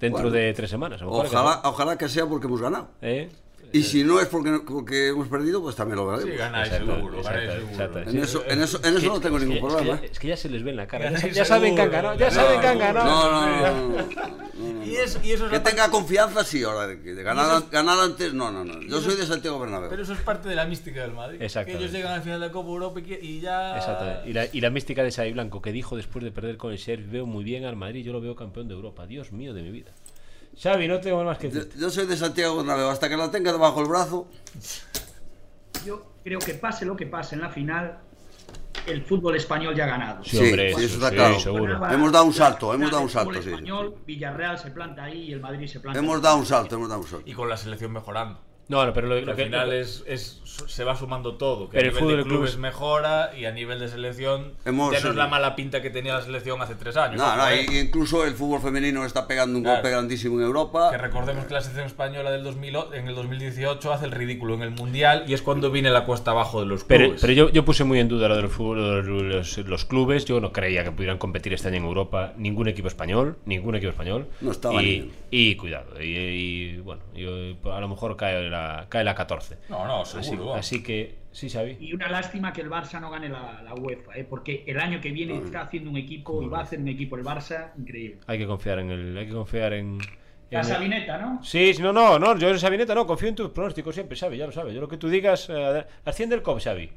Speaker 2: Dentro
Speaker 5: Bueno.
Speaker 2: de tres semanas. a lo mejor hay que
Speaker 5: Ojalá, ojalá que sea porque hemos ganado.
Speaker 2: hacer- ¿Eh?
Speaker 5: Y si no es porque, porque hemos perdido, pues también lo
Speaker 4: Sí,
Speaker 5: ganaremos.
Speaker 4: ganáis
Speaker 2: Exacto,
Speaker 4: seguro, ganáis
Speaker 2: exacto,
Speaker 4: seguro.
Speaker 2: exacto.
Speaker 5: en, eso, en eso- en eso no tengo ningún
Speaker 2: Es eh, que
Speaker 5: problema.
Speaker 2: ya-
Speaker 5: ¿eh?
Speaker 2: es que ya se les ve en la cara.
Speaker 4: Ganáis
Speaker 2: Ya, ya saben que han
Speaker 4: seguro.
Speaker 2: ganado. Ya saben que han
Speaker 4: No,
Speaker 2: ganado.
Speaker 5: No, no, no, no, no, no, no.
Speaker 4: Y eso, y eso es
Speaker 5: Que
Speaker 4: la parte-
Speaker 5: tenga confianza, sí, ahora. de que de ganar, an- ganar antes, no, no, no. Yo soy de Santiago
Speaker 4: Pero
Speaker 5: Bernabéu.
Speaker 4: eso es parte de la mística del Madrid. Que
Speaker 2: Exactamente.
Speaker 4: ellos llegan al final de la Copa Europa y que- y ya.
Speaker 2: Exactamente. Y la, y la mística de Xavi Blanco que dijo después de perder con el Sheriff, veo muy bien al Madrid, yo lo veo campeón de Europa. Dios mío de mi vida. Xavi, no tengo más que
Speaker 5: Yo,
Speaker 2: decir.
Speaker 5: yo soy de Santiago Bernabéu. Hasta que la tenga debajo del brazo,
Speaker 3: Yo creo que pase lo que pase en la final, el fútbol español ya ha ganado.
Speaker 2: Sí,
Speaker 5: Sí,
Speaker 2: hombre,
Speaker 5: sí,
Speaker 2: eso,
Speaker 5: eso está
Speaker 2: sí,
Speaker 5: claro.
Speaker 2: seguro.
Speaker 3: Ganaba
Speaker 5: Hemos dado un
Speaker 3: la
Speaker 5: salto,
Speaker 3: final
Speaker 5: hemos dado
Speaker 3: del
Speaker 5: un salto,
Speaker 3: fútbol
Speaker 5: sí.
Speaker 3: español, Villarreal se planta ahí y el Madrid se planta.
Speaker 5: hemos dado un salto, hemos dado un salto.
Speaker 6: Y con la selección mejorando.
Speaker 2: No, no, pero lo,
Speaker 6: Porque
Speaker 2: lo
Speaker 6: al
Speaker 2: que-
Speaker 6: final es, es- se va sumando todo. Que
Speaker 2: Pero
Speaker 6: a
Speaker 2: el
Speaker 6: nivel
Speaker 2: fútbol
Speaker 6: de
Speaker 2: de clubes-
Speaker 6: clubes mejora y a nivel de selección
Speaker 5: Hemos-
Speaker 6: ya no es la mala pinta que tenía la selección hace tres años.
Speaker 5: No,
Speaker 6: ojo,
Speaker 5: no,
Speaker 6: eh.
Speaker 5: y- incluso el fútbol femenino está pegando un
Speaker 6: Claro.
Speaker 5: golpe grandísimo en Europa.
Speaker 6: Que recordemos que la selección española del 2000, o- en el 2018 hace el ridículo en el Mundial y es cuando viene la cuesta abajo de los
Speaker 2: Pero,
Speaker 6: clubes.
Speaker 2: pero yo, yo puse muy en duda lo del fútbol, lo de los, los clubes. Yo no creía que pudieran competir este año en Europa ningún equipo español. Ningún equipo español.
Speaker 5: No estaba
Speaker 2: y,
Speaker 5: ninguno.
Speaker 2: y cuidado. Y, y, bueno, yo- a lo mejor cae la, cae la 14.
Speaker 6: No, no,
Speaker 2: Así,
Speaker 6: seguro. vamos.
Speaker 2: así que, sí, Xavi.
Speaker 3: Y una lástima que el Barça no gane la, la UEFA, ¿eh? porque el año que
Speaker 5: Ah.
Speaker 3: viene está haciendo un equipo y va a hacer un equipo el Barça increíble.
Speaker 2: Hay que confiar en el. Hay que confiar en.
Speaker 3: La
Speaker 2: en-
Speaker 3: Sabineta, ¿no?
Speaker 2: Sí, sí, no, no, no, yo en Sabineta no, confío en tus pronósticos siempre, Xavi, ya lo sabes. Yo lo que tú digas, eh, asciende el COP, Xavi.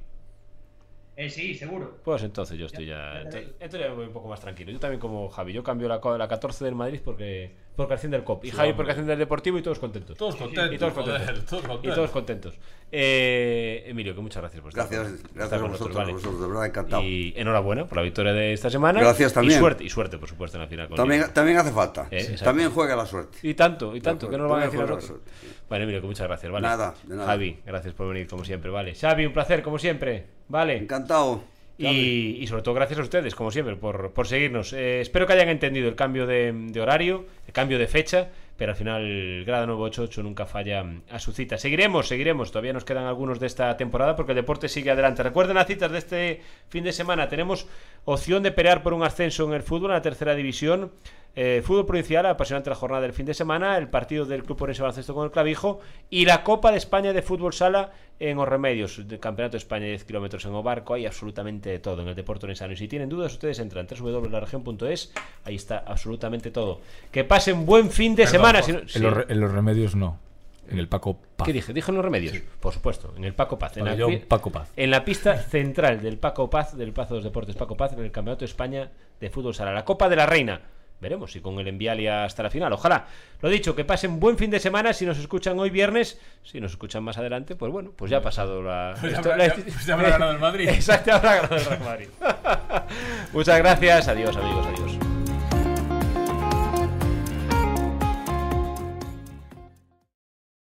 Speaker 3: Eh, sí, seguro.
Speaker 2: Pues entonces yo estoy ya.
Speaker 3: Ya, ya te
Speaker 2: Entonces, entonces ya voy un poco más tranquilo. Yo también como Javi, yo cambio la, co- la 14 del Madrid porque, porque asciende el COP. Y Javi porque asciende el Deportivo y todos contentos.
Speaker 4: Todos contentos.
Speaker 2: y todos
Speaker 4: joder,
Speaker 2: contentos.
Speaker 4: todos
Speaker 2: Y
Speaker 4: contentos.
Speaker 2: todos contentos. Eh, Emilio, que muchas gracias por estar
Speaker 5: Gracias,
Speaker 2: con- estar
Speaker 5: gracias a
Speaker 2: con nosotros,
Speaker 5: vosotros,
Speaker 2: vale.
Speaker 5: a vosotros, de verdad encantado.
Speaker 2: Y enhorabuena por la victoria de esta semana.
Speaker 5: Gracias también.
Speaker 2: Y suerte, y suerte, por supuesto, en la final. con
Speaker 5: También,
Speaker 2: Liverpool.
Speaker 5: también hace falta.
Speaker 2: Eh, exacto.
Speaker 5: también juega la suerte.
Speaker 2: Y tanto, y tanto,
Speaker 5: Tampoco-
Speaker 2: que no lo van a decir
Speaker 5: tampoco
Speaker 2: a nosotros.
Speaker 5: la
Speaker 2: Vale, Emilio, que muchas gracias, ¿vale?
Speaker 5: Nada, de nada.
Speaker 2: Javi, gracias por venir, como siempre, ¿vale? Xavi, un placer, como siempre, ¿vale?
Speaker 5: Encantado.
Speaker 2: Y, y sobre todo gracias a ustedes, como siempre, por, por seguirnos. Eh, espero que hayan entendido el cambio de, de horario, el cambio de fecha, pero al final Grada 988 nunca falla mm, a su cita. Seguiremos, seguiremos. Todavía nos quedan algunos de esta temporada porque el deporte sigue adelante. Recuerden las citas de este fin de semana. Tenemos opción de pelear por un ascenso en el fútbol, en la tercera división. Eh, fútbol provincial, apasionante la jornada del fin de semana, el partido del Club Orense Baloncesto con el Clavijo y la Copa de España de Fútbol Sala en Orremedios, del Campeonato de España de 10 kilómetros en Obarco, hay absolutamente de todo en el deporte orensano. Y si tienen dudas, ustedes entran www.laregion.es, ahí está absolutamente todo. Que pasen buen fin de semana. si no- sí.
Speaker 4: En, los, re- en los remedios no. En el Paco Paz.
Speaker 2: ¿Qué dije? Dije en los remedios, por supuesto, en el Paco Paz. En
Speaker 4: Pabellón
Speaker 2: pi-
Speaker 4: Paco Paz.
Speaker 2: en la pista central del Paco Paz, del Plazo de los Deportes Paco Paz, en el Campeonato de España de Fútbol Sala. La Copa de la Reina. Veremos si con el Envialia hasta la final. Ojalá. Lo dicho, que pasen buen fin de semana. Si nos escuchan hoy viernes, si nos escuchan más adelante, pues bueno, pues ya ha pasado la.
Speaker 4: Pues ya
Speaker 2: esto-
Speaker 4: habrá-
Speaker 2: la-
Speaker 4: ya- pues ya habrá ganado el Madrid.
Speaker 2: Exacto, habrá ganado el Real Madrid. Muchas gracias. Adiós, amigos. Adiós.